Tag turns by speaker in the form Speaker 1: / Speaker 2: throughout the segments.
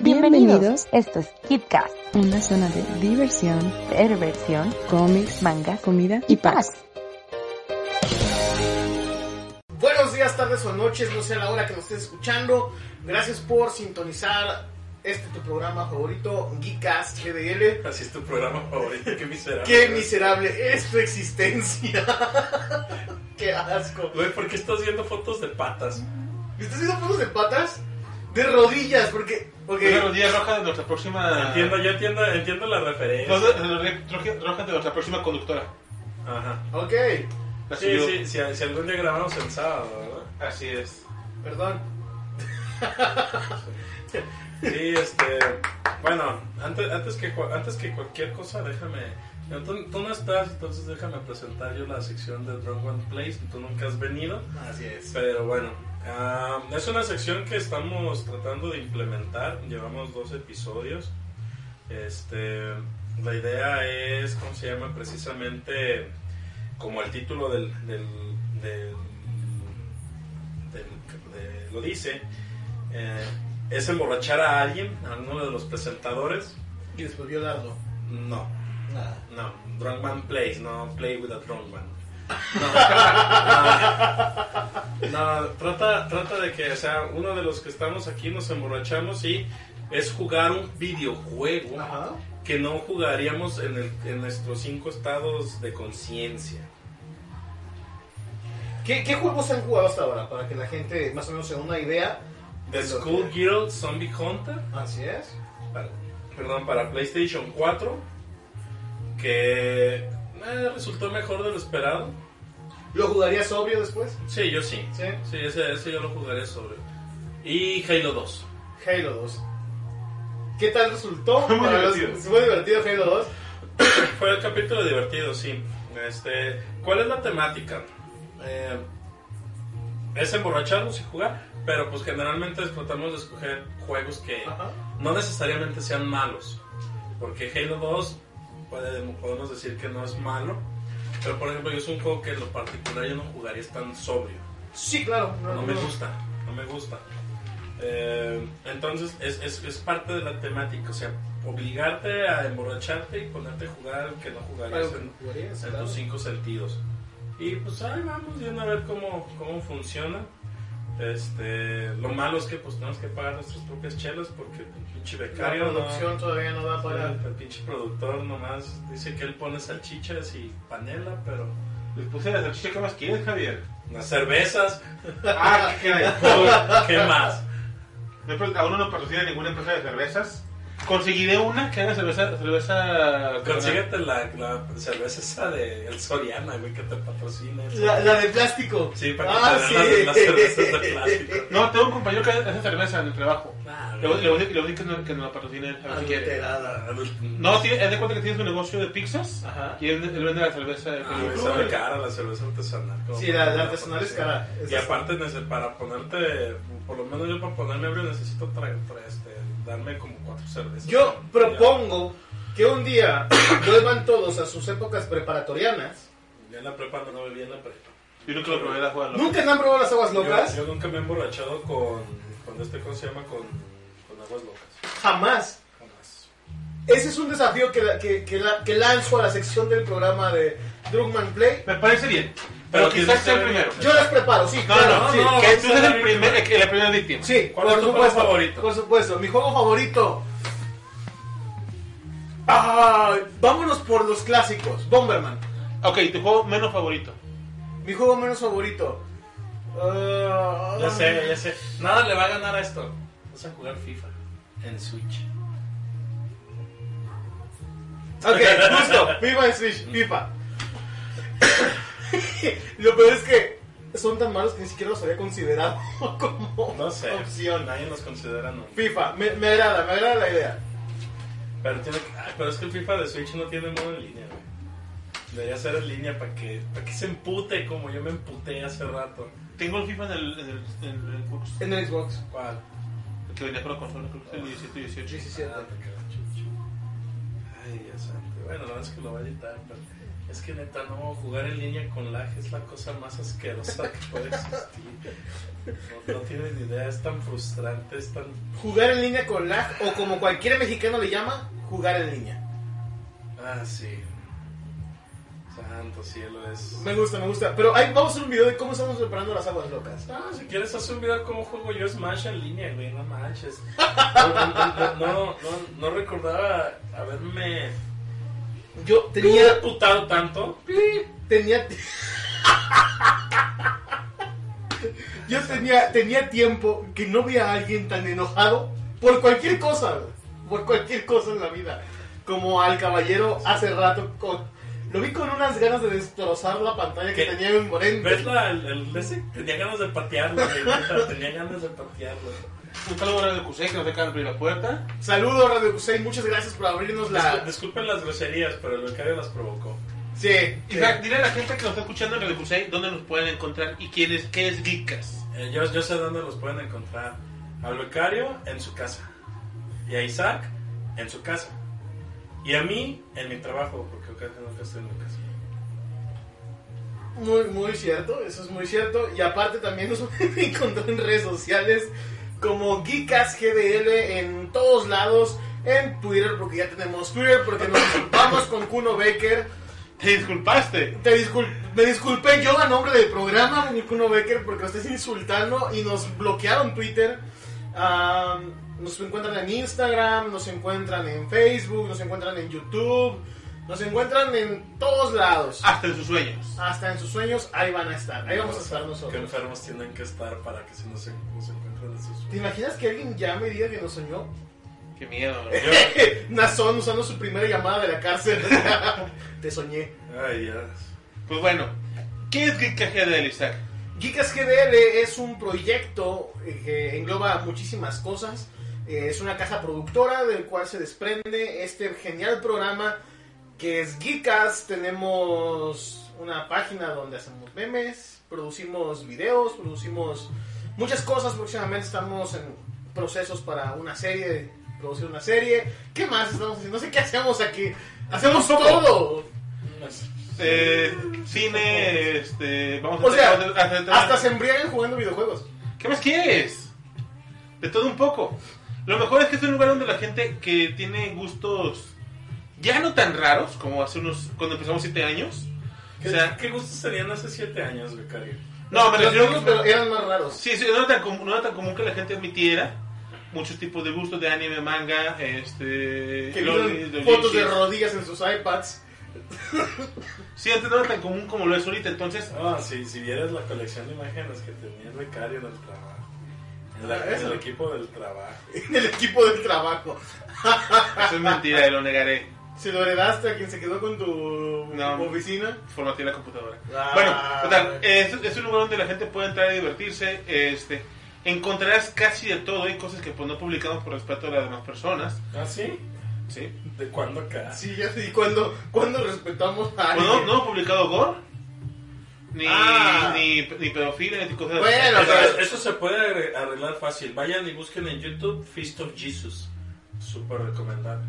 Speaker 1: Bienvenidos.
Speaker 2: Bienvenidos.
Speaker 1: Esto es KidCast,
Speaker 2: Una zona de diversión,
Speaker 1: perversión,
Speaker 2: cómics,
Speaker 1: mangas
Speaker 2: comida
Speaker 1: y paz.
Speaker 3: Buenos días, tardes o noches, no sé la hora que nos estés escuchando. Gracias por sintonizar este tu programa favorito, Geekcast GDL.
Speaker 4: Así es tu programa favorito, qué miserable.
Speaker 3: Qué miserable es tu existencia. Qué asco.
Speaker 4: Güey, ¿por qué estás viendo fotos de patas?
Speaker 3: ¿Estás haciendo fotos de patas? De rodillas, porque. ok,
Speaker 5: Una rodilla roja de nuestra próxima.
Speaker 4: Entiendo, yo entiendo, entiendo la
Speaker 5: Dos
Speaker 4: referencia.
Speaker 5: de- de rodilla roja- roja de nuestra próxima conductora.
Speaker 4: Ajá.
Speaker 3: Ok,
Speaker 5: La
Speaker 4: Sí,
Speaker 5: subió.
Speaker 4: sí, si, si algún día grabamos el sábado, ¿verdad?
Speaker 5: Así es.
Speaker 3: perdón.
Speaker 4: Sí, este. Bueno, antes, antes, que, cua- antes que cualquier cosa, déjame. no, Tú, tú no estás, entonces déjame presentar yo la sección de Drunk One Place. Tú nunca has venido.
Speaker 3: Así es.
Speaker 4: Pero bueno, ah, es una sección que estamos tratando de implementar. Llevamos dos episodios. Este, la idea es, ¿cómo se llama? Precisamente como el título del, del, del- del- de- lo dice, eh, es emborrachar a alguien, a uno de los presentadores.
Speaker 3: Y después violarlo.
Speaker 4: No,
Speaker 3: Nada.
Speaker 4: no, drunk man plays, no play with a drunk man. No, no, no, trata, trata de que, o sea, uno de los que estamos aquí nos emborrachamos y es jugar un videojuego
Speaker 3: Ajá.
Speaker 4: que no jugaríamos en, el- en nuestros cinco estados de conciencia.
Speaker 3: ¿Qué, ¿Qué juegos han jugado hasta ahora? Para que la gente más o menos se dé una idea.
Speaker 4: The
Speaker 3: lo que-
Speaker 4: School Girl Zombie Hunter,
Speaker 3: Así es.
Speaker 4: para- perdón, para PlayStation 4, que eh, resultó mejor de lo esperado.
Speaker 3: ¿Lo jugaría sobrio después?
Speaker 4: Sí, yo sí.
Speaker 3: Sí.
Speaker 4: Sí, ese, ese yo lo jugaré sobre. Y Halo 2.
Speaker 3: Halo 2. ¿Qué tal resultó?
Speaker 5: Muy
Speaker 3: Para los-
Speaker 5: divertido.
Speaker 3: muy divertido Halo 2.
Speaker 4: Fue el capítulo divertido, sí. Este, ¿Cuál es la temática? Eh, es emborracharnos y jugar, pero pues generalmente tratamos de escoger juegos que no necesariamente sean malos. Porque Halo 2 puede- podemos decir que no es malo, pero por ejemplo yo es un juego que en lo particular yo no jugaría es tan sobrio.
Speaker 3: Sí, claro.
Speaker 4: No me gusta, no me gusta. Eh, entonces es, es- es parte de la temática, o sea, obligarte a emborracharte y ponerte a jugar al que no jugarías
Speaker 3: Algo que
Speaker 4: en,
Speaker 3: no jugarías,
Speaker 4: en
Speaker 3: claro.
Speaker 4: tus cinco sentidos. Y pues ahí vamos viendo a ver cómo, cómo funciona. Este, lo malo es que pues tenemos que pagar nuestras propias chelas porque el pinche
Speaker 3: La
Speaker 4: becario no-
Speaker 3: producción todavía no da para...
Speaker 4: el pinche productor nomás dice que él pone salchichas y panela, pero
Speaker 5: Les puse la salchicha que más quieres, Javier.
Speaker 4: las cervezas,
Speaker 5: Ah, qué caray.
Speaker 4: ¿qué más?
Speaker 5: No, pero Aún no patrocina ninguna empresa de cervezas. Conseguiré una que haga cerveza. cerveza
Speaker 4: Consíguete la, la cerveza esa de El Soriana, güey, que te patrocine.
Speaker 3: La, la de plástico.
Speaker 4: Sí, para que
Speaker 3: Ah,
Speaker 4: te
Speaker 3: sí.
Speaker 4: den las, las cervezas de plástico.
Speaker 5: No, tengo un compañero que hace cerveza en el trabajo.
Speaker 4: Ah,
Speaker 5: Le voy le voy a decir- le voy a decir que no- que no la patrocine él, a ver si quiere.
Speaker 3: Adulterada.
Speaker 5: No, tiene, haz de cuenta que tienes un negocio de pizzas
Speaker 3: Ajá.
Speaker 5: y él, él vende la cerveza. de
Speaker 4: Ah, güey, sabe cara la cerveza artesanal. como
Speaker 3: Sí, la,
Speaker 4: para-
Speaker 3: la artesanal es cara.
Speaker 4: Y aparte, nece- para ponerte, por lo menos yo para ponerme ebrio necesito traer, traer, este, darme como cuatro cervezas.
Speaker 3: Yo
Speaker 4: Ya.
Speaker 3: propongo que un día vuelvan todos a sus épocas preparatorianas.
Speaker 4: Yo en la prepa no bebía en la prepa.
Speaker 5: Yo nunca lo probé la jugarlo.
Speaker 3: ¿Nunca han probado las aguas
Speaker 4: Yo,
Speaker 3: locas?
Speaker 4: yo nunca me he emborrachado con, con este, ¿cómo se llama? Con, con aguas locas.
Speaker 3: Jamás.
Speaker 4: Jamás.
Speaker 3: Ese es un desafío que, la- que, que la- que lanzo a la sección del programa de Drugman Play.
Speaker 5: Me parece bien.
Speaker 4: Pero
Speaker 5: Pero
Speaker 4: tienes
Speaker 5: quizás
Speaker 4: que
Speaker 5: sea el
Speaker 4: saber-
Speaker 5: primero.
Speaker 3: Yo las preparo, sí,
Speaker 5: No,
Speaker 3: claro.
Speaker 5: no,
Speaker 3: sí.
Speaker 4: no,
Speaker 5: que tú
Speaker 4: no,
Speaker 5: eres
Speaker 4: no,
Speaker 5: el primer, el que- la primera víctima.
Speaker 3: Sí,
Speaker 4: ¿Cuál es
Speaker 3: por
Speaker 4: tu juego
Speaker 3: supuesto.
Speaker 4: favorito?
Speaker 3: Por supuesto, mi juego favorito. Ah, vámonos por los clásicos. Bomberman.
Speaker 5: Ok, tu juego menos favorito.
Speaker 3: Mi juego menos favorito. Ah,
Speaker 4: Ya sé, ya sé. Nada le va a ganar a esto. Vamos a jugar FIFA en Switch.
Speaker 3: Ok, justo. FIFA en Switch, FIFA. Lo peor es que son tan malos que ni siquiera los había considerado como
Speaker 4: No sé.
Speaker 3: opción.
Speaker 4: Nadie nos considera no.
Speaker 3: FIFA, me, me agrada, me agrada la idea.
Speaker 4: Pero, tiene que- ay, pero es que el FIFA de Switch no tiene modo en línea, güey. Debería ser en línea para que, para que se empute como yo me emputé hace rato.
Speaker 5: Tengo el FIFA en el, en el, en el Xbox,
Speaker 3: En el Xbox
Speaker 4: ¿Cuál?
Speaker 5: que venía con la consola, creo que es el 17 y 18.
Speaker 3: 17.
Speaker 4: Ah, te quedas chucho. Ay, Ay, Dios santo. Bueno, no es que lo va a editar, pero es que neta, no, jugar en línea con lag es la cosa más asquerosa que puede existir. No, no tienes ni idea, es tan frustrante, es tan.
Speaker 3: Jugar en línea con lag, o como cualquier mexicano le llama, jugar en línea.
Speaker 4: Ah, sí. Santo cielo, es.
Speaker 3: Me gusta, me gusta. Pero ahí vamos a hacer un video de cómo estamos preparando las aguas locas.
Speaker 4: Ah, si quieres hacer un video de cómo juego yo Smash en línea, güey, no manches. No, no, no, no, no recordaba haberme
Speaker 3: Yo tenía.
Speaker 4: putado tanto.
Speaker 3: Tenía. Yo tenía, tenía tiempo que no veía a alguien tan enojado por cualquier cosa, güey. por cualquier cosa en la vida. Como al caballero hace rato, con, lo vi con unas ganas de destrozar la pantalla que
Speaker 4: ¿Qué?
Speaker 3: tenía en Morente.
Speaker 4: ¿Ves la, el, el- ese? Tenía ganas de patearlo, güey, neta, tenía ganas de patearlo.
Speaker 5: Un saludo a de Cusé que nos deja abrir la puerta.
Speaker 3: Saludos, Radio Cusey, muchas gracias por abrirnos
Speaker 4: Discul-
Speaker 3: la.
Speaker 4: Ah, disculpen las groserías, pero el becario las provocó.
Speaker 3: Sí, sí.
Speaker 5: Isaac, dile a la gente que nos está escuchando en el Cusé dónde nos pueden encontrar y quién es, qué es Geekas.
Speaker 4: Eh, yo, yo sé dónde los pueden encontrar. Al becario en su casa. Y a Isaac en su casa. Y a mí en mi trabajo, porque casi nunca estoy en mi casa.
Speaker 3: Muy, muy cierto, eso es muy cierto. Y aparte también nos pueden encontrar en redes sociales como Geekas GDL en todos lados, en Twitter, porque ya tenemos Twitter, porque nos disculpamos con Kuno Becker.
Speaker 5: ¿Te disculpaste?
Speaker 3: Te discul- me disculpé yo a nombre del programa, mi Kuno Becker, porque lo estás insultando y nos bloquearon Twitter. Ah, nos encuentran en Instagram, nos encuentran en Facebook, nos encuentran en YouTube, nos encuentran en todos lados.
Speaker 5: Hasta en sus sueños.
Speaker 3: Hasta en sus sueños, ahí van a estar. Ahí vamos a estar
Speaker 4: Qué
Speaker 3: nosotros.
Speaker 4: enfermos tienen que estar para que se nos, en- nos encuentren en sus...
Speaker 3: ¿Te imaginas que alguien llame y diga que nos soñó?
Speaker 5: Qué miedo, bro.
Speaker 4: Yo-
Speaker 3: Nazón usando su primera llamada de la cárcel. Te soñé.
Speaker 4: Ay, ya.
Speaker 5: Pues bueno, ¿qué es Geekas GDL, Isaac?
Speaker 3: Geekas GDL es un proyecto eh, que engloba muchísimas cosas. Eh, es una casa productora del cual se desprende este genial programa que es Geekas. Tenemos una página donde hacemos memes, producimos videos, producimos muchas cosas. Próximamente estamos en procesos para una serie, producir una serie. ¿Qué más estamos haciendo? No sé qué hacemos aquí. Hacemos todo.
Speaker 5: Eh, cine, este. Vamos a
Speaker 3: O sea,
Speaker 5: hacer- a hacer-
Speaker 3: Hasta se embriagan jugando videojuegos.
Speaker 5: ¿Qué más quieres? De todo un poco. Lo mejor es que es un lugar donde la gente que tiene gustos ya no tan raros como hace unos. cuando empezamos 7 años.
Speaker 4: ¿Qué,
Speaker 5: O sea,
Speaker 4: qué gustos tenían hace siete años, becario?
Speaker 5: no, me
Speaker 3: Los
Speaker 5: refiero
Speaker 3: mismos,
Speaker 5: a
Speaker 3: pero eran más raros.
Speaker 5: Sí, sí, no era, tan común, no era tan común que la gente admitiera muchos tipos de gustos de anime, manga, este.
Speaker 3: que
Speaker 5: lolis,
Speaker 3: vieron
Speaker 5: de
Speaker 3: fotos de
Speaker 5: bichis.
Speaker 3: rodillas en sus iPads.
Speaker 5: Sí, antes no era tan común como lo es ahorita, entonces.
Speaker 4: Ah, si, si vieras la colección de imágenes que tenía el becario en el trabajo. En, la-
Speaker 3: Ah,
Speaker 4: en
Speaker 3: eso.
Speaker 4: el equipo del trabajo.
Speaker 3: En el equipo del trabajo.
Speaker 5: Eso es mentira, lo negaré.
Speaker 3: Se lo heredaste a quien se quedó con tu
Speaker 5: No.
Speaker 3: oficina.
Speaker 5: Formateé la computadora.
Speaker 3: Ah.
Speaker 5: bueno, eh, total, es, es un lugar donde la gente puede entrar y divertirse. Este, encontrarás casi de todo. Hay cosas que pues, no publicamos por respeto a las demás personas.
Speaker 4: ¿Ah, sí?
Speaker 5: ¿sí?
Speaker 4: ¿De cuándo acá?
Speaker 3: Sí, ya sé. ¿Y cuando, cuando respetamos a
Speaker 5: Pues,
Speaker 3: alguien?
Speaker 5: no, no hemos publicado gore, ni,
Speaker 3: Ah.
Speaker 5: ni, ni pedofilia, ni cosas
Speaker 3: Bueno,
Speaker 5: así.
Speaker 4: Eso,
Speaker 3: pero-
Speaker 4: eso se puede arre- arreglar fácil. Vayan y busquen en YouTube Feast of Jesus. Súper recomendable.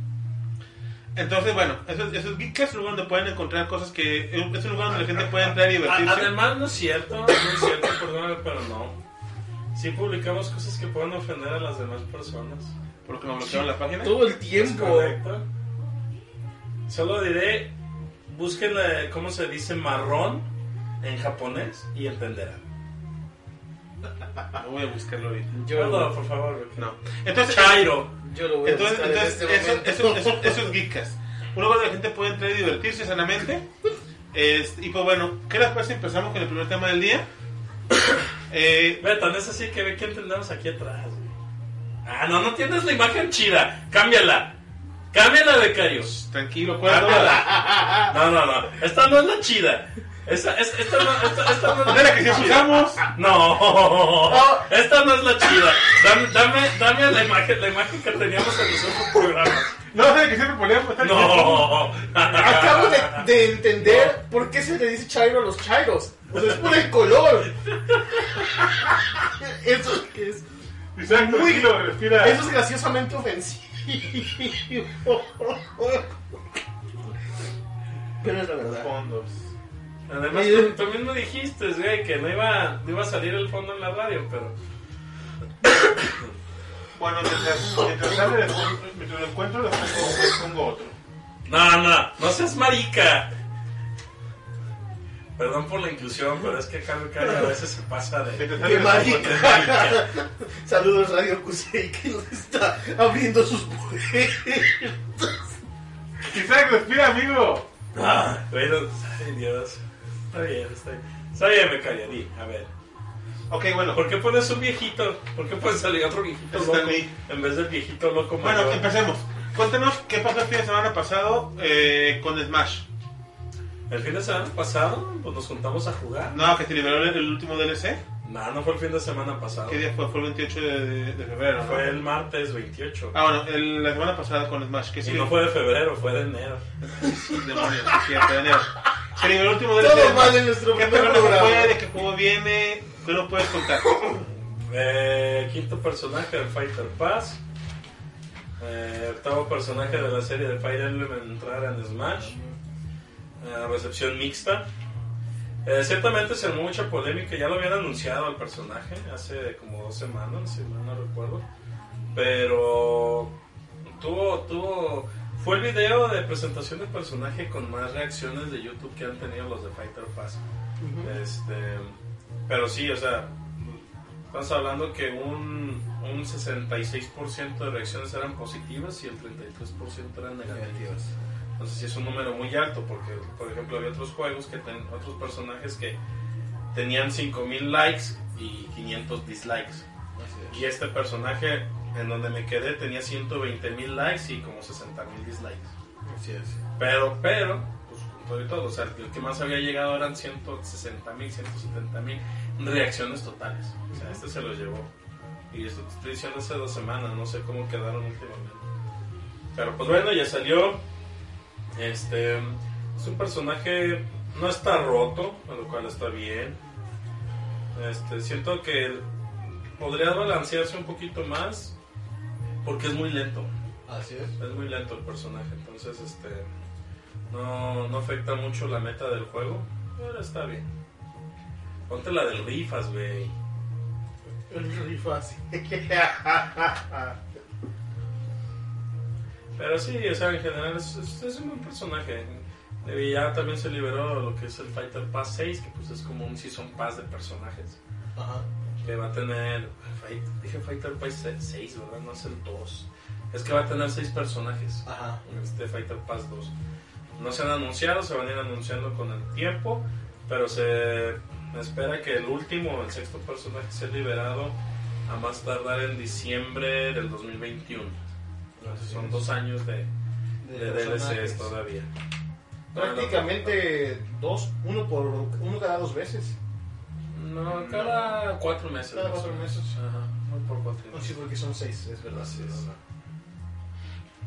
Speaker 5: Entonces, bueno, eso, es- eso es Geekcast, es un lugar donde pueden encontrar cosas que. Es un lugar donde la gente puede entrar
Speaker 3: Ah,
Speaker 5: y
Speaker 4: A-
Speaker 5: divertirse.
Speaker 4: además, no es cierto, no es cierto, perdóname, pero no. Sí publicamos cosas que pueden ofender a las demás personas.
Speaker 3: ah.
Speaker 5: Porque nos bloquearon la página.
Speaker 3: Todo el
Speaker 4: Es
Speaker 3: tiempo.
Speaker 4: correcto. Solo diré, busquen eh, cómo se dice marrón en japonés y entenderán.
Speaker 5: No Ah, voy a buscarlo ahorita.
Speaker 4: Hazlo, por favor. porque-
Speaker 5: No. Entonces,
Speaker 4: Chairo.
Speaker 3: Yo lo voy a
Speaker 5: Entonces,
Speaker 3: buscar en
Speaker 5: entonces
Speaker 3: este
Speaker 5: eso,
Speaker 3: momento.
Speaker 5: eso, eso, eso es geekas. Un lugar donde la gente puede entrar y divertirse sanamente. Este, y pues bueno, ¿qué les parece si empezamos con el primer tema del día? Eh,
Speaker 4: Ve, tan es así que ve quién tenemos aquí atrás, güey. Ah, no, no tienes la imagen chida. Cámbiala. Cámbiala, becarios.
Speaker 5: tranquilo, pues, cuatro horas.
Speaker 3: ah,
Speaker 4: Cámbiala. No, no, no. Esta no es la chida. Esta, es- esta, no, esta, esta no
Speaker 5: No
Speaker 4: es
Speaker 5: era que si usamos.
Speaker 4: No, esta no es la chida. Dame, dame, dame la imagen, la imagen que teníamos en los otros programas.
Speaker 5: No era que siempre poníamos.
Speaker 4: No.
Speaker 3: Acabo de, de entender por qué se le dice chairo a los chairos. O sea, es por el color. Eso es,
Speaker 5: Exacto, tranquilo, respira.
Speaker 3: eso es graciosamente ofensivo. Pero es la verdad.
Speaker 5: fondos.
Speaker 4: Además,
Speaker 3: Oye,
Speaker 4: tú, tú mismo dijiste, güey, que no iba, no iba a salir el fondo en la radio, pero.
Speaker 5: Bueno, mientras, mientras sale el fondo- mientras lo encuentro, le pongo, le pongo otro.
Speaker 4: No, no, no seas marica. Perdón por la inclusión, pero es que Carlos Cari a veces se pasa de.
Speaker 5: Mientras sale
Speaker 3: ¡Qué
Speaker 5: el
Speaker 3: mágica! Saludos Radio Cusei que nos está abriendo sus puertas.
Speaker 5: Isaac, respira, amigo.
Speaker 4: Ah, güey, no- ay, Dios. Está bien, está bien. Está bien, me callo, di, a ver.
Speaker 5: Ok, bueno.
Speaker 4: ¿Por qué pones un viejito? ¿Por qué puedes salir otro viejito
Speaker 5: Está
Speaker 4: loco
Speaker 5: ahí.
Speaker 4: en vez del viejito loco
Speaker 5: Bueno,
Speaker 4: mayor?
Speaker 5: empecemos. Cuéntanos qué pasó el fin de semana pasado eh, con Smash.
Speaker 4: El fin de semana pasado, pues nos juntamos a jugar.
Speaker 5: No, que se liberó el, el último DLC.
Speaker 4: No, no fue el fin de semana pasado.
Speaker 5: ¿Qué día fue? Fue el 28 de, de- de febrero. ¿no?
Speaker 4: Fue el martes 28.
Speaker 5: Ah, bueno, el- la semana pasada con Smash. Que
Speaker 4: y
Speaker 5: sí,
Speaker 4: no fue de febrero, fue de enero.
Speaker 5: demonios, es cierto, de enero. Se liberó el último DLC.
Speaker 3: Todo
Speaker 5: de
Speaker 3: mal
Speaker 5: Smash.
Speaker 3: en nuestro
Speaker 5: ¿Qué
Speaker 3: primer
Speaker 5: perro no
Speaker 3: programa.
Speaker 5: puede? ¿Qué juego viene? ¿Qué no puedes contar?
Speaker 4: Eh, quinto personaje de Fighter Pass. Eh, octavo personaje de la serie de Fire Emblem en entrar en Smash. Eh, recepción mixta. Eh, ciertamente se armó mucha polémica, ya lo habían anunciado al personaje hace como dos semanas, si mal no recuerdo. Pero tuvo, tuvo. Fue el video de presentación del personaje con más reacciones de YouTube que han tenido los de Fighter Pass. Este, pero sí, o sea, estás hablando que un, un 66% de reacciones eran positivas y el 33% eran negativas. Entonces sí es un número muy alto porque, por ejemplo, había otros juegos que ten- otros personajes que tenían 5000 likes y 500 dislikes. Y este personaje en donde me quedé tenía 120.000 likes y como 60.000 dislikes.
Speaker 3: Así es.
Speaker 4: Pero, pero, pues con todo y todo, o sea, el que más había llegado eran 160 mil, 170 mil reacciones totales. O sea, este se los llevó. Y esto te estoy diciendo hace dos semanas, no sé cómo quedaron últimamente. Pero pues bueno, ya salió. Este es un personaje, no está roto, lo cual está bien. Este, siento que podría balancearse un poquito más porque es muy lento.
Speaker 3: Así es.
Speaker 4: Es muy lento el personaje, entonces este no, no afecta mucho la meta del juego, pero está bien. Ponte la del rifas, güey.
Speaker 3: El rifa así.
Speaker 4: Pero sí, o sea, en general es, es- es un buen personaje. Y ya también se liberó lo que es el Fighter Pass 6, que pues es como un Season Pass de personajes.
Speaker 3: Ajá.
Speaker 4: Que va a tener... Fight- dije Fighter Pass 6, ¿verdad? No es el 2. Es que va a tener 6 personajes.
Speaker 3: Ajá.
Speaker 4: este Fighter Pass 2. No se han anunciado, se van a ir anunciando con el tiempo, pero se espera que el último, el sexto personaje, sea liberado a más tardar en diciembre del 2021. Entonces son dos años de, de, DLCs todavía.
Speaker 3: Prácticamente dos, uno por uno cada dos veces.
Speaker 4: No, cada cuatro meses.
Speaker 3: Cada
Speaker 4: más o
Speaker 3: cuatro
Speaker 4: menos.
Speaker 3: meses.
Speaker 4: Ajá, no por cuatro
Speaker 3: No,
Speaker 4: meses.
Speaker 3: sí, porque son seis, es verdad.
Speaker 4: Así
Speaker 3: sí,
Speaker 4: es.
Speaker 3: verdad.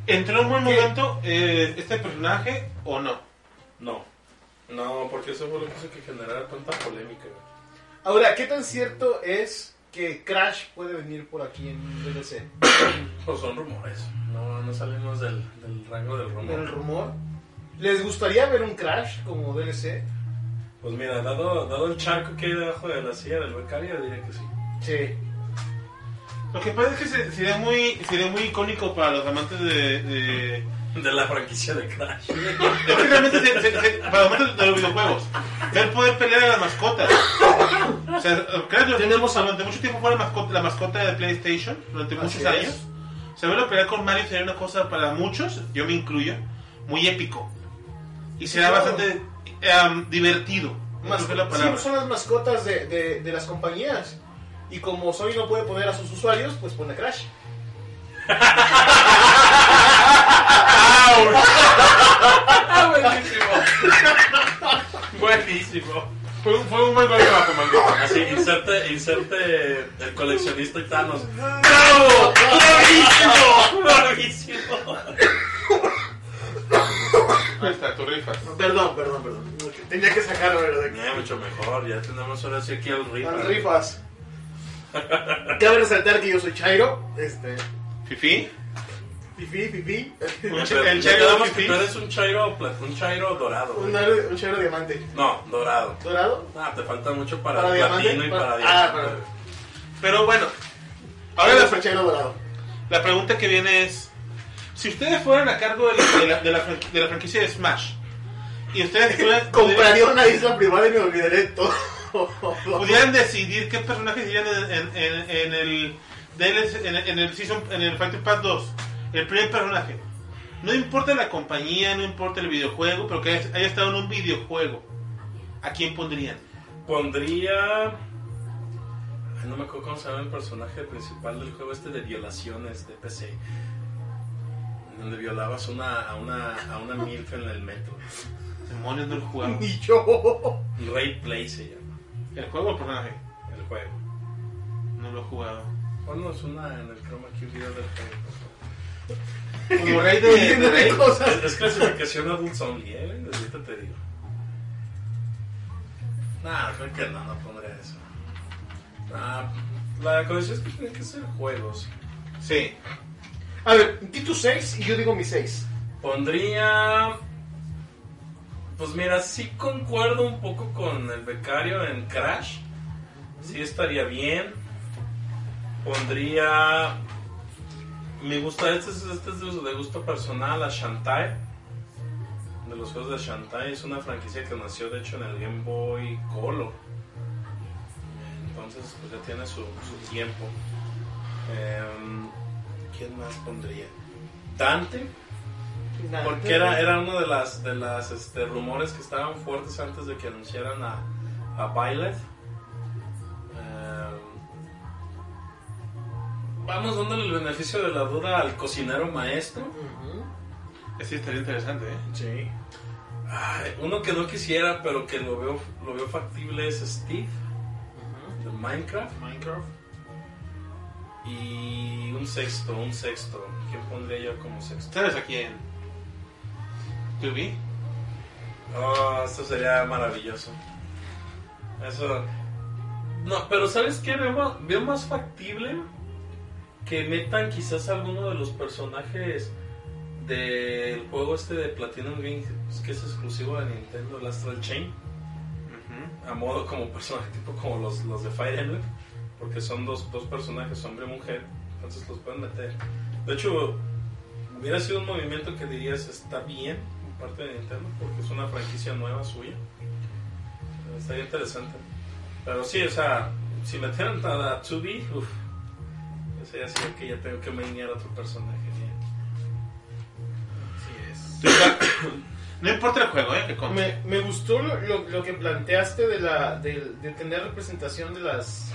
Speaker 5: ¿Entró en buen
Speaker 3: ¿Qué?
Speaker 5: momento eh, este personaje o no?
Speaker 4: No, no, porque eso fue lo que hizo que generara tanta polémica. güey.
Speaker 3: Ahora, ¿qué tan cierto es que Crash puede venir por aquí en DLC?
Speaker 4: Pues son rumores, no, no salimos del, del rango del rumor.
Speaker 3: El rumor. ¿Les gustaría ver un Crash como DLC?
Speaker 4: Pues mira, dado, dado el charco que hay debajo de la silla del becario, diría que sí.
Speaker 3: Sí.
Speaker 5: Lo que pasa es que se- sería muy, sería muy icónico para los amantes de... de...
Speaker 4: De la franquicia de Crash.
Speaker 5: Es que realmente se- se- se- para los amantes de los videojuegos. Ver poder pelear a las mascotas. O sea, creo que lo tenemos durante mucho tiempo fue la mascota, la mascota de PlayStation, durante
Speaker 3: Así
Speaker 5: muchos
Speaker 3: es.
Speaker 5: años. O sea, verlo pelear con Mario sería una cosa para muchos, yo me incluyo, muy épico. Y será
Speaker 3: Claro.
Speaker 5: bastante eh, divertido.
Speaker 3: Mas-
Speaker 5: Creo que es la palabra.
Speaker 3: sí, son las mascotas de, de- de las compañías. Y como Sony no puede poner a sus usuarios, pues pone a Crash.
Speaker 4: buenísimo. buenísimo.
Speaker 5: Fue, un- fue un buen golpe bajo, maldito.
Speaker 4: Así, inserte, inserte el coleccionista y Thanos.
Speaker 5: ¡Bravo!
Speaker 4: ¡Bravísimo! ¡Bravísimo!
Speaker 5: Ahí está, tu rifas.
Speaker 3: Perdón, perdón, perdón. Tenía que sacarlo, ¿verdad?
Speaker 4: Eh, mucho mejor, ya tenemos ahora sí aquí al rifa.
Speaker 3: Las rifas. Cabe resaltar que yo soy Chairo. Este.
Speaker 5: Fifi.
Speaker 3: Pipí, pipí.
Speaker 5: Un ch-
Speaker 4: Pero
Speaker 5: el
Speaker 4: ya
Speaker 5: chairo
Speaker 4: quedamos
Speaker 5: de
Speaker 4: que
Speaker 5: pipí.
Speaker 4: tú eres un chairo, pla- un chairo dorado. güey.
Speaker 3: Un chero un chero diamante.
Speaker 4: No, dorado.
Speaker 3: ¿Dorado?
Speaker 4: Ah, te falta mucho para,
Speaker 3: ¿Para
Speaker 4: platino
Speaker 3: diamante?
Speaker 4: y para
Speaker 3: Ah,
Speaker 4: diamante.
Speaker 3: para.
Speaker 5: Pero bueno, ahora
Speaker 3: Ahora
Speaker 5: la,
Speaker 3: es un chero dorado.
Speaker 5: la pregunta que viene es: si ustedes fueran a cargo de la, de la- de la fran- de la franquicia de Smash y ustedes pudieran, pudieran,
Speaker 3: Compraría una isla privada y me olvidaré de todo.
Speaker 5: pudieran decidir qué personajes irían en, en- en- en el DLC en, el- en el season, en el Fighting Pass 2, el primer personaje. No importa la compañía, no importa el videojuego, pero que haya, haya estado en un videojuego. ¿A quién pondrían?
Speaker 4: Pondría. Ay, no me acuerdo cómo se llama el personaje principal del juego este de violaciones de PC. Donde violabas una, a una, a una MILF en el metro.
Speaker 5: Demonios del juego.
Speaker 3: Ni yo.
Speaker 4: Ray Play se llama
Speaker 5: ¿El juego o el personaje?
Speaker 4: el juego.
Speaker 5: No lo he jugado.
Speaker 4: Ponnos una en el chroma key video del juego. por favor.
Speaker 5: Como rey de, de
Speaker 3: Tiene
Speaker 5: rey.
Speaker 3: cosas.
Speaker 4: Es, es clasificación adult only, ¿eh? Ahorita te digo. Nah, creo que no, no pondré eso. Nah, la condición es que tienen que ser juegos.
Speaker 5: Sí.
Speaker 3: A ver, di tu 6 y yo digo mi 6.
Speaker 4: Pondría. Pues mira, sí concuerdo un poco con el becario en Crash. Sí estaría bien. Pondría. Me gusta, este es, este es de gusto personal, a Shantae. De los juegos de Shantae. Es una franquicia que nació, de hecho, en el Game Boy Color. Entonces, pues ya tiene su, su tiempo. Em, ¿Quién más pondría? Dante. Porque era, era uno de las de las este, rumores que estaban fuertes antes de que anunciaran a, a Violet. Eh, vamos dándole el beneficio de la duda al cocinero maestro.
Speaker 3: Ujú.
Speaker 5: Sí, estaría interesante, ¿eh?
Speaker 4: Sí. uno que no quisiera, pero que lo veo, lo veo factible es Steve
Speaker 3: Ujú.
Speaker 4: de Minecraft.
Speaker 3: Minecraft.
Speaker 4: Y un sexto, un sexto. ¿Quién pondría yo como sexto?
Speaker 5: ¿Sabes a quién? ¿Tubi?
Speaker 4: Oh, esto sería maravilloso. Eso. No, pero ¿sabes qué? Veo más, veo más factible que metan quizás alguno de los personajes del juego este de Platinum Games que es exclusivo de Nintendo, el Astral Chain, a modo como personaje tipo como los, los de Fire Emblem, porque son dos, dos personajes, hombre y mujer, entonces los pueden meter. De hecho, hubiera sido un movimiento que dirías está bien por parte de Nintendo porque es una franquicia nueva suya. Eh, Estaría interesante. Pero sí, o sea, si metieran a la 2B, uff, eso ya sería que ya tengo que menear a otro personaje. ¿eh? ¿sí? Así es.
Speaker 5: No importa el juego, ¿eh? Que conste.
Speaker 3: Me, me gustó lo, lo- lo que planteaste de, la, de, de tener representación de las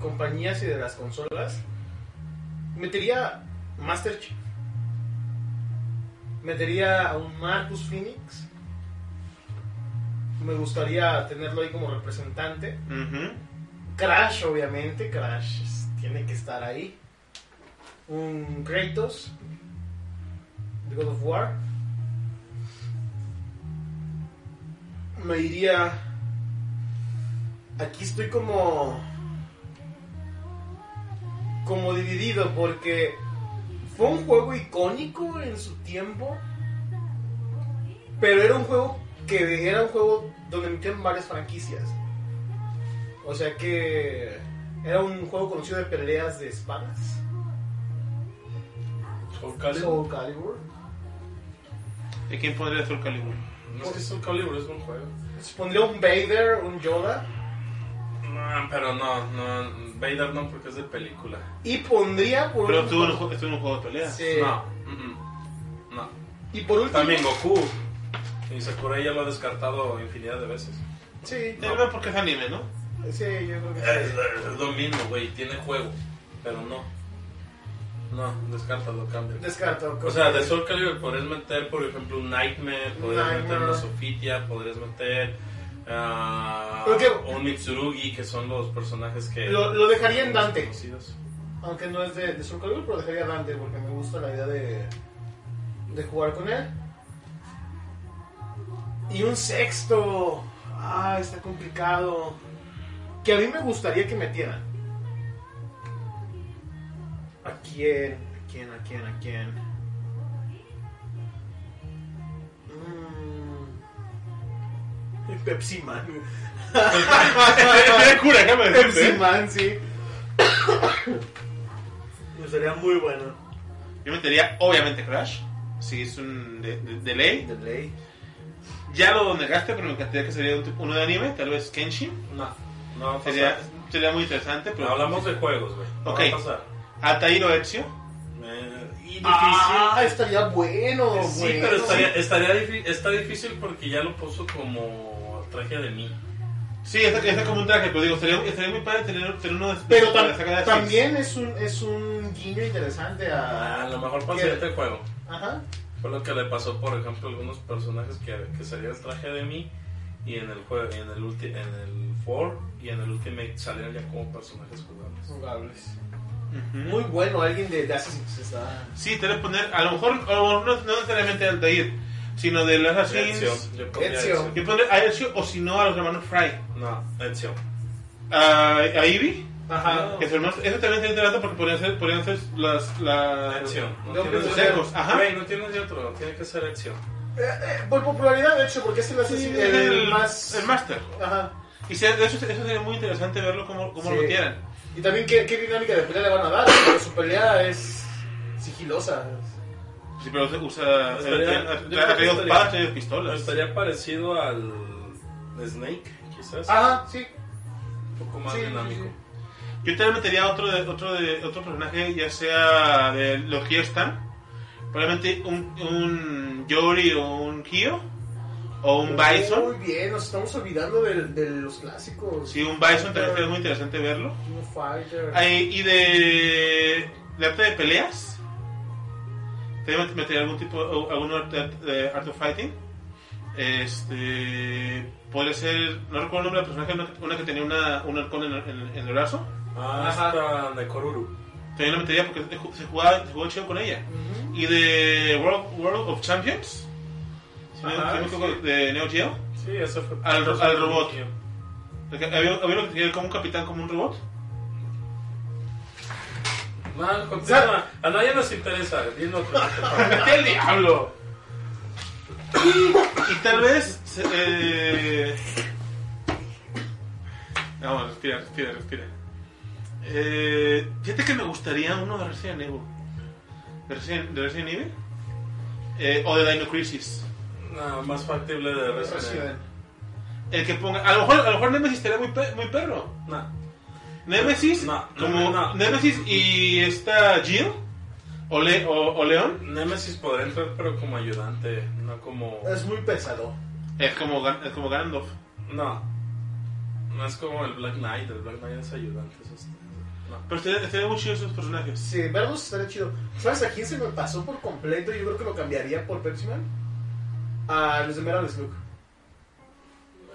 Speaker 3: compañías y de las consolas. Metería Master Chief. Metería a un Marcus Phoenix. Me gustaría tenerlo ahí como representante.
Speaker 5: Ujú.
Speaker 3: Crash, obviamente. Crash es- tiene que estar ahí. Un Kratos. The God of War. Me iría. Aquí estoy como. Como dividido porque fue un juego icónico en su tiempo. Pero era un juego que era un juego donde metían varias franquicias. O sea que era un juego conocido de peleas de espadas.
Speaker 4: Soul Calibur.
Speaker 3: Soul Calibur.
Speaker 5: ¿De quién podría ser Calibur?
Speaker 4: No es que Soul Calibur es un juego.
Speaker 3: Se pondría un Vader, un Yoda.
Speaker 4: No, pero no, no, Vader no porque es de película.
Speaker 3: Y pondría por
Speaker 5: Pero estuvo
Speaker 3: último-
Speaker 5: en un, ju- estuvo en un juego de pelea.
Speaker 3: Sí.
Speaker 4: No, mm, mm, no.
Speaker 3: Y por último.
Speaker 4: También Goku. Y Sakurai ya lo ha descartado infinidad de veces.
Speaker 3: Sí,
Speaker 5: Tal vez porque es anime, ¿no?
Speaker 3: sí, yo creo que
Speaker 4: Es,
Speaker 3: sí.
Speaker 4: es lo mismo, güey. Tiene juego. Pero no. No, descártalo, cambia.
Speaker 3: Descarto.
Speaker 4: O sea, de Soul Calibur podrías meter, por ejemplo, un Nightmare, podrías meter
Speaker 3: Nightmare.
Speaker 4: una Sofitia, podrías meter ah,
Speaker 3: Creo que-
Speaker 4: un Mitsurugi, que son los personajes que...
Speaker 3: Lo- lo dejaría en
Speaker 4: son
Speaker 3: Dante.
Speaker 4: conocidos.
Speaker 3: Aunque no es de, de Soul Calibur, pero dejaría a Dante porque me gusta la idea de, de jugar con él. Y un sexto. Ah, está complicado. Que a mí me gustaría que metieran. ¿A quién? ¿A quién? ¿A quién? ¿A quién? Mm. Pepsi Man.
Speaker 5: Qué cura, déjame
Speaker 3: Pepsi
Speaker 5: decirte. ¿eh?
Speaker 3: Man, sí. Sería muy bueno.
Speaker 5: Yo metería, obviamente, Crash. Si es un de, de- de ley.
Speaker 3: De ley.
Speaker 5: Ya lo negaste, pero me encantaría que sería un tipo- uno de anime. Tal vez Kenshin.
Speaker 4: No, no va a
Speaker 5: Sería,
Speaker 4: pasar.
Speaker 5: sería muy interesante. Pero
Speaker 4: Hablamos de juegos, güey. No
Speaker 5: Ok.
Speaker 4: va a pasar.
Speaker 5: Ataíro Ezio.
Speaker 4: Eh, y difícil.
Speaker 3: Ah, estaría bueno.
Speaker 4: sí,
Speaker 3: bueno.
Speaker 4: pero estaría, estaría difí- está difícil porque ya lo puso como traje de mí.
Speaker 5: Sí, está, está como un traje, pero digo, estaría, estaría muy padre tener, tener uno de
Speaker 3: Pero
Speaker 5: de
Speaker 3: tam-
Speaker 5: la saga de Six.
Speaker 3: también es un, es un guiño interesante
Speaker 4: A
Speaker 3: a.
Speaker 4: lo mejor para el
Speaker 3: Ah, ¿Qué?
Speaker 4: siguiente juego.
Speaker 3: Ajá.
Speaker 4: Fue lo que le pasó, por ejemplo, a algunos personajes que, que salían el traje de mí y en el juego, y en el ulti, en el 4 y en el Ultimate salieron ya como personajes jugables.
Speaker 3: Jugables.
Speaker 5: Ujú.
Speaker 3: Muy bueno, alguien de, de Assassin's está.
Speaker 5: Sí, te voy a poner, a lo mejor, a lo mejor no, no necesariamente al Altair, sino de los Assassins.
Speaker 4: Ezio, yo pondría
Speaker 3: Ezio.
Speaker 5: Yo pondré a Ezio o si no a los hermanos Fry.
Speaker 4: No, Ezio.
Speaker 5: A, a Ivy,
Speaker 3: Ajá. Eh,
Speaker 5: que es hermoso. Eso también sería interesante porque podrían ser, podrían ser las,
Speaker 3: Ah,
Speaker 5: las...
Speaker 4: Ezio.
Speaker 3: Yo
Speaker 4: No
Speaker 3: pienso
Speaker 4: tienes
Speaker 5: que- Ajá.
Speaker 4: Güey, no tienes de otro, tiene que ser Ezio.
Speaker 3: Por popularidad, de hecho, porque este es el
Speaker 5: Sí,
Speaker 3: Assassin el, más.
Speaker 5: el Master.
Speaker 3: Ajá.
Speaker 5: Y sea- de hecho, eso sería muy interesante verlo como, como
Speaker 3: Sí.
Speaker 5: lo quieran.
Speaker 3: Y también qué, qué dinámica de pelea le van a dar, porque su pelea es sigilosa.
Speaker 5: Sí, pero se usa...
Speaker 4: Estaría- yo creo que
Speaker 5: Ha traído
Speaker 4: estaría-
Speaker 5: espadas, ha traído
Speaker 3: Pues,
Speaker 5: pistolas.
Speaker 4: Estaría parecido al Snake, quizás.
Speaker 3: Ajá, sí.
Speaker 4: un poco más
Speaker 3: Ah. sí,
Speaker 4: dinámico.
Speaker 3: sí,
Speaker 5: Yo también metería otro de, otro de otro personaje, ya sea de los que ya están. Probablemente un, un Yori o un Kyo. O un Bison.
Speaker 3: Muy bien, nos estamos olvidando de, de los clásicos.
Speaker 5: Sí, un Bison también sería muy interesante verlo.
Speaker 3: King of Fighter.
Speaker 5: Ah, y- y de, de arte de peleas. También metería algún tipo, o- algún arte de Art of Fighting. Este. Podría ser. No recuerdo el nombre del personaje, una, que- una que tenía una, un halcón en, en- en el brazo.
Speaker 4: Ah,
Speaker 3: Ajá.
Speaker 4: esta de Koruru.
Speaker 5: También la metería porque se jugaba, se jugaba chido con ella.
Speaker 3: Ujú.
Speaker 5: y de World, World of Champions si no-
Speaker 3: Ajá,
Speaker 5: si no me equivoco,
Speaker 4: sí.
Speaker 5: de Neo Geo
Speaker 4: Sí, eso fue.
Speaker 5: Al ro- al robot.
Speaker 4: Yo
Speaker 5: Porque había, había uno que tenía como un capitán como un robot
Speaker 4: Mal, continúa. A nadie nos interesa. Dilo otro.
Speaker 5: ¡Qué el diablo! y, y tal vez se- eh... vamos respira respira respira eh, fíjate que me gustaría uno de Resident Evil de Resident, de Resident Evil eh, o de Dino Crisis
Speaker 4: No, más factible de Resident Evil.
Speaker 3: Resident.
Speaker 5: el que ponga a lo mejor, a lo mejor Nemesis estaría muy, pe- muy perro
Speaker 4: No.
Speaker 5: Nemesis,
Speaker 4: No, no,
Speaker 5: como
Speaker 4: no.
Speaker 5: Nemesis y esta Jill o, Le- o, o León
Speaker 4: Nemesis podrá entrar, pero como ayudante, no como.
Speaker 3: Es muy pesado.
Speaker 5: es como Gan- es como Gandalf.
Speaker 4: No. No es como el Black Knight. El Black Knight es ayudante. eso es- No.
Speaker 5: Pero estaría estaría muy chido esos personajes.
Speaker 3: Sí, verlos estaría chido. ¿Sabes a quién se me pasó por completo? Yo creo que lo cambiaría por Pepsi Man. A los de Metal Slug.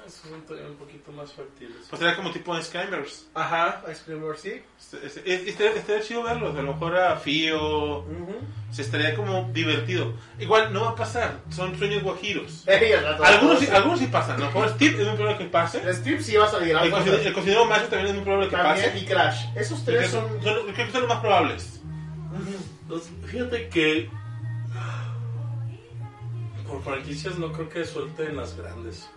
Speaker 4: Eso es un, todavía un poquito más factible.
Speaker 5: Pues sería como tipo de Skymers.
Speaker 3: Ajá, Ice Cream War, sí.
Speaker 5: Este- este- este- Estaría chido verlos. A lo mejor a Fio.
Speaker 3: Ujú.
Speaker 5: Se estaría como divertido. Igual no va a pasar. Son sueños guajiros.
Speaker 3: Ey, al rato-
Speaker 5: Algunos sí, algunos sí pasan. A lo mejor Steve es muy probable que pase.
Speaker 3: El Steve sí va a salir.
Speaker 5: El
Speaker 3: algo
Speaker 5: cocinero, el cocinero macho también es muy probable que
Speaker 3: También
Speaker 5: pase.
Speaker 3: y Crash. Esos
Speaker 5: Creo que
Speaker 3: tres
Speaker 5: son-
Speaker 3: son...
Speaker 5: son- creo que son los más probables.
Speaker 4: Los- fíjate que. Por franquicias no creo que suelten las grandes.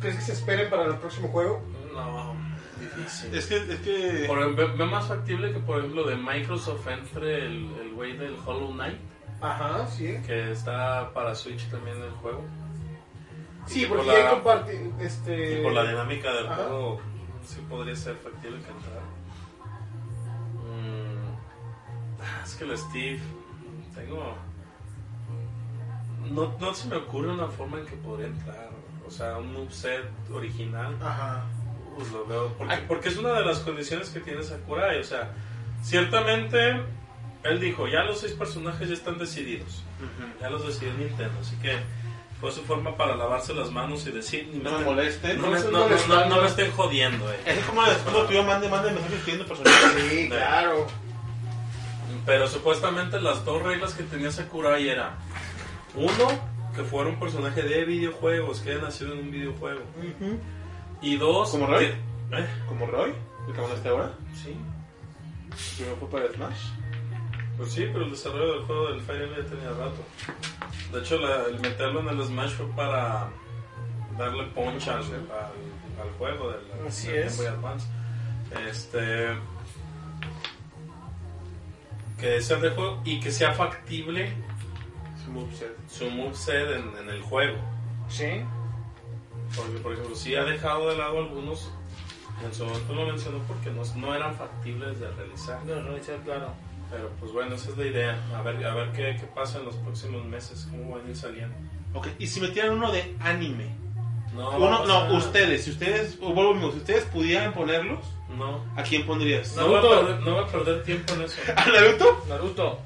Speaker 3: ¿Crees que se esperen para el próximo juego?
Speaker 4: No, difícil.
Speaker 5: Es que. Es que
Speaker 4: Por ejemplo, ve más factible que, por ejemplo, de Microsoft entre el el güey del Hollow Knight,
Speaker 3: Ajá, sí.
Speaker 4: que está para Switch también el juego.
Speaker 3: Sí,
Speaker 4: Y por
Speaker 3: porque
Speaker 4: la-
Speaker 3: ya comparti- Este...
Speaker 4: Y por la dinámica del
Speaker 3: ajá.
Speaker 4: juego, sí podría ser factible que entrara. Mm, ah, es que el Steve, tengo. No, no se me ocurre una forma en que podría entrar. O sea, un moveset original.
Speaker 3: Ajá.
Speaker 4: Pues lo veo. Porque, porque es una de las condiciones que tiene Sakurai. O sea, ciertamente él dijo: ya los seis personajes ya están decididos. Ya los decidió Nintendo. Así que fue su forma para lavarse las manos y decir: ni me
Speaker 5: no me
Speaker 4: estén-
Speaker 5: molesten.
Speaker 4: no me, no, no, no, no me estén jodiendo, eh.
Speaker 5: Es como la descubro, yo mande, mande mensajes pidiendo personajes.
Speaker 3: Sí,
Speaker 4: No.
Speaker 3: claro.
Speaker 4: Pero supuestamente las dos reglas que tenía Sakurai era: uno, que fuera un personaje de videojuegos, que haya nacido en un videojuego. Y dos,
Speaker 5: ¿Como Roy?
Speaker 4: que- ¿eh?
Speaker 5: Como Roy, el que mandaste ahora.
Speaker 4: Sí.
Speaker 5: Primero fue para Smash.
Speaker 4: Pues sí, pero el desarrollo del juego del Fire Emblem ya tenía rato. De hecho, la- el meterlo en el Smash fue para darle punch al, al- al juego de la,
Speaker 3: Así
Speaker 4: del
Speaker 3: es.
Speaker 4: Game Boy Advance. Este. Que sea de juego y que sea factible
Speaker 5: Su moveset.
Speaker 4: su moveset en, en el juego.
Speaker 3: Sí.
Speaker 4: Porque, por ejemplo, sí ha dejado de lado algunos. En su momento lo mencionó porque no, no eran factibles de realizar.
Speaker 3: No, no, Richard, claro.
Speaker 4: Pero pues bueno, esa es la idea. A ver, a ver qué, qué pasa en los próximos meses. ¿Cómo van a ir saliendo?
Speaker 5: Ok, y si metieran uno de anime.
Speaker 4: No,
Speaker 5: Uno,
Speaker 4: o
Speaker 5: no,
Speaker 4: sea,
Speaker 5: ustedes, si ustedes, o vuelvo, al mismo, si ustedes pudieran ponerlos,
Speaker 4: No.
Speaker 5: ¿a quién pondrías?
Speaker 4: No va, a perder, no va a perder tiempo en eso.
Speaker 5: ¿A Naruto?
Speaker 3: Naruto.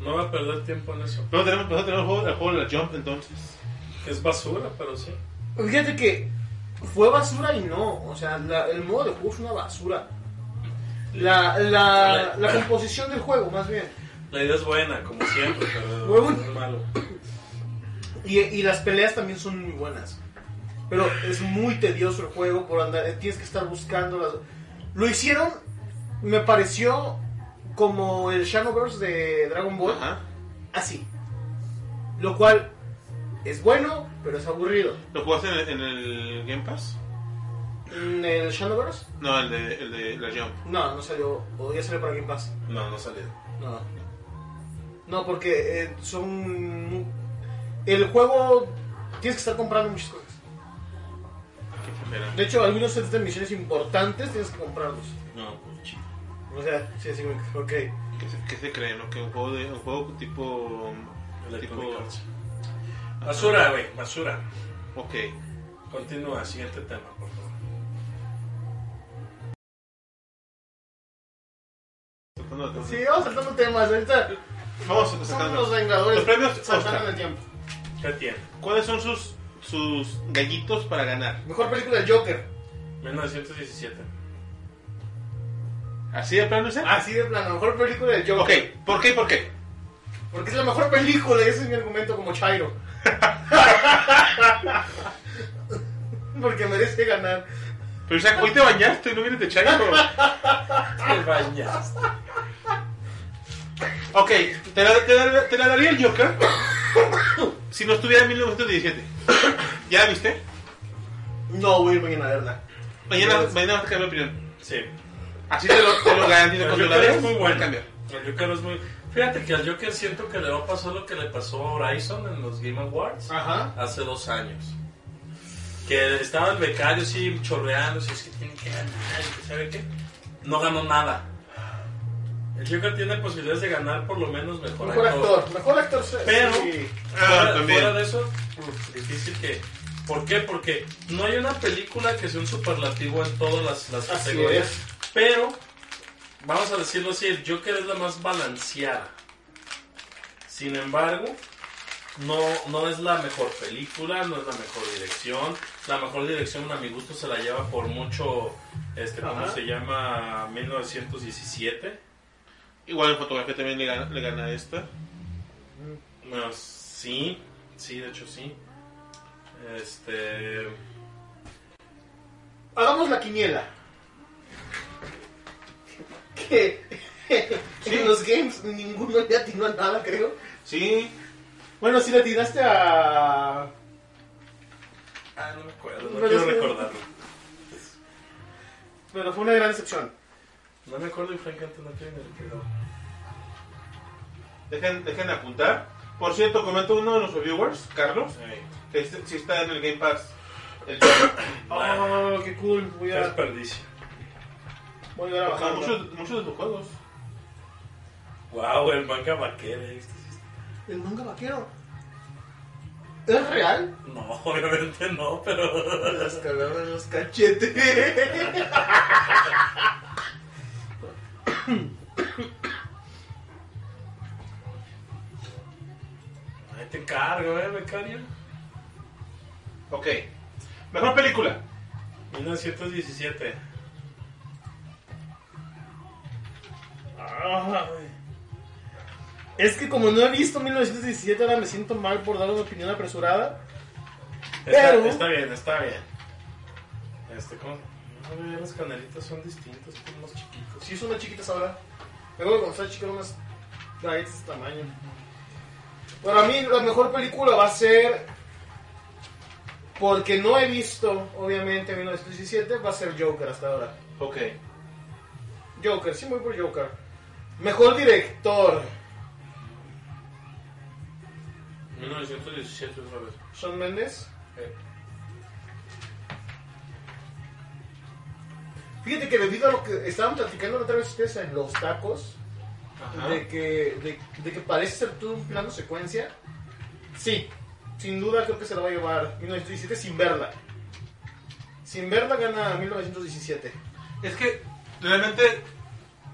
Speaker 4: No va a perder tiempo en eso.
Speaker 5: Pero tenemos, nosotros tenemos el juego, el juego de la Jump entonces.
Speaker 4: Que es basura, pero sí.
Speaker 3: Pues Fíjate que fue basura y no. O sea, la- el modo de juego es una basura. La, la, la composición del juego, más bien.
Speaker 4: La idea es buena, como siempre, pero
Speaker 3: Huevón.
Speaker 4: es malo.
Speaker 3: Y, y las peleas también son muy buenas. Pero es muy tedioso el juego por andar. eh, Tienes que estar buscando las. Lo hicieron, me pareció como el Shadowverse de Dragon Ball.
Speaker 5: Ajá.
Speaker 3: Así. Lo cual es bueno, pero es aburrido.
Speaker 5: ¿Lo jugaste en el, en el Game Pass?
Speaker 3: Mm, ¿El Shadowverse?
Speaker 5: No, el de, el de la Jump.
Speaker 3: No, no salió. O ya salió para Game Pass.
Speaker 4: No, no salió.
Speaker 3: No. No, porque eh, son. El juego. Tienes que estar comprando muchas cosas.
Speaker 5: Qué flojera.
Speaker 3: De hecho, algunos sets de misiones importantes tienes que comprarlos.
Speaker 4: No, pues chido.
Speaker 3: O sea, sí, sí, ok.
Speaker 5: ¿Qué se, qué se cree, no? Que un juego, de, un juego tipo...
Speaker 4: Electronic
Speaker 5: tipo
Speaker 4: Arts. Basura, güey, basura.
Speaker 5: ok.
Speaker 4: Continúa, siguiente tema, por favor.
Speaker 5: Tratando de-
Speaker 3: Sí, vamos saltando temas. Ahorita
Speaker 5: Vamos a
Speaker 3: son los Vengadores.
Speaker 5: Los premios
Speaker 3: saltando en el
Speaker 5: Oscar.
Speaker 3: tiempo.
Speaker 4: ¿Qué tiene?
Speaker 5: ¿Cuáles son sus, sus gallitos para ganar?
Speaker 3: Mejor película del Joker.
Speaker 4: 1917.
Speaker 5: ¿Así de plano ese?
Speaker 3: Así Ah, de plano, mejor película del
Speaker 5: Ok,
Speaker 3: Joker.
Speaker 5: ¿por qué? ¿Por qué?
Speaker 3: Porque es la mejor película y ese es mi argumento como Chairo. Porque merece ganar.
Speaker 5: Pero Isaac, hoy te bañaste, no vienes de Chairo.
Speaker 4: Te bañaste.
Speaker 5: ok, te la, te la- te la daría el Joker si no estuviera en 1917. ¿Ya la viste?
Speaker 3: No voy a ir mañana a verla.
Speaker 5: Mañana, mañana vas a cambiar de opinión.
Speaker 4: Sí.
Speaker 5: Así te lo, te lo garantizo.
Speaker 4: El
Speaker 5: Cuando la
Speaker 4: Joker
Speaker 5: veas,
Speaker 4: es muy
Speaker 5: va a
Speaker 4: bueno.
Speaker 5: cambiar.
Speaker 4: El Joker es muy... Fíjate que al Joker siento que le va a pasar lo que le pasó a Horizon en los Game Awards.
Speaker 5: Ah.
Speaker 3: Ajá.
Speaker 4: hace dos años. Que estaba el becario sí chorreando, si es que tiene que ganar, y que sabe qué. No ganó nada. El Joker tiene posibilidades de ganar por lo menos mejor,
Speaker 3: Mejor
Speaker 4: actor.
Speaker 3: actor. Mejor actor. sí.
Speaker 4: Pero
Speaker 3: Sí.
Speaker 5: Ah,
Speaker 4: fuera,
Speaker 5: también.
Speaker 4: fuera de eso, uf, difícil que. ¿Por qué? Porque no hay una película que sea un superlativo en todas las, las
Speaker 3: Así
Speaker 4: categorías.
Speaker 3: es.
Speaker 4: Pero, vamos a decirlo así, el Joker es la más balanceada. Sin embargo, no, no es la mejor película, no es la mejor dirección. La mejor dirección a mi gusto se la lleva por mucho, este, ¿cómo
Speaker 3: Ajá.
Speaker 4: se llama? 1917.
Speaker 5: Igual en fotografía también le gana, le gana esta.
Speaker 4: No, sí, sí, de hecho sí. Este.
Speaker 3: Hagamos la quiniela. Que en los games ninguno le atinó a nada, creo.
Speaker 5: Sí.
Speaker 3: Bueno, si le atinaste a.
Speaker 4: Ah, no me acuerdo, no
Speaker 3: Pero
Speaker 4: quiero
Speaker 3: es que-
Speaker 4: recordarlo.
Speaker 3: Pero fue una gran excepción.
Speaker 4: No me acuerdo y francamente no quiero ni recordarlo.
Speaker 5: Dejen, dejen apuntar. Por cierto, comentó uno de nuestros viewers, Carlos, que este- sí está en el Game Pass. El Joker.
Speaker 3: Oh, qué cool. Voy
Speaker 4: Qué
Speaker 3: a,
Speaker 4: desperdicio.
Speaker 3: voy a ver a
Speaker 5: O sea,
Speaker 3: bajarlo.
Speaker 5: muchos, muchos de tus juegos.
Speaker 4: Wow, el manga vaquero. ¿viste?
Speaker 3: El manga vaquero. ¿Es real?
Speaker 4: No, obviamente no, pero.
Speaker 3: Las cagaron en los cachetes.
Speaker 4: Ahí te cargo, eh, becario.
Speaker 5: Ok. Mejor película.
Speaker 4: 1917.
Speaker 3: Es que como no he visto 1917, ahora me siento mal por dar una opinión apresurada.
Speaker 4: Está,
Speaker 3: Pero-
Speaker 4: está bien, está bien. Este, ¿cómo? No, ya los canalitos son distintos, son más chiquitos.
Speaker 3: Pues Sí, son más chiquitas ahora. Me acuerdo cuando estaba chica, eran unas galletas de este tamaño. Para mí, la mejor película va a ser Porque no he visto, obviamente, 1917, va a ser Joker hasta ahora.
Speaker 5: Ok.
Speaker 3: Joker, sí, muy por Joker. Mejor director,
Speaker 4: 1917 otra vez.
Speaker 3: Sean Mendes.
Speaker 4: Eh,
Speaker 3: Fíjate que debido a lo que estaban platicando la otra vez ustedes en los tacos,
Speaker 4: Ajá.
Speaker 3: de que, de, de que parece ser todo un plano secuencia, sí, sin duda creo que se la va a llevar 1917 sin verla. Sin verla gana 1917.
Speaker 5: Es que realmente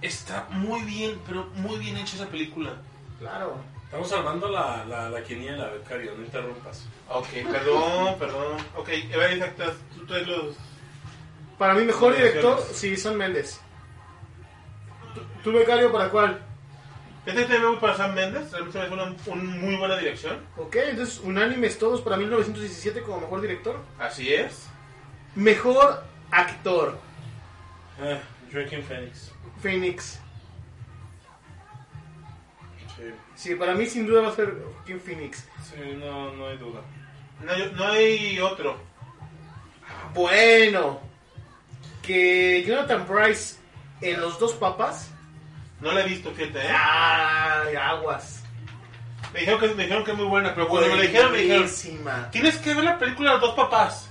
Speaker 5: está muy bien, pero muy bien hecha esa película.
Speaker 3: Claro.
Speaker 4: Estamos salvando la, la, la quiniela, Becario, no interrumpas.
Speaker 5: Ok, perdón, perdón. Ok, Eva Isaac, tú traes los...
Speaker 3: Para mí, mejor director,
Speaker 5: Direcciones.
Speaker 3: sí, San Méndez. ¿Tú- ¿Tú, becario, para cuál?
Speaker 5: Este también voy para Sam Mendes, realmente me hace una, una muy buena dirección.
Speaker 3: Ok, entonces unánimes todos para 1917 como mejor director.
Speaker 5: Así es.
Speaker 3: Mejor actor,
Speaker 4: Eh, Joaquin Phoenix.
Speaker 3: Phoenix.
Speaker 4: Sí.
Speaker 3: Sí, para mí sin duda va a ser Joaquin Phoenix.
Speaker 4: Sí, no, no hay duda.
Speaker 5: No, hay- no hay otro.
Speaker 3: Bueno, que Jonathan Price en Los Dos Papas.
Speaker 5: No la he visto, fíjate, ¿eh?
Speaker 3: ¡Ay, aguas!
Speaker 5: Me dijeron que, me dijeron que es muy buena, pero cuando me la dijeron, me dijeron...
Speaker 3: Buenísima.
Speaker 5: Tienes que ver la película Los Dos Papás.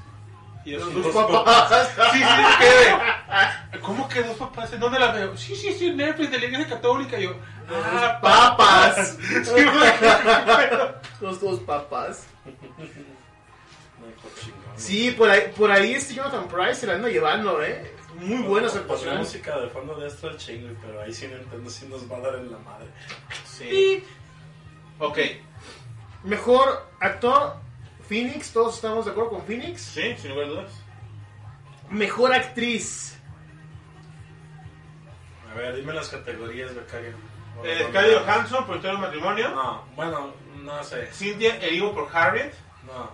Speaker 5: Y yo,
Speaker 3: Los
Speaker 5: sí,
Speaker 3: Dos
Speaker 5: dos
Speaker 3: Papas.
Speaker 5: papás. Sí, sí, la quedé. ¿Cómo que Dos Papás? ¿En dónde la veo? Sí, sí, sí, en Netflix, de la Iglesia Católica. Y yo,
Speaker 3: Los
Speaker 5: ah,
Speaker 3: Dos Papas.
Speaker 5: Sí, bueno.
Speaker 3: Los Dos Papas.
Speaker 4: No hay por chingón.
Speaker 3: Sí, por ahí, por ahí este Jonathan Price se la anda llevando, ¿eh? Muy buenas
Speaker 4: La
Speaker 3: actuaciones.
Speaker 4: música de fondo de Astral Chingle, pero ahí sí Nintendo sí nos va a dar en la madre.
Speaker 5: Sí. Ok.
Speaker 3: Mejor actor, Phoenix, todos estamos de acuerdo con Phoenix.
Speaker 5: Sí, sin lugar a dudas.
Speaker 3: Mejor actriz,
Speaker 4: A ver, dime las categorías, Becario.
Speaker 5: Eh, Scarlett Johansson, productor de matrimonio.
Speaker 4: No, bueno, no sé.
Speaker 5: Cynthia Erivo por Harriet.
Speaker 4: No,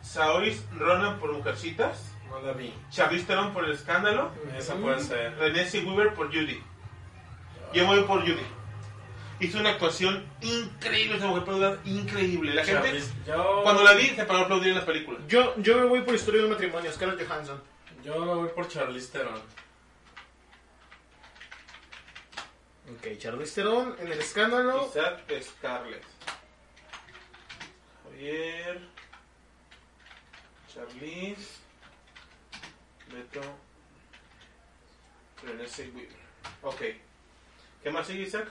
Speaker 5: Saoirse Ronan por Mujercitas.
Speaker 4: no la vi.
Speaker 5: Charlize Theron por El Escándalo.
Speaker 4: Esa
Speaker 5: Mm,
Speaker 4: puede ser.
Speaker 5: Renée Zellweger por Judy. Yo voy por Judy. Hizo una actuación increíble esa mujer, pero una- increíble. La gente,
Speaker 4: Charlize- yo,
Speaker 5: cuando la vi, se paró a aplaudir en las películas.
Speaker 3: yo, yo me voy por historia de un matrimonio, Scarlett Johansson.
Speaker 4: Yo me voy por Charlize Theron.
Speaker 3: Ok, Charlize Theron en El Escándalo.
Speaker 5: Isaac Scarlett. Javier. Charlize. Beto. René Weaver. Ok. ¿Qué más sigue, Isaac?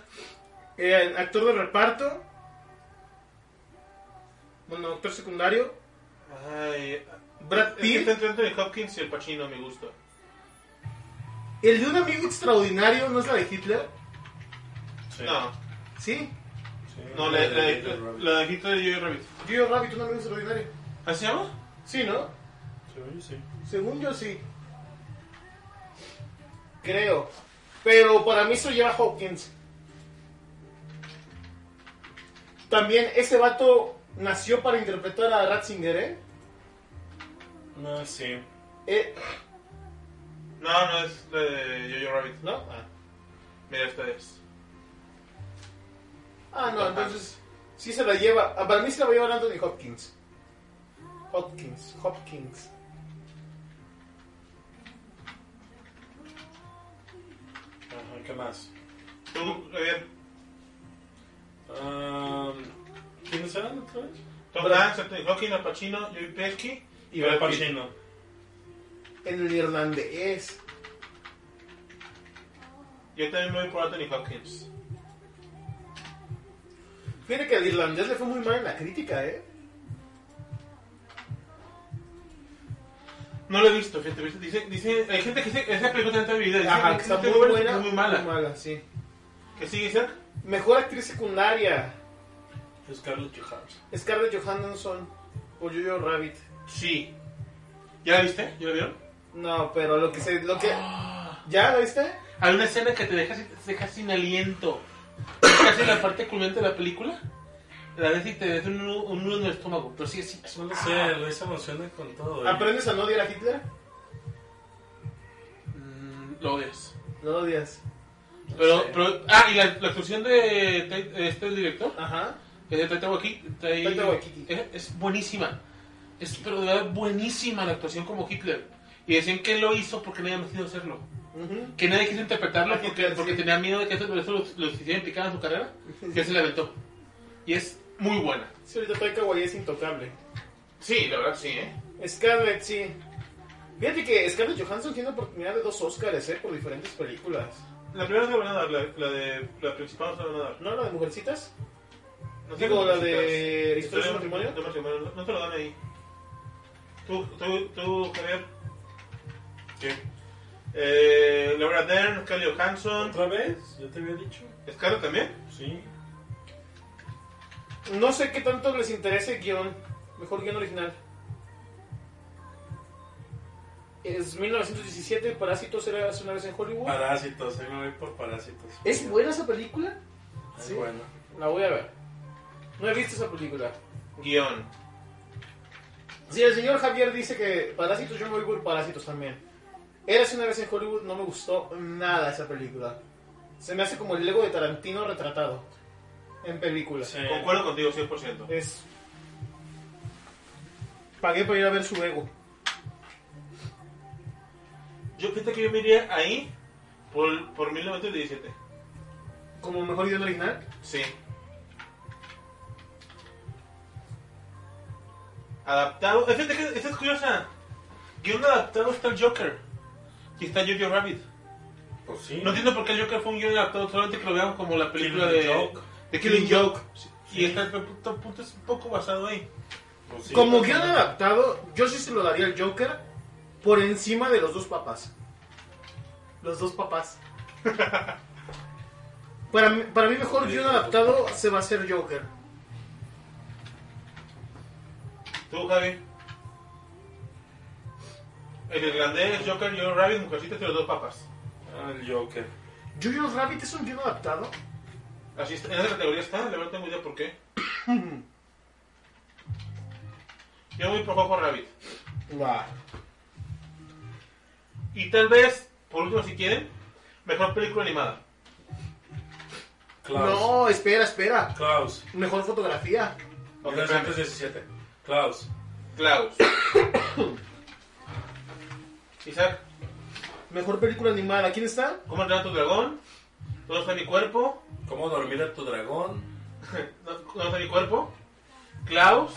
Speaker 3: Eh, actor de reparto. Bueno, actor secundario.
Speaker 5: Ay,
Speaker 3: Brad
Speaker 5: Es que
Speaker 3: Pitt.
Speaker 5: está entre Anthony Hopkins y el Pacino, a mi gusto.
Speaker 3: El de un amigo extraordinario, ¿no es la de Hitler?
Speaker 4: Sí.
Speaker 5: No,
Speaker 3: Sí.
Speaker 4: Sí,
Speaker 5: no, la, la,
Speaker 4: de-
Speaker 5: la,
Speaker 4: de- de-
Speaker 5: la de Hitler de Jojo Rabbit.
Speaker 3: Yo Rabbit, un amigo extraordinario.
Speaker 5: ¿Así se llama?
Speaker 3: Sí, ¿no?
Speaker 4: Sí, sí.
Speaker 3: Según yo sí. Creo. Pero para mí eso lleva Hopkins. También ese vato nació para interpretar a Ratzinger, ¿eh?
Speaker 4: No, Ah, sí.
Speaker 3: Eh,
Speaker 5: No, no es la de Jojo Rabbit.
Speaker 3: ¿No? Ah.
Speaker 5: Mira, esta es.
Speaker 3: Ah, no, entonces sí se la lleva. ah, Para mí se la va a llevar Anthony Hopkins. Hopkins, Hopkins.
Speaker 4: Ajá, ¿qué más?
Speaker 5: Tú, eh, Javier.
Speaker 4: Um, ¿Quiénes eran otra vez?
Speaker 5: Tom Hanks, Anthony Hopkins, Al Pacino, Joey Pesci y
Speaker 4: Al
Speaker 5: Brad Pitt.
Speaker 4: Pacino.
Speaker 3: En el irlandés.
Speaker 5: Yo también me voy por Anthony Hopkins.
Speaker 3: Fíjate que al irlandés le fue muy mal en la crítica, ¿eh?
Speaker 5: No lo he visto, fíjate, ¿viste? Dice, dice, hay gente que dice que esa película está en mi vida. Dice,
Speaker 3: Ajá,
Speaker 5: que
Speaker 3: que está
Speaker 5: este
Speaker 3: muy
Speaker 5: güey
Speaker 3: buena.
Speaker 5: es muy mala.
Speaker 3: Muy mala, sí.
Speaker 5: ¿Qué sigue, Isaac?
Speaker 3: Mejor actriz secundaria.
Speaker 4: Scarlett Johansson.
Speaker 3: Scarlett Johansson o Jojo Rabbit.
Speaker 5: Sí. ¿Ya la viste? ¿Ya la vieron?
Speaker 3: No, pero lo que se... Lo que... ¿Ya lo viste?
Speaker 5: Hay una escena que te deja, sin- te deja sin aliento. Es Casi la parte culminante de la película. La ves y te deja un nudo, un nudo en el estómago. Pero sí, sí.
Speaker 4: No lo sé, Luis emociona con todo.
Speaker 5: Ah,
Speaker 4: ¿eh?
Speaker 3: ¿Aprendes a no odiar a Hitler?
Speaker 5: Mm, lo odias.
Speaker 3: No lo odias.
Speaker 5: Pero,
Speaker 4: sé.
Speaker 5: pero, ah, y la, la actuación de, Tate- este director,
Speaker 3: Ajá.
Speaker 5: que es de Taika Waititi, Taika-
Speaker 3: Taika Waititi.
Speaker 5: es, es buenísima.
Speaker 6: Es, pero de verdad, buenísima la actuación como Hitler. Y decían que él lo hizo porque nadie más quiso hacerlo.
Speaker 3: Ujú.
Speaker 6: Que nadie quiso interpretarlo porque,
Speaker 3: Sí.
Speaker 6: porque tenía miedo de que eso, eso los, los hiciera implicar en su carrera. Que se le aventó. Y es muy buena.
Speaker 3: Sí, ahorita Taika Waititi es intocable.
Speaker 6: Sí, la verdad sí, ¿eh?
Speaker 3: Scarlett, sí. Fíjate que Scarlett Johansson tiene oportunidad de dos Oscars, ¿eh? Por diferentes películas.
Speaker 5: La primera se la van a dar, la, la de la principal se la van a dar.
Speaker 3: ¿No? ¿La de Mujercitas?
Speaker 5: No sé
Speaker 3: Digo,
Speaker 5: cómo
Speaker 3: la
Speaker 5: se
Speaker 3: de
Speaker 5: llama.
Speaker 3: Historia de Matrimonio.
Speaker 5: De matrimonio, no, no te lo dan ahí. Tú, tú, tú Javier,
Speaker 4: ¿Qué?
Speaker 5: eh, Laura Dern, Kelly Johansson,
Speaker 4: ¿Otra vez? Yo te había dicho.
Speaker 5: Scarlett también.
Speaker 4: Sí.
Speaker 3: No sé qué tanto les interese el guión. Mejor guión original. Es 1917, Parásitos era hace una vez en Hollywood.
Speaker 4: Parásitos, ahí me voy por parásitos.
Speaker 3: ¿Es buena esa película?
Speaker 4: Es
Speaker 3: sí.
Speaker 4: bueno.
Speaker 3: La voy a ver. No he visto esa película.
Speaker 5: Guión.
Speaker 3: Si el señor Javier dice que Parásitos, yo me voy por Parásitos también. Eras una vez en Hollywood, no me gustó nada esa película. Se me hace como el Lego de Tarantino retratado en película.
Speaker 4: Sí.
Speaker 5: Concuerdo contigo 100%.
Speaker 3: Es. Pagué para ir a ver su ego.
Speaker 5: Yo fíjate que yo me iría ahí por, por 1917.
Speaker 3: Como mejor guión original.
Speaker 5: Sí. Adaptado. eh, Fíjate que esta es curiosa. Guión adaptado está el Joker. Y está Jojo Rabbit.
Speaker 4: Pues sí.
Speaker 5: No entiendo por qué el Joker fue un guión adaptado, solamente que lo veamos como la película
Speaker 4: Killing
Speaker 5: de,
Speaker 4: Joke.
Speaker 5: de Killing Joke.
Speaker 4: Sí.
Speaker 5: Y está el punto, punto es un poco basado ahí.
Speaker 4: Pues sí.
Speaker 3: Como guión adaptado, yo sí se lo daría al Joker por encima de los dos papás. Los dos papás. para, mí, para mí mejor guión adaptado se va a hacer Joker.
Speaker 5: Tú, Javi. El irlandés, Joker, Jojo Rabbit, Mujercitas y los dos papas.
Speaker 4: Ah, el Joker.
Speaker 3: Jojo Rabbit es un guión adaptado.
Speaker 5: Así está, en esa categoría está, la verdad no tengo idea por qué. Yo voy por Jojo Rabbit. Y tal vez, por último, si quieren, mejor película animada.
Speaker 4: Klaus.
Speaker 3: No, espera, espera.
Speaker 4: Klaus.
Speaker 3: Mejor fotografía.
Speaker 5: Ok,
Speaker 4: 1917. Klaus.
Speaker 5: Klaus. Isaac,
Speaker 3: Mejor película animada. ¿Quién está?
Speaker 5: ¿cómo entrenar tu dragón? ¿Dónde está mi cuerpo?
Speaker 4: ¿Cómo dormir a tu dragón?
Speaker 5: ¿Dónde está mi cuerpo? Klaus,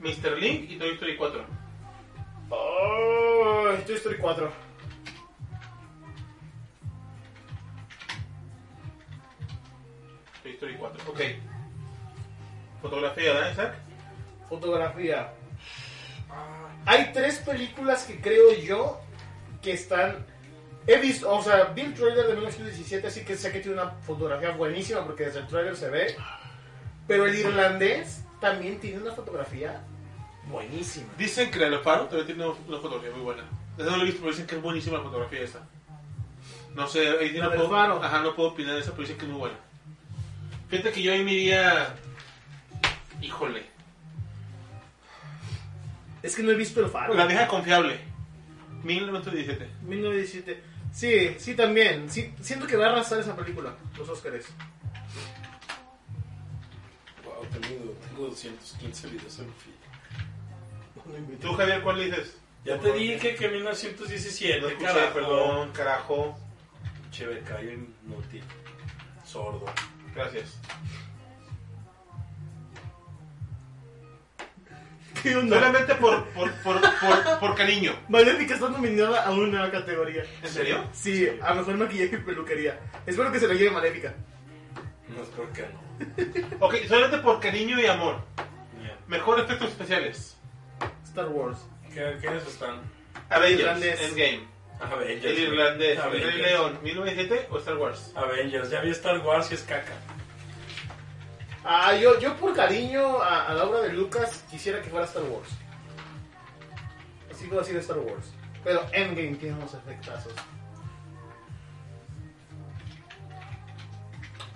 Speaker 5: Mr. Link y Toy Story 4.
Speaker 3: Oh, Toy Story 4.
Speaker 5: Toy Story 4, ok. Fotografía, ¿verdad, Isaac?
Speaker 3: Fotografía. Hay tres películas que creo yo que están. He visto, o sea, vi el trailer de 1917, así que sé que tiene una fotografía buenísima porque desde el trailer se ve. Pero el irlandés también tiene una fotografía buenísima.
Speaker 5: Dicen que la Leopardo también tiene una, una fotografía muy buena. Esa no la he visto, pero dicen que es buenísima la fotografía esa. No sé, ahí sí
Speaker 3: La
Speaker 5: no
Speaker 3: del
Speaker 5: puedo,
Speaker 3: faro.
Speaker 5: ajá, no puedo opinar de esa, pero dicen que es muy buena. Fíjate que yo ahí me iría... Híjole.
Speaker 3: Es que no he visto el faro.
Speaker 5: La vieja confiable. 1917.
Speaker 3: 1917. Sí, sí, también. Sí, siento que va a arrasar esa película, los Óscares.
Speaker 4: Wow, tengo, tengo 215 videos en feed.
Speaker 5: ¿Tú, Javier, cuál dices?
Speaker 4: Ya te dije que 1917,
Speaker 5: No escuché,
Speaker 4: carajo.
Speaker 5: perdón, carajo.
Speaker 4: Che, me callo inútil. Sordo.
Speaker 5: Gracias.
Speaker 3: ¿Qué onda?
Speaker 5: Solamente por, por, por, por, por cariño.
Speaker 3: Maléfica está nominada a una categoría.
Speaker 5: ¿En serio?
Speaker 3: Sí, a mejor maquillaje y peluquería. Espero que se la lleve Maléfica.
Speaker 4: No creo que no.
Speaker 5: Ok, solamente por cariño y amor.
Speaker 4: Bien.
Speaker 5: Mejor efectos especiales.
Speaker 3: Star Wars.
Speaker 4: ¿Qué- ¿Quiénes están?
Speaker 5: Avengers,
Speaker 3: Irlandés.
Speaker 5: Endgame.
Speaker 4: Avengers.
Speaker 5: El
Speaker 4: güey.
Speaker 5: irlandés, El Rey
Speaker 4: Avengers.
Speaker 5: León, 1907 o Star Wars.
Speaker 4: Avengers. Ya vi Star Wars y es caca.
Speaker 3: Ah, yo, yo por cariño a, a la obra de Lucas quisiera que fuera Star Wars. Así que va a ser Star Wars. Pero Endgame tiene unos efectazos.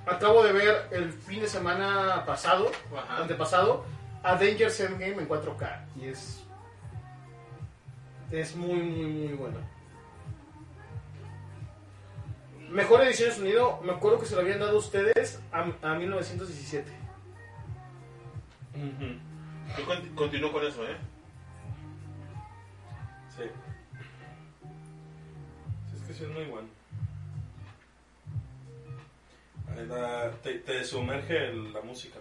Speaker 3: Acabo de ver el fin de semana pasado,
Speaker 5: Ajá.
Speaker 3: antepasado, Avengers Endgame en 4K. Y es. Es muy, muy, muy bueno. Mejor Ediciones Unido, me acuerdo que se lo habían dado ustedes a, a 1917.
Speaker 5: Yo con- continúo con eso, ¿eh?
Speaker 4: Sí. Sí, Es que sí es muy bueno. Ahí da- te, te sumerge el- la música.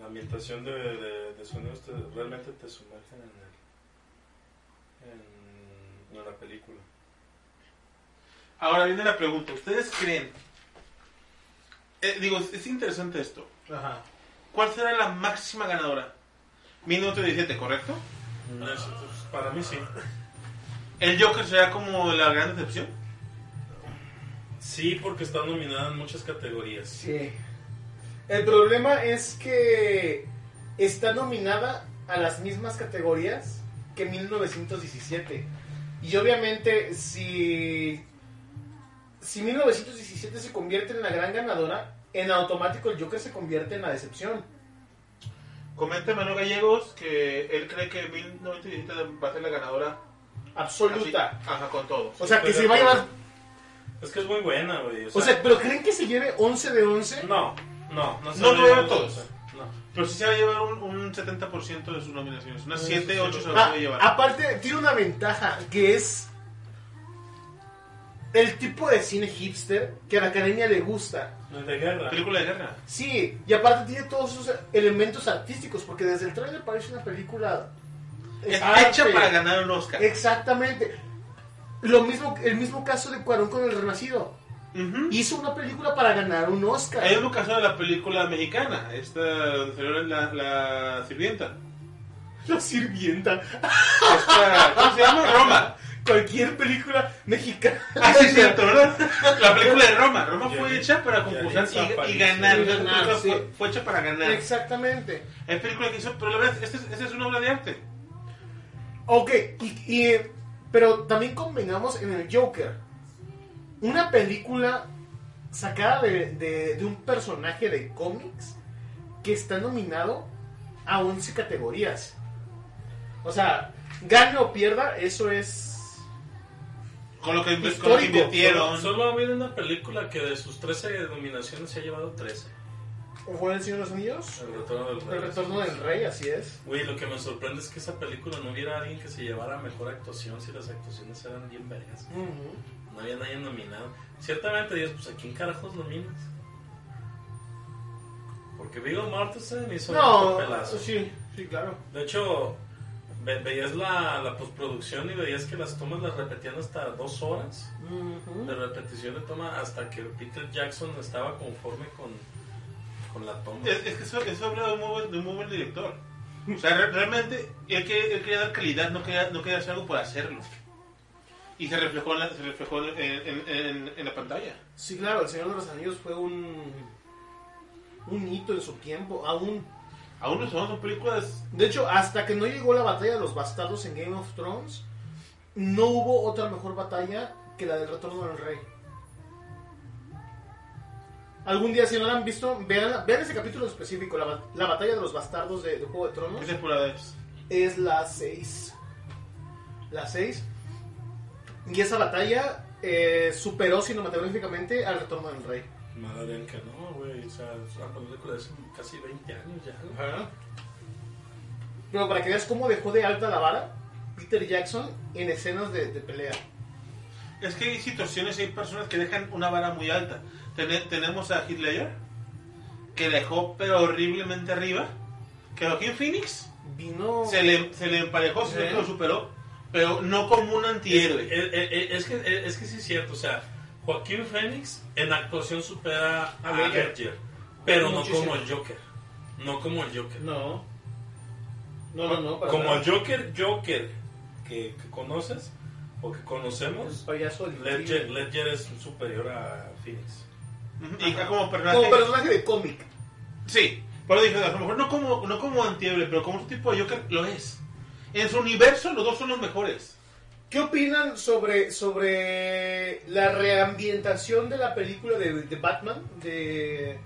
Speaker 4: La ambientación de, de- de sonidos te- realmente te sumerge en, el- en- en la película.
Speaker 5: Ahora viene la pregunta, ¿ustedes creen? eh, digo, es es interesante esto.
Speaker 3: Ajá.
Speaker 5: ¿Cuál será la máxima ganadora? 1917, ¿correcto? Mm.
Speaker 4: Es- es- para mí sí.
Speaker 5: ¿El Joker será como la gran decepción?
Speaker 4: Sí, porque está nominada en muchas categorías.
Speaker 3: Sí. El problema es que está nominada a las mismas categorías que 1917. Y obviamente si, si 1917 se convierte en la gran ganadora, en automático el Joker se convierte en la decepción.
Speaker 5: Comenta Manuel Gallegos que él cree que 1917 va a ser la ganadora.
Speaker 3: Absoluta.
Speaker 5: Así, ajá, con todos.
Speaker 3: O sea, que
Speaker 4: Estoy
Speaker 3: se
Speaker 4: de
Speaker 3: va a
Speaker 4: acuerdo.
Speaker 3: llevar...
Speaker 4: Es que es muy buena, güey. O sea,
Speaker 3: O sea, ¿pero creen que se lleve 11 de 11?
Speaker 4: no, no, no se
Speaker 5: No
Speaker 4: lo
Speaker 5: lo veo
Speaker 4: llevan
Speaker 5: todos.
Speaker 4: No.
Speaker 5: Pero sí se va a llevar un, un 70% de sus nominaciones. Unas
Speaker 4: Eso
Speaker 5: 7,
Speaker 4: sí,
Speaker 5: 8
Speaker 4: lo-
Speaker 5: se las
Speaker 3: Ah,
Speaker 5: va a llevar.
Speaker 3: aparte, tiene una ventaja que es el tipo de cine hipster que a la academia le gusta.
Speaker 4: No es de guerra.
Speaker 5: Película de guerra.
Speaker 3: Sí, y aparte tiene todos esos elementos artísticos, porque desde el trailer parece una película
Speaker 5: Es
Speaker 3: arte.
Speaker 5: hecha para ganar un Oscar.
Speaker 3: Exactamente. Lo mismo, el mismo caso de Cuarón con El Renacido.
Speaker 5: Ujú.
Speaker 3: Hizo una película para ganar un Oscar.
Speaker 5: Hay un caso de la película mexicana, esta donde salió la, la sirvienta.
Speaker 3: La sirvienta.
Speaker 5: Esta, ¿Cómo se llama? Roma.
Speaker 3: Cualquier película mexicana.
Speaker 5: Ah, sí, es cierto, ¿verdad? La película de Roma. Roma fue
Speaker 4: Yalitza-
Speaker 5: hecha para concursar
Speaker 4: Yalitza
Speaker 5: y, y
Speaker 4: Aparicio.
Speaker 5: ganar.
Speaker 3: Y ganar,
Speaker 5: Fue-
Speaker 3: sí.
Speaker 5: Fue hecha para ganar.
Speaker 3: Exactamente.
Speaker 5: Es película que hizo, pero la verdad, esta es, esta es una obra de arte.
Speaker 3: Ok, y, y, eh, pero también combinamos en el Joker. Una película sacada de, de- de un personaje de cómics que está nominado a 11 categorías. O sea, gane o pierda, eso es...
Speaker 5: Con lo que,
Speaker 3: Histórico.
Speaker 5: con lo que
Speaker 4: Solo,
Speaker 5: invirtieron.
Speaker 4: solo ha habido una película que de sus 13 nominaciones se ha llevado 13.
Speaker 3: ¿O fue el Señor de los Anillos?
Speaker 4: El retorno del Rey.
Speaker 3: El Retorno del Rey, así es.
Speaker 4: Güey, lo que me sorprende es que esa película no hubiera alguien que se llevara mejor actuación si las actuaciones eran bien vergas. No había nadie nominado. Ciertamente Dios, pues ¿a quién carajos nominas? Porque Vigo Mortensen hizo un
Speaker 3: No,
Speaker 4: pelazo.
Speaker 3: sí, sí, claro.
Speaker 4: De hecho, ve- veías la, la postproducción y veías que las tomas las repetían hasta dos horas de repetición de toma hasta que Peter Jackson estaba conforme con, con la toma.
Speaker 5: Es, es que eso, eso habla de un, muy buen, de un muy buen director. O sea, re- realmente él, que- él quería dar calidad, no quería, no quería hacer algo por hacerlo. Y se reflejó en la, se reflejó en, en- en- en la pantalla.
Speaker 3: Sí, claro, El Señor de los Anillos fue un... Un hito en su tiempo, aún
Speaker 5: Aún no son, son películas.
Speaker 3: De hecho, hasta que no llegó la batalla de los bastardos en Game of Thrones, no hubo otra mejor batalla que la del retorno del rey. Algún día, si no la han visto, vean, vean ese capítulo en específico, la, ba- la batalla de los bastardos de, de Juego de Tronos.
Speaker 5: ¿Qué temporada es?
Speaker 3: Es la 6. La 6. Y esa batalla eh, superó cinematográficamente al retorno del rey.
Speaker 4: Madre que no, güey. O sea, es una película de hace casi 20 años ya. güey.
Speaker 3: Pero para que veas cómo dejó de alta la vara Peter Jackson en escenas de, de pelea.
Speaker 5: Es que hay situaciones y hay personas que dejan una vara muy alta. Tene- tenemos a Hitler, que dejó pero horriblemente arriba. Que Joaquín Phoenix
Speaker 3: Vino.
Speaker 5: se le, se le emparejó, sino
Speaker 3: Sí.
Speaker 5: que lo superó. Pero no como un
Speaker 4: Es,
Speaker 5: antihéroe.
Speaker 4: es- es- es que, es, es que sí es cierto. O sea, Joaquín Phoenix en actuación supera a
Speaker 3: A Ledger.
Speaker 4: Ledger, pero
Speaker 3: Muchísimo.
Speaker 4: no como el Joker. No como el Joker.
Speaker 3: No. No, no, no. para
Speaker 4: como
Speaker 3: nada.
Speaker 4: el Joker, Joker que, que conoces o que conocemos,
Speaker 3: El payaso del
Speaker 4: Ledger,
Speaker 3: crimen.
Speaker 4: Ledger es superior a Phoenix.
Speaker 5: Ujú, Y como personaje.
Speaker 3: Como personaje de cómic.
Speaker 5: Sí, pero dije, a lo mejor no como, no como antihéroe, pero como un tipo de Joker lo es. En su universo los dos son los mejores.
Speaker 3: ¿Qué opinan sobre, sobre la reambientación de la película de, de Batman? De,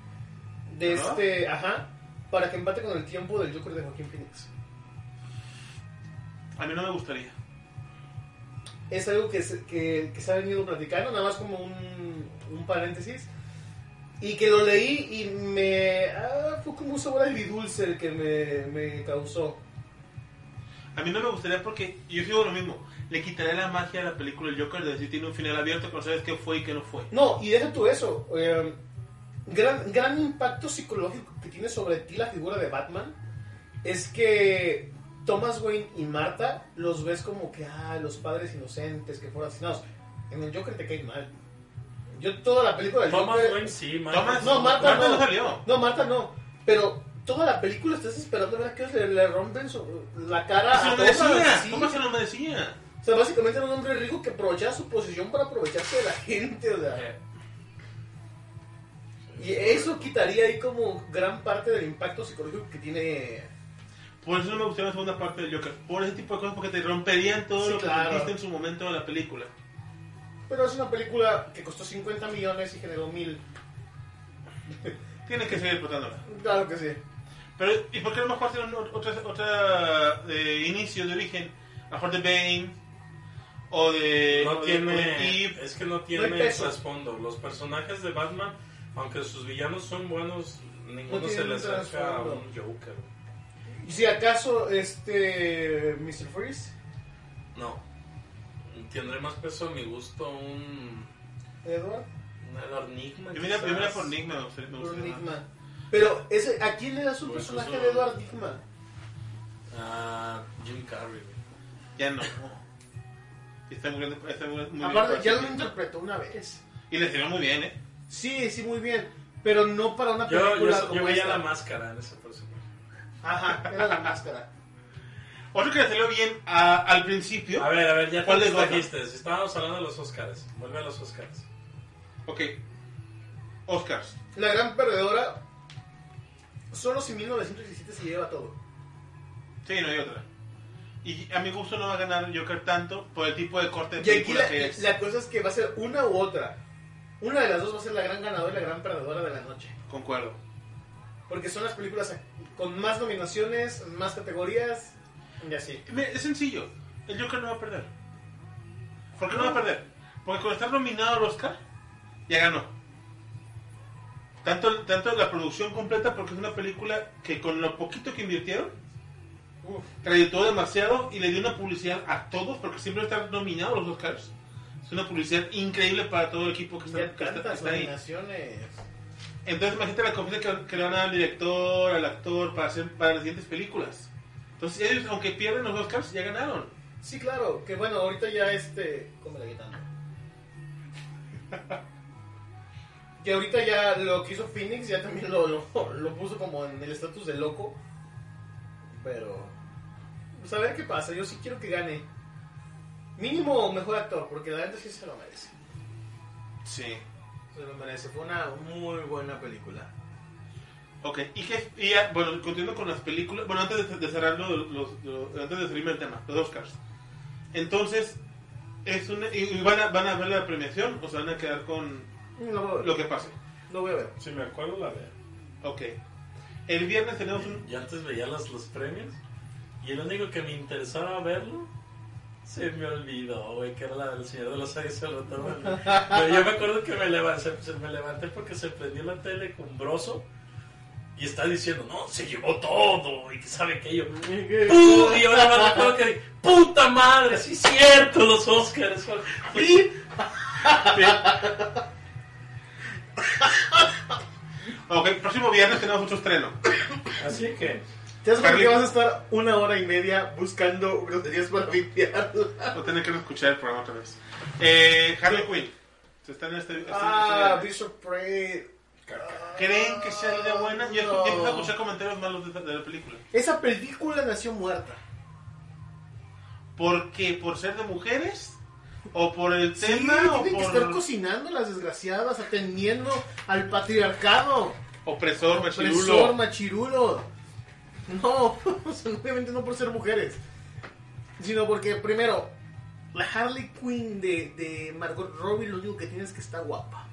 Speaker 3: de
Speaker 5: Ajá.
Speaker 3: este. Ajá. Para que empate con el tiempo del Joker de Joaquín Phoenix.
Speaker 5: A mí no me gustaría.
Speaker 3: es algo que se, que, que se ha venido platicando, nada más como un, un paréntesis. Y que lo leí y me. ah, fue como un sabor agridulce el que me, me causó.
Speaker 5: A mí no me gustaría porque yo digo lo mismo. Le quitaré la magia a la película El Joker de decir tiene un final abierto, pero sabes qué fue y qué no fue.
Speaker 3: No, y deja tú eso. eh, gran, gran impacto psicológico que tiene sobre ti la figura de Batman es que Thomas Wayne y Marta los ves como que, ah, los padres inocentes que fueron asesinados. En el Joker te cae mal. Yo toda la película del
Speaker 4: Thomas
Speaker 3: Joker-
Speaker 4: Wayne sí,
Speaker 5: Thomas-
Speaker 3: no, Marta no.
Speaker 5: Marta no salió.
Speaker 3: No, Marta no. Pero toda la película estás esperando a ver que le, le rompen su- la cara
Speaker 5: se
Speaker 3: a
Speaker 5: lo
Speaker 3: todos.
Speaker 5: merecía.
Speaker 3: Ah, Sí.
Speaker 5: ¿Cómo se lo merecía?
Speaker 3: O sea, básicamente era un hombre rico que aprovechaba su posición para aprovecharse de la gente. O sea. Y eso quitaría ahí como gran parte del impacto psicológico que tiene.
Speaker 5: Por eso no me gustó la segunda parte del Joker. Por ese tipo de cosas, porque te romperían todo
Speaker 3: Sí,
Speaker 5: lo que
Speaker 3: claro.
Speaker 5: sentiste en su momento de la película.
Speaker 3: Pero es una película que costó 50 millones y generó mil.
Speaker 5: Tienes que seguir explotándola.
Speaker 3: Claro que sí.
Speaker 5: Pero, ¿y por qué a lo mejor tienen otra, otra de inicio, de origen? A lo mejor de Bane, o de,
Speaker 4: No
Speaker 5: o de- o de
Speaker 4: tiene.
Speaker 5: Eve.
Speaker 4: Es que no
Speaker 3: No
Speaker 4: tiene
Speaker 3: hay peso.
Speaker 4: trasfondo. Los personajes de Batman, aunque sus villanos son buenos, ninguno
Speaker 3: No
Speaker 4: se
Speaker 3: tienen
Speaker 4: le
Speaker 3: un
Speaker 4: acerca a
Speaker 3: trasfondo.
Speaker 4: un Joker.
Speaker 3: Y si acaso, este. Mr. Freeze.
Speaker 4: No. Tendré más peso a mi gusto un.
Speaker 3: Edward.
Speaker 4: un Edward Nigma.
Speaker 5: Yo me iría
Speaker 4: quizás.
Speaker 5: primero por Nick, me gustaría, me
Speaker 3: por
Speaker 5: gustaría más.
Speaker 3: Enigma. Pero, ese, ¿a quién le das un
Speaker 4: Pues
Speaker 3: personaje
Speaker 4: eso-
Speaker 3: de Edward Nigma?
Speaker 4: Ah, Jim Carrey. güey.
Speaker 5: Ya no. Está muy, grande- está muy, muy bien
Speaker 3: Aparte,
Speaker 5: para
Speaker 3: ya
Speaker 5: ese
Speaker 3: lo
Speaker 5: tipo.
Speaker 3: interpretó una vez.
Speaker 5: Y le salió muy bien, ¿eh?
Speaker 3: Sí, sí, muy bien. Pero no para una
Speaker 4: Yo,
Speaker 3: película
Speaker 4: yo,
Speaker 3: como
Speaker 4: yo veía
Speaker 3: esta.
Speaker 4: la máscara en ese personaje.
Speaker 3: Ajá, era la máscara.
Speaker 5: Otro que le salió bien a- al principio.
Speaker 4: A ver, a ver, ya te
Speaker 5: ¿Cuál es
Speaker 4: distrajiste. Si Estábamos hablando de los Oscars. Vuelve a los Oscars.
Speaker 5: Ok. Oscars.
Speaker 3: La gran perdedora. Solo si 1917 se lleva todo.
Speaker 5: Sí, no hay otra. Y a mi gusto no va a ganar Joker tanto por el tipo de corte de
Speaker 3: Y aquí
Speaker 5: película
Speaker 3: la,
Speaker 5: que es.
Speaker 3: la cosa es que va a ser una u otra. Una de las dos va a ser la gran ganadora y la gran perdedora de la noche.
Speaker 5: Concuerdo.
Speaker 3: Porque son las películas con más nominaciones, más categorías y así.
Speaker 5: Me- Es sencillo. El Joker no va a perder. ¿Por qué no va a perder? Porque con estar nominado al Oscar, ya ganó. Tanto, tanto la producción completa, porque es una película que con lo poquito que invirtieron,
Speaker 3: Uf.
Speaker 5: trayectó demasiado y le dio una publicidad a todos, porque siempre estar nominado a los Oscars. Es una publicidad increíble para todo el equipo que está,
Speaker 3: Ya
Speaker 5: que está- que
Speaker 3: tantas
Speaker 5: está ahí.
Speaker 3: nominaciones.
Speaker 5: Entonces imagínate la confianza que, que le van a dar al director, al actor, para, hacer, para las siguientes películas. Entonces ellos, aunque pierden los Oscars, ya ganaron.
Speaker 3: Sí, claro, que bueno, ahorita ya este. ¿Cómo la quitando? que ahorita ya lo que hizo Phoenix ya también lo, lo, lo puso como en el estatus de loco. Pero. Pues a ver qué pasa, yo sí quiero que gane. Mínimo mejor actor, porque la gente sí se lo merece.
Speaker 5: Sí.
Speaker 3: Se lo merece, fue una muy buena película.
Speaker 5: Ok, y, que, y ya, bueno, continuando con las películas, bueno, antes de, de cerrar lo- los- lo- antes de salirme del tema, los Oscars. Entonces, es una, y, y van, a, van a ver la premiación o se van a quedar con
Speaker 3: Lo voy a ver.
Speaker 5: lo que pase.
Speaker 3: lo voy a ver.
Speaker 4: Si me acuerdo, la veo.
Speaker 5: Ok. El viernes tenemos un...
Speaker 4: Yo antes veía los, los premios y el único que me interesaba verlo se me olvidó, güey, que era la del Señor de los Aires se lo tomó. Pero yo me acuerdo que me levanté, se, me levanté porque se prendió la tele cumbroso y está diciendo, no, se llevó todo y que sabe que yo... ¡pum! Y ahora más recuerdo que dije, ¡puta madre! ¡Sí es cierto! Los Oscars. fueron- ¡Sí!
Speaker 5: Ok, el próximo viernes tenemos otro estreno.
Speaker 4: Así que...
Speaker 3: ¿Te das cuenta que
Speaker 5: Carlitos.
Speaker 3: vas a estar una hora y media buscando groserías para limpiar?
Speaker 5: Voy a tener que escuchar el programa otra vez. Eh, Harley Quinn. Se está en este... este-
Speaker 3: Ah,
Speaker 5: este-
Speaker 3: Bishop Prey.
Speaker 5: ¿Creen que sea la idea buena? Yo
Speaker 3: No.
Speaker 5: he empezado a escuchar comentarios malos de, esta- de la película.
Speaker 3: Esa película nació muerta.
Speaker 5: ¿Por qué? ¿Por ser de mujeres? ¿O por el
Speaker 3: Sí,
Speaker 5: tema? ¿O
Speaker 3: tienen que
Speaker 5: por-
Speaker 3: estar cocinando las desgraciadas, atendiendo al patriarcado.
Speaker 5: Opresor, machirulo.
Speaker 3: Presor, machirulo. No, o sea, obviamente no por ser mujeres. Sino porque, primero, la Harley Quinn de, de Margot Robbie lo único que tiene es que está guapa.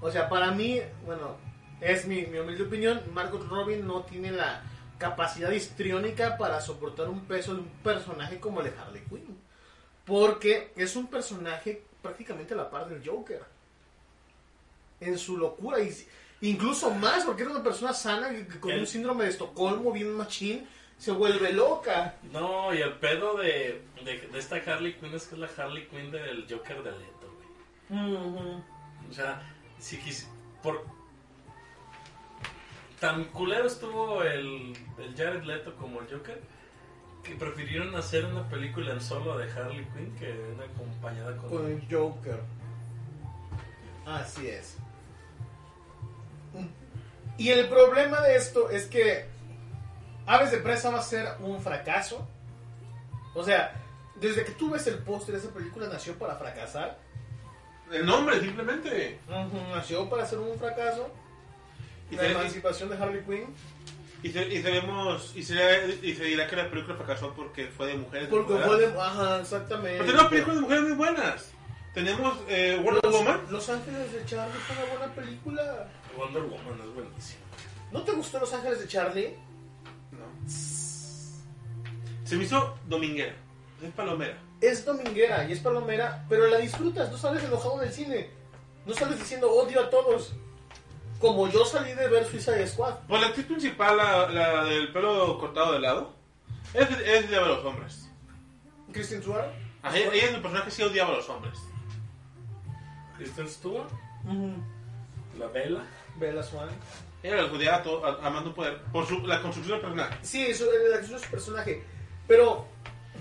Speaker 3: O sea, para mí, bueno, es mi, mi humilde opinión, Margot Robbie no tiene la capacidad histriónica para soportar un peso de un personaje como el de Harley Quinn. Porque es un personaje prácticamente a la par del Joker. En su locura. Y, Incluso más, porque era una persona sana que- que con
Speaker 4: El-
Speaker 3: un síndrome de Estocolmo bien machín se vuelve loca.
Speaker 4: No, y el pedo de, de, de esta Harley Quinn es que es la Harley Quinn del Joker de Leto, güey. O sea, si quis... Por... Tan culero estuvo el, el Jared Leto como el Joker que prefirieron hacer una película en solo de Harley Quinn que una acompañada con...
Speaker 3: Con el Joker. Así es. Y el problema de esto es que Aves de Presa va a ser un fracaso. O sea, desde que tú ves el póster, esa película nació para fracasar.
Speaker 5: El nombre, simplemente.
Speaker 3: Nació para ser un fracaso.
Speaker 5: Y
Speaker 3: La
Speaker 5: se-
Speaker 3: emancipación de Harley Quinn.
Speaker 5: Y, se- y seremos- y, se, y se dirá que la película fracasó porque fue de mujeres.
Speaker 3: Porque fue
Speaker 5: empoderadas.
Speaker 3: de... Ajá, exactamente.
Speaker 5: Pero tenemos películas de mujeres muy buenas. Tenemos eh, Wonder Woman.
Speaker 3: Los, Los Ángeles de Charlie fue una buena película.
Speaker 4: Wonder Woman, es buenísimo.
Speaker 3: ¿No te gustó Los Ángeles de Charlie?
Speaker 5: Se me hizo dominguera. Es palomera.
Speaker 3: es dominguera y es palomera, pero la disfrutas, no sales enojado del cine, no sales diciendo odio a todos, como yo salí de ver Suicide Squad.
Speaker 5: Pues la actriz principal, la, la del pelo cortado de lado, es, es odiaba a los hombres.
Speaker 3: Kristen Stewart,
Speaker 5: Ajá, Ella es el personaje que sí odiaba a los hombres.
Speaker 4: Kristen Stewart, la vela.
Speaker 3: Bella Swan.
Speaker 5: Ella los odiaba a to- a- a más no poder. Por su, la construcción del personaje.
Speaker 3: Sí, eso eh, la acción de su personaje, pero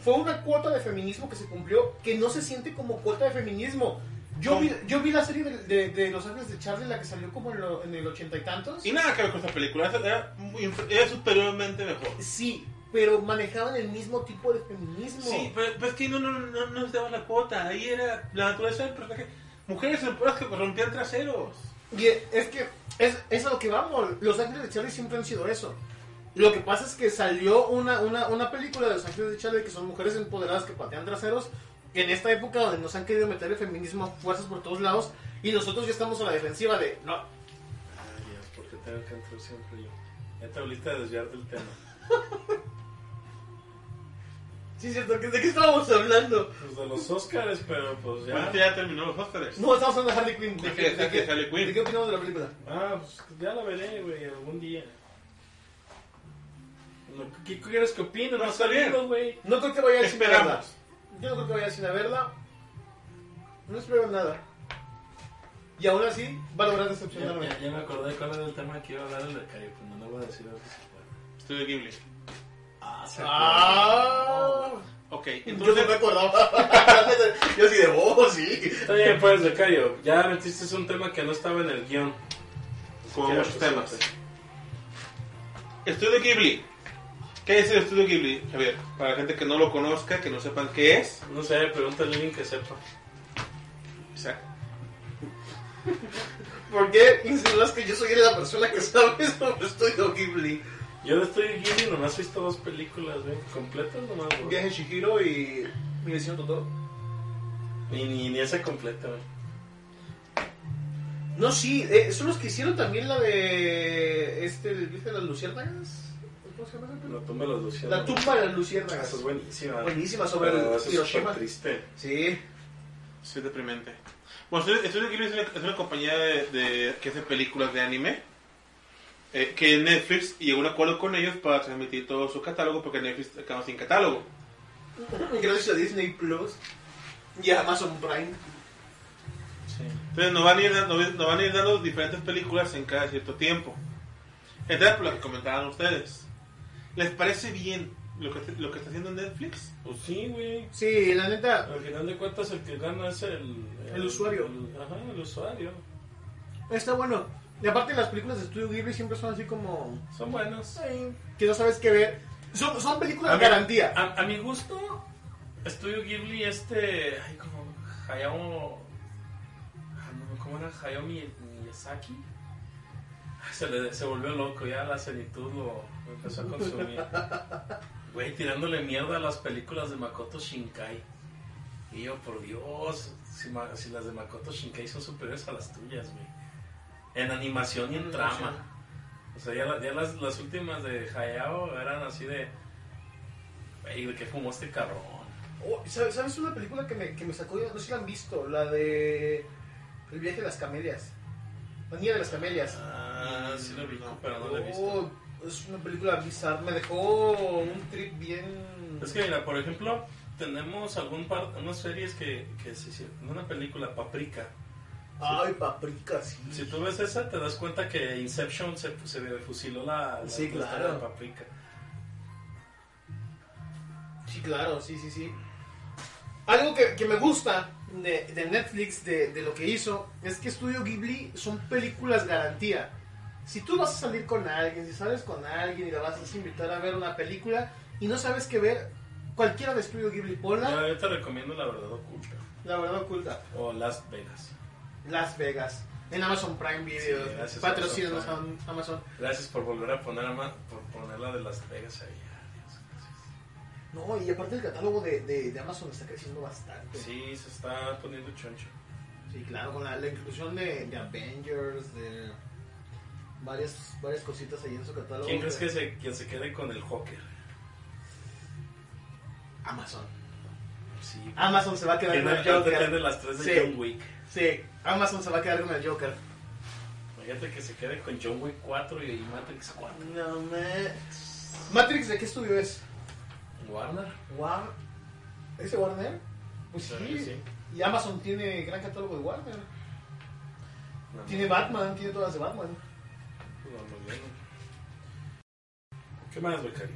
Speaker 3: fue una cuota de feminismo que se cumplió que no se siente como cuota de feminismo. Yo,
Speaker 5: No.
Speaker 3: vi, yo vi la serie de, de- de Los Ángeles de Charlie, la que salió como en, lo- en el ochenta y tantos.
Speaker 5: Y nada que ver con esta película. Esta Era, muy inf- era superiormente mejor.
Speaker 3: Sí, pero manejaban el mismo tipo de feminismo.
Speaker 5: Sí, pero, pero es que no, no, no, no nos daba la cuota. Ahí era la naturaleza del personaje. Mujeres empoderadas que rompían traseros.
Speaker 3: Y es que es, es a lo que vamos. Los Ángeles de Charlie siempre han sido eso. Lo que pasa es que salió una, una, una película de Los Ángeles de Charlie que son mujeres empoderadas que patean traseros. En esta época donde nos han querido meter el feminismo a fuerzas por todos lados. Y nosotros ya estamos a la defensiva de no.
Speaker 4: Ay, Dios, porque tengo que entrar siempre yo. Ya te volviste a desviar del tema.
Speaker 3: Sí, es cierto. ¿que- ¿De qué estábamos hablando?
Speaker 4: Pues de los Oscars, pero pues
Speaker 5: Bueno,
Speaker 4: ya.
Speaker 5: este ya terminó los Óscares.
Speaker 3: No, estamos hablando de Harley Quinn. ¿De,
Speaker 5: Ok,
Speaker 3: qué-
Speaker 5: ok,
Speaker 3: qué-
Speaker 5: Harley Quinn.
Speaker 3: de qué opinamos de la película?
Speaker 4: Ah, pues ya la veré, güey, algún día. Lo que- ¿Qué quieres que opine? No ha
Speaker 5: está bien.
Speaker 4: salido, güey.
Speaker 3: No creo que vaya sin
Speaker 5: Esperamos.
Speaker 3: verla. Yo no creo que vaya sin verla. No espero nada. Y aún así, va a lograr
Speaker 4: Ya,
Speaker 3: decepcionarme.
Speaker 4: ya- ya me acordé cuál era el tema que iba a hablar el de Cayo, pero no lo voy a decir ahora si se puede.
Speaker 5: Estudio Ghibli.
Speaker 4: Ah, se
Speaker 3: Ah,
Speaker 5: Ok,
Speaker 3: yo no
Speaker 5: entonces.
Speaker 3: me acordaba. yo así de vos, sí.
Speaker 4: Está bien, pues, de Cayo. Ya metiste es un tema que no estaba en el guión.
Speaker 5: Como
Speaker 4: Ya,
Speaker 5: muchos
Speaker 4: pues,
Speaker 5: temas.
Speaker 4: sí.
Speaker 5: Estudio Ghibli. ¿Qué es el Estudio Ghibli, Javier? Para la gente que no lo conozca, que no sepan qué es.
Speaker 4: No sé, pregúntale a alguien que sepa.
Speaker 5: Exacto.
Speaker 3: ¿Por qué insinúas que yo soy la persona que sabe sobre Estudio Ghibli?
Speaker 4: Yo de estoy Ghibli nomás he visto dos películas, güey, completas nomás, güey.
Speaker 3: Viaje Shihiro y mi vecino Totoro.
Speaker 4: Ni, ni, ni esa completa, güey.
Speaker 3: No, sí, eh, son los que hicieron también la de. Este, el viaje de las Luciérnagas. ¿Cómo se llama esa
Speaker 4: La
Speaker 3: película?
Speaker 4: tumba de los Lucianos.
Speaker 3: La tumba de las
Speaker 4: Ah,
Speaker 3: Luciérnagas.
Speaker 4: Esa es buenísima.
Speaker 3: Buenísima sobre
Speaker 4: Pero
Speaker 3: el-
Speaker 4: esa es
Speaker 3: Hiroshima.
Speaker 4: súper triste.
Speaker 3: Sí.
Speaker 5: Sí, es deprimente. Bueno, Estudio, Estudio Ghibli es una, es una compañía de, de- que hace películas de anime. eh, que Netflix llegó a un acuerdo con ellos para transmitir todo su catálogo porque Netflix acaba sin catálogo.
Speaker 3: Gracias a Disney Plus y a Amazon Prime.
Speaker 4: Sí.
Speaker 5: Entonces nos van a ir, da- nos, nos van a ir dando diferentes películas en cada cierto tiempo. Entonces, por lo que comentaban ustedes. ¿Les parece bien lo que, lo que está haciendo Netflix?
Speaker 4: Pues sí, güey.
Speaker 3: Sí, la neta,
Speaker 4: Al final de cuentas, el que gana es el.
Speaker 3: El usuario.
Speaker 4: el- ajá, el usuario.
Speaker 3: está bueno. Y aparte, las películas de Estudio Ghibli siempre son así como.
Speaker 4: Son buenas.
Speaker 3: que no sabes qué ver. Son, son películas
Speaker 4: A
Speaker 3: de
Speaker 4: mí-
Speaker 3: garantía.
Speaker 4: A, a mi gusto, Estudio Ghibli, este. Ay, como. Hayao. ah, no, ¿Cómo era? Hayao Mi- Miyazaki. Ay, Se, le, se volvió loco, ya la cenitud lo, lo empezó a consumir. Güey, tirándole mierda a las películas de Makoto Shinkai. Y yo, por Dios, si, ma- si las de Makoto Shinkai son superiores a las tuyas, güey. En animación y en trama. O sea, ya, la- ya las, las últimas de Hayao eran así de. Ey, ¿de qué fumó este cabrón?
Speaker 3: Oh, ¿sabes, sabes una película que me, que me sacó? No sé si la han visto, la de El viaje de las camelias. La niña de las camelias.
Speaker 4: Ah, sí lo vi,
Speaker 3: Mm,
Speaker 5: No.
Speaker 4: pero no lo he visto.
Speaker 3: Oh, es una película bizarra. Me dejó un trip bien.
Speaker 4: Es que mira, por ejemplo, tenemos algún par, unas series que, que se hicieron, una película, Paprika.
Speaker 3: Ay, paprika, sí.
Speaker 4: Si tú ves esa, te das cuenta que Inception se, se fusiló la, la
Speaker 3: Sí,
Speaker 4: historia
Speaker 3: claro.
Speaker 4: de Paprika.
Speaker 3: Sí, claro, sí, sí, sí. Algo que, que me gusta de, de Netflix, de, de lo que hizo, es que Studio Ghibli son películas garantía. Si tú vas a salir con alguien, si sales con alguien y la vas a invitar a ver una película y no sabes qué ver, cualquiera de Studio Ghibli, ponla,
Speaker 4: Yo, yo te recomiendo La Verdad Oculta
Speaker 3: la verdad oculta.
Speaker 4: o Las Vegas.
Speaker 3: Las Vegas, en Amazon Prime Video,
Speaker 4: Sí, gracias,
Speaker 3: patrocínanos
Speaker 4: Amazon
Speaker 3: Am- Amazon.
Speaker 4: Gracias por volver a poner a ma- por ponerla de Las Vegas ahí. Adiós, gracias.
Speaker 3: No, y aparte el catálogo de, de- de Amazon está creciendo bastante.
Speaker 4: Sí, se está poniendo choncho.
Speaker 3: Sí, claro, con la, la inclusión de, de Avengers, de varias, varias cositas ahí en su catálogo.
Speaker 4: ¿Quién crees que se, que se quede con el Joker?
Speaker 3: Amazon.
Speaker 4: Sí.
Speaker 3: Amazon se va a quedar
Speaker 4: ¿Quién
Speaker 3: con el
Speaker 4: de
Speaker 3: Joker.
Speaker 4: las tres de
Speaker 3: Sí.
Speaker 4: John Wick?
Speaker 3: Sí, Amazon se va a quedar con el Joker.
Speaker 4: Imagínate que se quede con John Wick 4 y Matrix 4.
Speaker 3: No me... Matrix, ¿de qué estudio es?
Speaker 4: Warner.
Speaker 3: War... ¿Es de Warner? Pues
Speaker 4: Claro
Speaker 3: sí.
Speaker 4: que sí.
Speaker 3: Y Amazon tiene gran catálogo de Warner.
Speaker 4: No,
Speaker 3: Tiene
Speaker 4: no.
Speaker 3: Batman, tiene todas de Batman.
Speaker 4: No, no, no. ¿Qué más, Becario?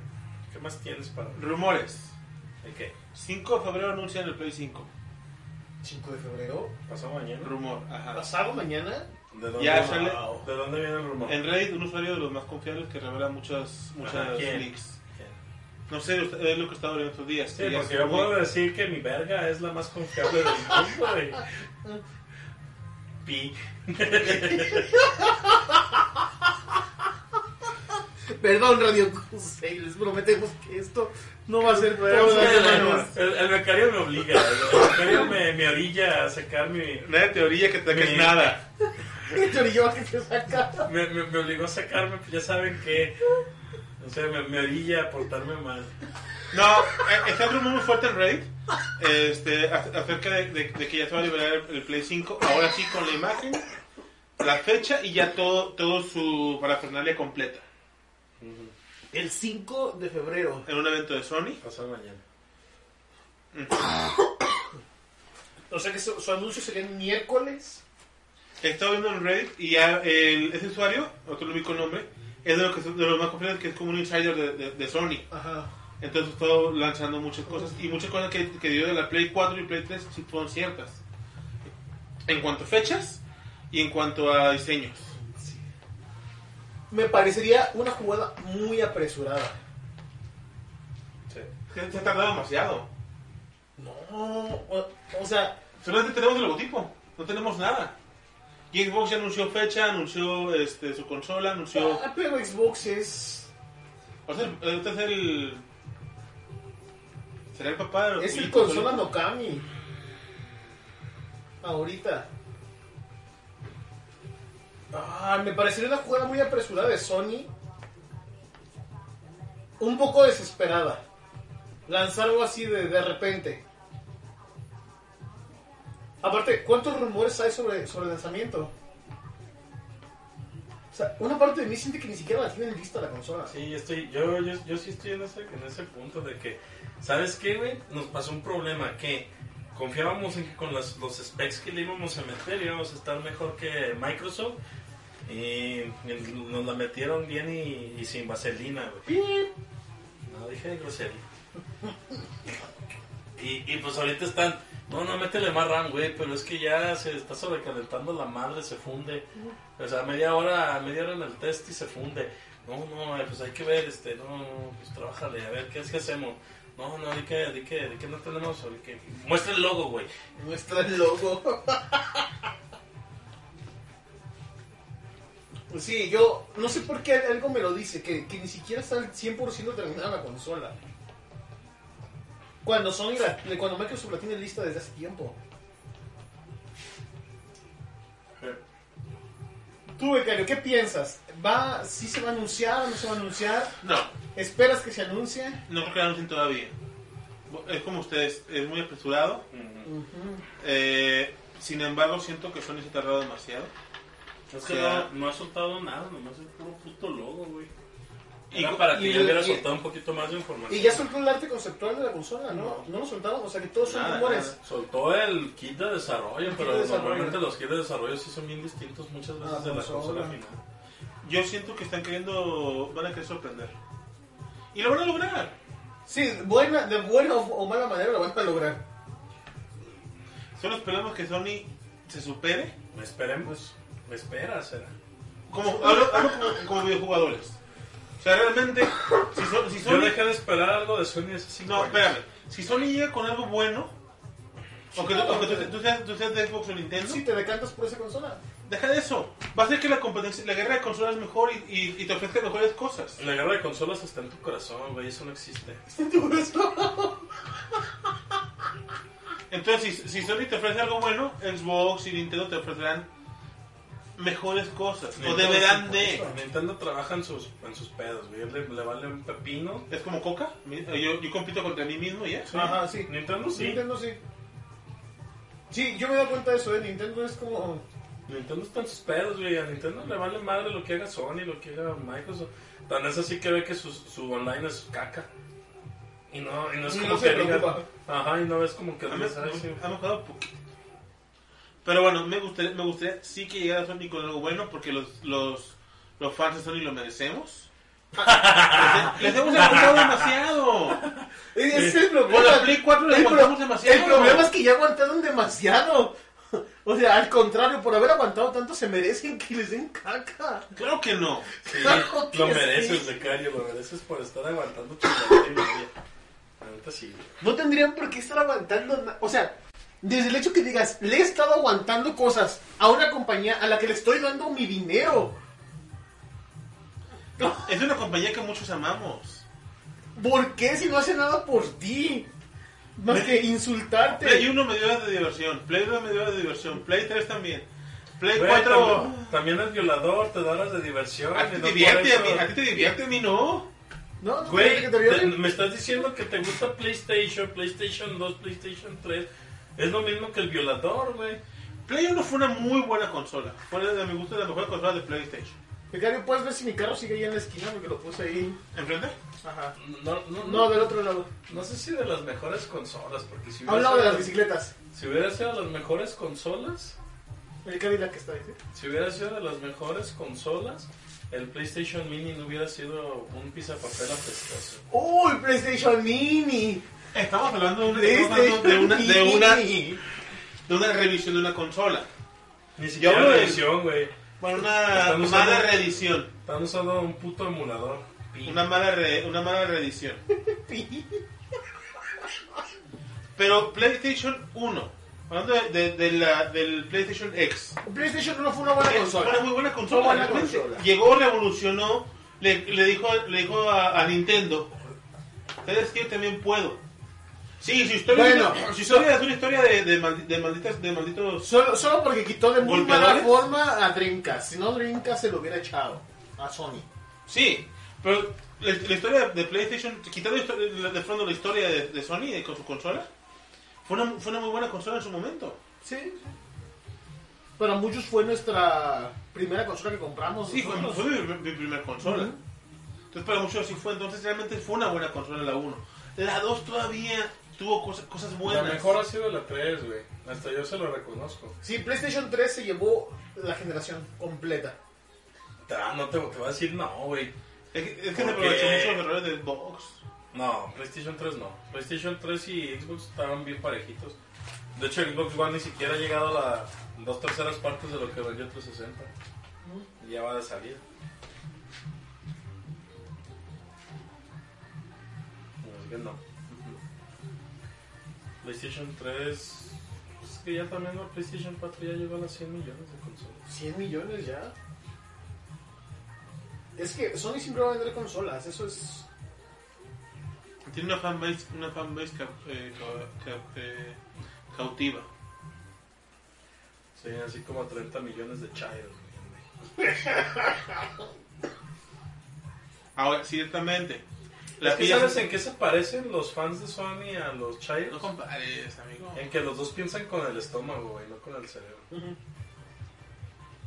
Speaker 4: ¿Qué más tienes para mí?
Speaker 5: Rumores.
Speaker 4: ¿El qué?
Speaker 5: 5 de febrero anuncian el Play 5.
Speaker 3: 5 de febrero.
Speaker 4: ¿Pasado mañana?
Speaker 5: Rumor, ajá.
Speaker 3: Pasado mañana.
Speaker 4: ¿De dónde,
Speaker 5: Ya
Speaker 4: wow.
Speaker 5: sale.
Speaker 4: ¿De dónde viene el rumor?
Speaker 5: En Reddit, un usuario de los más confiables que revela muchas,
Speaker 4: Ajá,
Speaker 5: muchas
Speaker 4: ¿quién?
Speaker 5: links.
Speaker 4: ¿Quién?
Speaker 5: No sé, es lo que estaba viendo estos días.
Speaker 4: Sí,
Speaker 5: que ya
Speaker 4: porque
Speaker 5: se
Speaker 4: yo puedo
Speaker 5: publica.
Speaker 4: decir que mi verga es la más confiable del mundo, güey. Pi.
Speaker 3: Perdón, Radio Cusey, les prometemos que esto no va a ser
Speaker 4: Pero,
Speaker 3: todo de manos.
Speaker 4: el, el becario me obliga, el becario me, me orilla a sacar mi...
Speaker 5: Nada de teoría que te que es
Speaker 4: Sí.
Speaker 5: nada.
Speaker 3: El chorillo que se saca.
Speaker 4: Me, me, me obligó a sacarme, pues ya saben que... O sea, me, me orilla a portarme mal.
Speaker 5: No, eh, está el rumor muy fuerte en Reddit este, a- acerca de, de- de que ya se va a liberar el, el Play 5. Ahora sí, con la imagen, la fecha y ya todo, todo su parafernalia completa.
Speaker 3: El 5 de febrero.
Speaker 5: En un evento de Sony.
Speaker 4: Pasado mañana.
Speaker 3: O sea que su, su anuncio sería el miércoles.
Speaker 5: He estado viendo en Reddit y ya el, ese usuario, otro lo vi con nombre, es de, lo que, de los más confiables que es como un insider de, de- de Sony.
Speaker 3: Ajá.
Speaker 5: Entonces he estado lanzando muchas cosas y muchas cosas que, que dio de la Play 4 y Play 3 sí fueron ciertas. En cuanto a fechas y en cuanto a diseños.
Speaker 3: Me parecería una jugada muy apresurada.
Speaker 4: Sí.
Speaker 5: Se, se ha tardado demasiado.
Speaker 3: No, o, o sea,
Speaker 5: Solamente tenemos el logotipo, no tenemos nada. Y Xbox ya anunció fecha, anunció este, su consola, anunció...
Speaker 3: ah, pero Xbox es.
Speaker 5: O sea, este es el... ¿Será el papá de los
Speaker 3: Es el
Speaker 5: culitos,
Speaker 3: consola
Speaker 5: solito?
Speaker 3: Nokami. Ahorita. Ah, me parecería una jugada muy apresurada de Sony. Un poco desesperada. Lanzar algo así de, de repente. Aparte, ¿cuántos rumores hay sobre, sobre lanzamiento? O sea, una parte de mí siente que ni siquiera la tienen lista la consola.
Speaker 4: Sí, yo estoy, yo, yo, yo sí estoy en ese, en ese punto de que, ¿sabes qué, güey? Nos pasó un problema que confiábamos en que con las, los specs que le íbamos a meter íbamos a estar mejor que Microsoft y nos la metieron bien y, y sin vaselina, güey. No, dije grosería. Y, y pues ahorita están, no, no, métele más RAM, güey, pero es que ya se está sobrecalentando la madre, se funde. O sea, media hora, media hora en el test y se funde. No, no, eh, pues hay que ver, este, no, no, pues trabájale, a ver, ¿qué es que hacemos? No, no, di que, di que, di que no tenemos, o di que... Muestra el logo, güey.
Speaker 3: Muestra el logo. Pues sí, yo no sé por qué algo me lo dice, que, que ni siquiera está al 100% terminada la consola. Cuando Sony, la- cuando Microsoft la tiene lista desde hace tiempo. Tú, Becario, ¿qué piensas? ¿Va, sí se va a anunciar o no se va a anunciar?
Speaker 5: No,
Speaker 3: ¿Esperas que se anuncie?
Speaker 5: No creo que anuncien todavía. Es como ustedes, es muy apresurado.
Speaker 4: Mm,
Speaker 5: Eh, sin embargo, siento que Sony se ha tardado demasiado.
Speaker 4: Es
Speaker 5: que no-
Speaker 4: ha soltado nada, nomás es puro puto logo, güey. Y para que
Speaker 3: y-
Speaker 4: ya hubiera
Speaker 3: y-
Speaker 4: soltado un poquito más de información.
Speaker 3: Y ya soltó el arte conceptual de la consola, ¿no? No lo soltaron, o sea que todos son
Speaker 5: Nada,
Speaker 3: rumores.
Speaker 4: Soltó el kit de desarrollo,
Speaker 3: El kit
Speaker 4: pero
Speaker 3: de desarrollo.
Speaker 4: normalmente los kits de desarrollo sí son bien distintos muchas veces
Speaker 3: Ah,
Speaker 4: de la
Speaker 3: consola.
Speaker 4: consola final.
Speaker 5: Yo siento que están queriendo. Van a querer sorprender. Y lo van a lograr.
Speaker 3: Sí, buena, de buena o, o mala manera lo van a lograr.
Speaker 5: Solo esperamos que Sony se supere.
Speaker 4: Me esperen, pues. Me espera, será.
Speaker 5: Como, hablo, hablo como, como videojugadores. O sea, realmente. Si, so- si
Speaker 4: Yo
Speaker 5: Sony.
Speaker 4: dejé de esperar algo de Sony hace cinco
Speaker 5: No,
Speaker 4: años.
Speaker 5: espérame. Si Sony llega con algo bueno. O que, o que tú, tú seas, tú seas de Xbox o Nintendo.
Speaker 3: Si te decantas por esa consola.
Speaker 5: Deja de eso. Va a ser que la competencia, la guerra de consolas es mejor y, y- y te ofrezca mejores cosas.
Speaker 4: La guerra de consolas está en tu corazón, güey. Eso no existe.
Speaker 5: Entonces, si, si Sony te ofrece algo bueno, Xbox y Nintendo te ofrecerán mejores cosas. O
Speaker 4: Nintendo
Speaker 5: deberán
Speaker 4: sí,
Speaker 5: de.
Speaker 4: por eso. Nintendo trabaja en sus, en sus pedos, güey. Le, le vale un pepino.
Speaker 5: Es como Coca. mi- Yo, yo compito contra mí mismo y ya.
Speaker 3: Ajá, sí.
Speaker 4: Nintendo sí. Nintendo,
Speaker 3: Nintendo sí. Sí, yo me he dado cuenta de eso, ¿eh? Nintendo es como...
Speaker 4: está en sus pedos, güey. A Nintendo le vale madre lo que haga Sony, lo que haga Microsoft. Tan es así que ve que su, su online es caca. Y no, y no es
Speaker 3: Y
Speaker 4: como
Speaker 3: no se
Speaker 4: que diga.
Speaker 3: preocupa.
Speaker 4: Ajá, y no ves como que
Speaker 5: Ha
Speaker 4: digas, "Ay, sí".
Speaker 5: ha mejorado poquito. Pero bueno, me gustaría, me gustaría sí que llegara Sony con algo bueno porque los, los, los fans de Sony lo merecemos. les, les hemos aguantado demasiado.
Speaker 3: Ese es el problema.
Speaker 5: Con la Play 4 le
Speaker 3: El
Speaker 5: aguantamos
Speaker 3: pro-
Speaker 5: demasiado.
Speaker 3: El problema es que ya aguantaron demasiado. O sea, al contrario, por haber aguantado tanto se merecen que les den caca.
Speaker 5: Claro que no.
Speaker 4: Sí,
Speaker 3: Claro que
Speaker 4: lo mereces,
Speaker 3: sí.
Speaker 4: becario. Lo mereces por estar aguantando chingadera y media. Ahorita sí, güey.
Speaker 3: No tendrían por qué estar aguantando na- O sea, desde el hecho que digas, le he estado aguantando cosas a una compañía a la que le estoy dando mi dinero.
Speaker 5: Es una compañía que muchos amamos.
Speaker 3: ¿Por qué si no hace nada por ti? Más que insultarte.
Speaker 5: Play 1 me dio horas de diversión. Play 2 me dio horas de diversión. Play 3 también. Play
Speaker 4: Güey,
Speaker 5: 4.
Speaker 4: también- También es violador, te da horas de diversión.
Speaker 5: A
Speaker 3: Ah,
Speaker 4: y
Speaker 5: ti
Speaker 4: no
Speaker 5: te
Speaker 4: por
Speaker 5: divierte, a
Speaker 4: eso-
Speaker 5: mí, a ti te divierte, a mí no.
Speaker 3: No, no
Speaker 4: Güey,
Speaker 3: que te
Speaker 4: te-
Speaker 3: violen.
Speaker 4: me estás diciendo que te gusta PlayStation, PlayStation 2, PlayStation 3. Es lo mismo que el violador, güey.
Speaker 5: Play 1 fue una muy buena consola. Fue de mi gusto la mejor consola de PlayStation.
Speaker 3: Becario, puedes ver si mi carro sigue ahí en la esquina porque lo puse ahí.
Speaker 5: ¿Enfrente?
Speaker 3: Ajá.
Speaker 4: No, no,
Speaker 3: No,
Speaker 4: no,
Speaker 3: del otro lado.
Speaker 4: no sé si de las mejores consolas, porque si hubiera,
Speaker 3: Hablaba de
Speaker 4: sido-
Speaker 3: las bicicletas.
Speaker 4: si hubiera sido de las mejores consolas,
Speaker 3: El Cadillac que está ahí, ¿sí?
Speaker 4: si hubiera sido de las mejores consolas, el PlayStation Mini no hubiera sido un papel apestoso.
Speaker 3: ¡Oh, el PlayStation Mini!
Speaker 5: Estamos hablando de una, estamos hablando
Speaker 3: PlayStation
Speaker 5: de una, de una,
Speaker 3: Mini.
Speaker 5: de una revisión de una consola.
Speaker 4: Ni
Speaker 5: Yo
Speaker 4: siquiera
Speaker 5: hablo de-
Speaker 4: edición, güey.
Speaker 5: Bueno, una
Speaker 4: Estamos
Speaker 5: mala
Speaker 4: hablando-
Speaker 5: reedición.
Speaker 4: Están usando un puto emulador.
Speaker 5: Una mala, re- una mala reedición. Pero PlayStation 1. Hablando de, de- de la, del PlayStation X.
Speaker 3: El PlayStation no fue una buena
Speaker 5: Es
Speaker 3: consola.
Speaker 5: Una muy buena consola.
Speaker 3: Buena
Speaker 5: realmente.
Speaker 3: consola.
Speaker 5: Llegó, revolucionó, le, le dijo, le dijo a, a Nintendo, ¿sabes que Yo también puedo. Sí, su historia,
Speaker 3: Bueno.
Speaker 5: su historia es una historia de, de, maldi- de malditas, de malditos...
Speaker 3: Solo, solo porque quitó de muy mala
Speaker 5: ¿Golpeadores?
Speaker 3: forma a Dreamcast. Si no, Dreamcast se lo hubiera echado a Sony.
Speaker 5: Sí, pero la, la historia de PlayStation, quitando histo- de, de fondo la historia de, de Sony eh, con su consola, fue una, fue una muy buena consola en su momento.
Speaker 3: Sí. Para muchos fue nuestra primera consola que compramos.
Speaker 5: Sí, fue,
Speaker 3: nosotros.
Speaker 5: fue mi, mi primer consola.
Speaker 3: Ujú.
Speaker 5: Entonces para muchos sí fue, entonces realmente fue una buena consola la 1. La 2 todavía tuvo cosas, cosas
Speaker 4: La
Speaker 5: buenas.
Speaker 4: mejor ha sido la 3, güey. Hasta yo se lo reconozco.
Speaker 3: Sí, PlayStation 3 se llevó la generación completa.
Speaker 4: Ah, No te, te voy a decir no, güey.
Speaker 5: Es que, es que se
Speaker 4: Porque-
Speaker 5: aprovechó mucho los errores del box.
Speaker 4: No, PlayStation 3 no. PlayStation 3 y Xbox estaban bien parejitos. De hecho, Xbox One ni siquiera ha llegado a las dos terceras partes de lo que vendió 360. Y Ya va de salida. Así que no. PlayStation 3... pues Es que ya también la PlayStation 4 ya llegó a las 100 millones de consolas.
Speaker 3: 100 millones ya. Es que Sony siempre va a vender consolas. Eso es.
Speaker 5: Tiene una fanbase, una fanbase ca- eh, ca- ca- eh, cautiva.
Speaker 4: Sí, así como 30 millones de chayos. güey.
Speaker 5: Ahora, ciertamente.
Speaker 4: Es
Speaker 5: La
Speaker 4: que
Speaker 5: pilla-
Speaker 4: ¿Sabes en qué se parecen los fans de Sony a los
Speaker 5: No
Speaker 4: Chayos?
Speaker 5: compares, amigo.
Speaker 4: En que los dos piensan con el estómago, güey, no con el cerebro.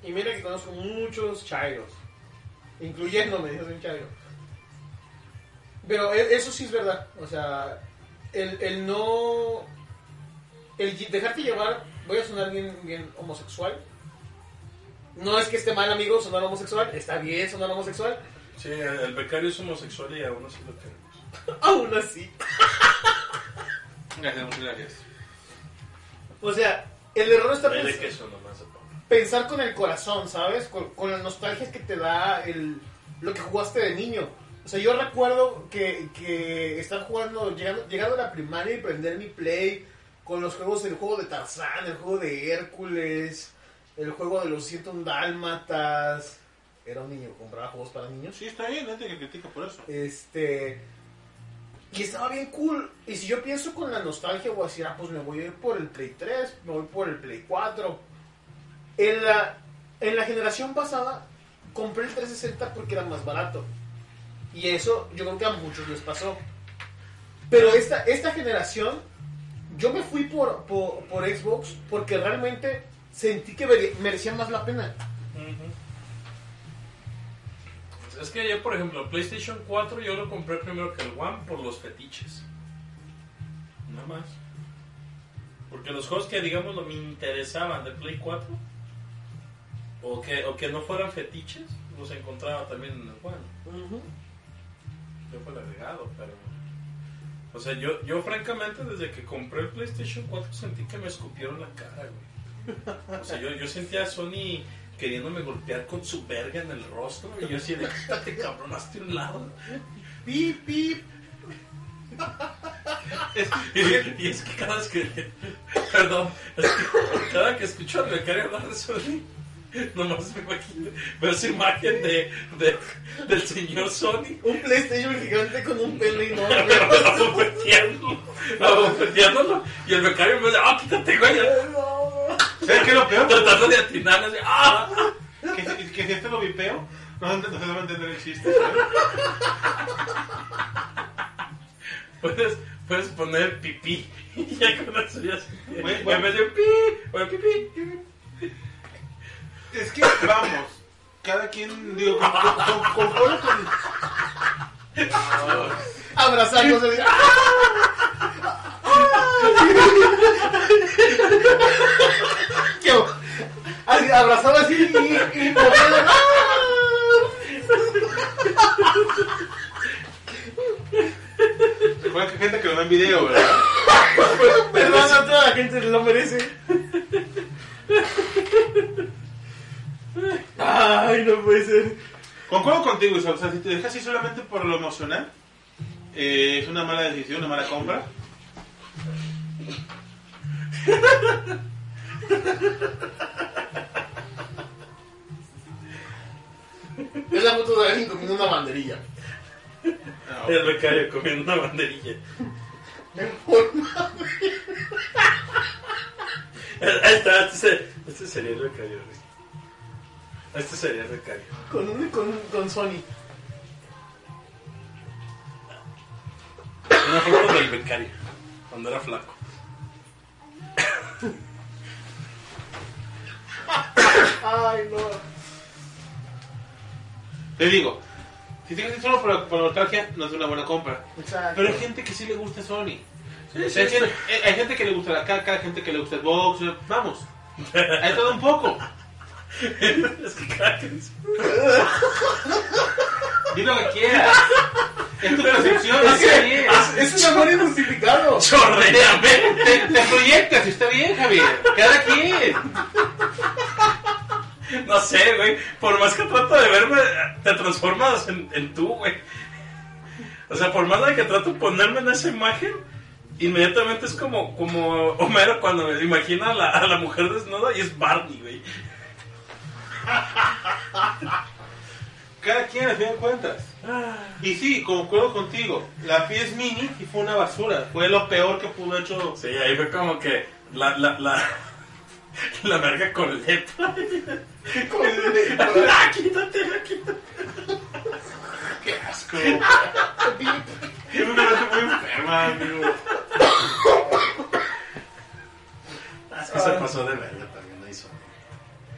Speaker 3: Y mira que conozco muchos chairos. Incluyéndome, yo soy un chairo. Pero e- eso sí es verdad. O sea, el, el no. El lle- dejarte llevar. Voy a sonar bien, bien homosexual. No es que esté mal, amigo, sonar homosexual. Está bien sonar homosexual.
Speaker 4: Sí, el, el becario es homosexual y aún así lo queremos.
Speaker 3: Aún así.
Speaker 5: Gracias, muchas gracias.
Speaker 3: O sea, el error está pues
Speaker 4: Ahí de
Speaker 3: pens-
Speaker 4: queso nomás. de pavo.
Speaker 3: pensar con el corazón, ¿sabes? Con, con las nostalgias que te da el, lo que jugaste de niño. O sea, yo recuerdo que, que estar jugando, llegando, llegando a la primaria y prender mi play con los juegos, el juego de Tarzán, el juego de Hércules, el juego de los 101 Dálmatas. Era un niño, compraba juegos para niños.
Speaker 5: Sí, está bien, gente que critica por eso.
Speaker 3: Este. Y estaba bien cool. Y si yo pienso con la nostalgia, voy a decir, ah, pues me voy a ir por el Play 3, me voy por el Play 4. En la, en la generación pasada, compré el 360 porque era más barato. Y eso yo creo que a muchos les pasó. Pero esta, esta generación, yo me fui por, por, por Xbox porque realmente sentí que mere- merecía más la pena.
Speaker 4: Es que yo, por ejemplo, PlayStation 4 yo lo compré primero que el One por los fetiches. Nada más. Porque los juegos que, digamos, no me interesaban de Play 4 o que, o que no fueran fetiches, los encontraba también en el One. Yo fue el agregado, pero... O sea, yo, yo francamente desde que compré el PlayStation 4 sentí que me escupieron la cara, güey. O sea, yo, yo sentía a Sony queriéndome golpear con su verga en el rostro y yo así de, quítate cabrón, hazte un lado. Pip, pip. Es- y, y es que cada vez que... Perdón, es que cada que escucho al becario hablar de Sony... Nomás me imagino, veo esa imagen de, de- del señor Sony
Speaker 3: Un PlayStation gigante con un pelo enorme.
Speaker 4: abofeteando, abofeteándolo. Y el becario me dice, ah, quítate, güey.
Speaker 5: ¿Sabes qué es lo peor?
Speaker 4: Tratando de atinar, así, ah.
Speaker 5: Que, si- que si este lo vipeo, no, no se va a entender el chiste. ¿sabes?
Speaker 4: Puedes, puedes poner pipí. Y ya con eso ya se-
Speaker 5: Güey,
Speaker 4: En
Speaker 5: güey.
Speaker 4: vez de pi, o pipí.
Speaker 5: Es que vamos, cada quien, digo, con- con- concuerdo con,
Speaker 3: Abrazándose. ¿Qué? Así, abrazado así y, y moviendo.
Speaker 5: Recuerda que hay gente que lo ve en video, ¿verdad?
Speaker 3: Perdón a toda la gente, lo merece. Ay, no puede ser.
Speaker 5: Concuerdo contigo, Isabel. O sea, si te dejas así solamente por lo emocional, eh, es una mala decisión, una mala compra.
Speaker 3: Es la foto de alguien comiendo una banderilla.
Speaker 4: El becario comiendo una banderilla. Ahí está, este, se- este sería el becario. güey. Este sería el becario.
Speaker 3: Con, un- con, con Sony.
Speaker 4: Una foto del becario, cuando era flaco.
Speaker 3: Ay, no.
Speaker 5: Te digo, si te dejas así solo por, por nostalgia, no es una buena compra.
Speaker 3: Exacto.
Speaker 5: Pero hay gente que sí le gusta Sony.
Speaker 4: Sí,
Speaker 5: O
Speaker 4: sí,
Speaker 5: sea, hay,
Speaker 4: sí.
Speaker 5: gente, eh, hay gente que le gusta la caca, hay gente que le gusta el box, eh, vamos. Hay todo un poco.
Speaker 4: Es que cada que dice-
Speaker 5: Di lo que quieras. Es tu percepción,
Speaker 3: Es
Speaker 5: está
Speaker 3: que
Speaker 5: bien.
Speaker 3: es un amor injustificado.
Speaker 4: ¡Chorreame!
Speaker 5: Te, te proyectas, está bien, Javier. Cada quien.
Speaker 4: No sé, güey. Por más que trato de verme, te transformas en, en tú, güey. O sea, por más de que trato de ponerme en esa imagen, inmediatamente es como, como Homero cuando me imagina a la, a la mujer desnuda y es Barney, güey.
Speaker 5: Cada quien, al fin de cuentas. Y sí, concuerdo contigo. La PS Mini sí fue una basura. Fue lo peor que pudo hecho.
Speaker 4: Sí, ahí fue como que la, la, la, la verga con lepra. ¡Ah, quítate, ah, quítate!
Speaker 5: ¡Qué asco! Tiene una mente muy enferma, amigo.
Speaker 4: Es que se pasó de verga también, no hizo.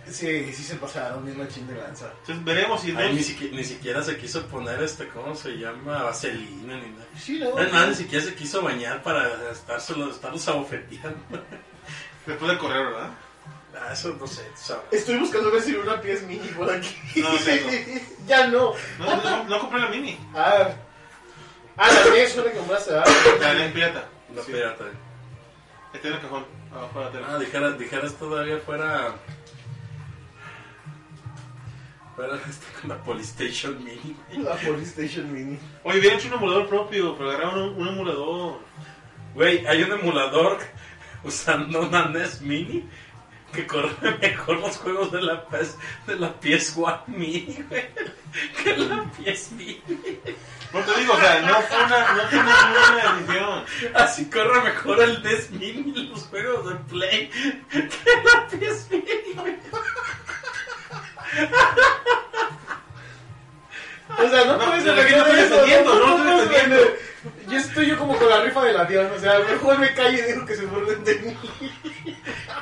Speaker 3: Sí, sí se pasaron, es machín de lanza.
Speaker 5: Entonces veremos si
Speaker 4: Ahí ni,
Speaker 5: Netflix.
Speaker 4: siqui- ni siquiera se quiso poner este, ¿cómo se llama? Vaselina ni nada.
Speaker 3: Sí, no.
Speaker 4: Es más, ni siquiera se quiso bañar para estárselo, estarlos abofeteando.
Speaker 5: Después de correr, ¿verdad?
Speaker 4: Ah, eso no sé, tú sabes.
Speaker 3: Estoy buscando ver si veo una pies mini por aquí.
Speaker 5: No, tengo.
Speaker 3: ya no.
Speaker 5: No, no, no compré la mini.
Speaker 3: Ah, ah la pies suena que compraste, ¿verdad?
Speaker 5: La de pirata.
Speaker 4: La
Speaker 5: Sí.
Speaker 4: pirata.
Speaker 5: Está en el cajón. Abajo de la tela.
Speaker 4: Ah, dijera- dijeras todavía fuera. Fuera este, con la Polystation Mini.
Speaker 3: La Polystation Mini.
Speaker 5: Oye, hubieran hecho un emulador propio, pero agarraron un, un emulador.
Speaker 4: Güey, hay un emulador usando una NES Mini que corre mejor los juegos de la, PS, de la PS1 Mini, güey, que la PS Mini.
Speaker 5: No te digo, o sea, no fue una, no fue una buena edición.
Speaker 4: Así corre mejor el NES Mini en los juegos de Play que la PS Mini, güey.
Speaker 3: O sea, no,
Speaker 5: No,
Speaker 3: puedes
Speaker 5: de lo que
Speaker 3: hablar
Speaker 5: no
Speaker 3: de
Speaker 5: estoy
Speaker 3: eso,
Speaker 5: defendiendo, no
Speaker 3: no,
Speaker 5: estoy
Speaker 3: puedes
Speaker 5: defendiendo.
Speaker 3: hablar de- Yo estoy yo como con la rifa del avión, o sea, mejor me callo y dejo que se burlen de mí.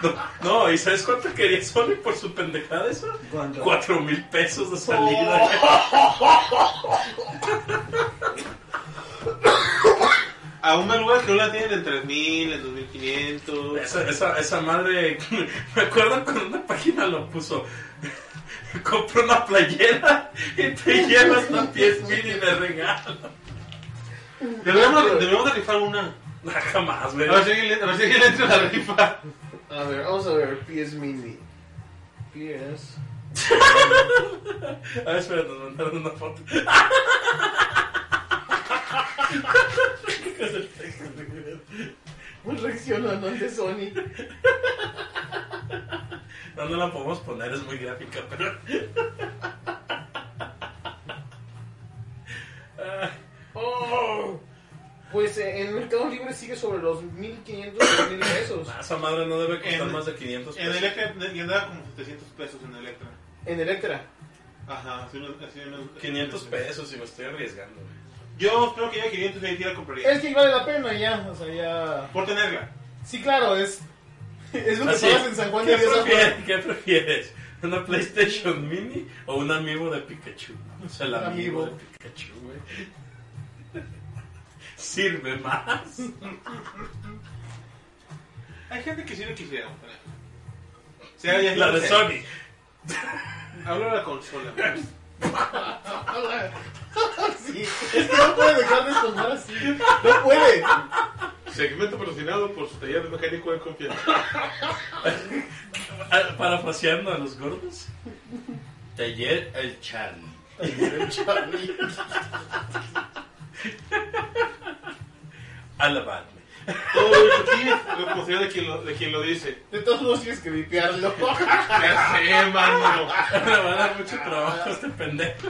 Speaker 4: No, no, ¿y sabes cuánto quería Sony por su pendejada eso?
Speaker 3: ¿Cuánto?
Speaker 4: Cuatro mil pesos de salida.
Speaker 5: Aún hay lugares que no la tienen en 3000, en 2500.
Speaker 4: Esa, esa, esa madre, me acuerdo cuando una página lo puso. Compra una playera y te llevas la pies mil y de regalo.
Speaker 5: Deberíamos, deberíamos de rifar una.
Speaker 4: No, jamás, güey.
Speaker 5: A ver si alguien le- a ver si alguien le entra a la rifa.
Speaker 3: A ver, vamos a ver, PS Mini. PS.
Speaker 4: A ver, espera, nos mandaron una foto.
Speaker 3: Un reaccionando de Sony.
Speaker 4: No, no la podemos poner, es muy gráfica, pero. Ah,
Speaker 3: Oh. Pues eh, en Mercado Libre sigue sobre los 1500 mil pesos.
Speaker 4: no, esa madre no debe costar
Speaker 5: En-
Speaker 4: más de 500
Speaker 5: En
Speaker 4: pesos.
Speaker 5: Electra, yo andaba como 700 pesos en Electra.
Speaker 3: En Electra.
Speaker 5: Ajá, así unos. así unos-
Speaker 4: 500 pesos y me estoy arriesgando. güey.
Speaker 5: Yo espero que lleve 500 y ahí sí la compraría.
Speaker 3: Es que vale la pena ya, o sea, ya.
Speaker 5: Por tenerla.
Speaker 3: Sí, claro, es. Es lo que
Speaker 4: Así,
Speaker 3: pagas en San Juan de
Speaker 4: ¿qué,
Speaker 3: Dios.
Speaker 4: prefieres, ¿Qué prefieres? ¿Una PlayStation Mini o un amigo de Pikachu? O sea, el
Speaker 3: Un
Speaker 4: amigo,
Speaker 3: amigo.
Speaker 4: de Pikachu, güey. Sirve más.
Speaker 5: Hay gente que sí lo quisiera comprar. O sea, ya
Speaker 4: La de Sony.
Speaker 5: Hablo de la consola. pues.
Speaker 3: Sí, es que no puede dejar de sonar así. No puede.
Speaker 5: Segmento patrocinado por su taller de mecánico de confianza.
Speaker 4: Ah, Parafraseando a los gordos. Taller el Charlie. Alabarme.
Speaker 5: Todo lo que es responsabilidad de quien lo, de quien lo dice.
Speaker 3: De todos modos tienes que vipearlo.
Speaker 5: Ya sé, mano.
Speaker 4: Me va a dar mucho trabajo este pendejo.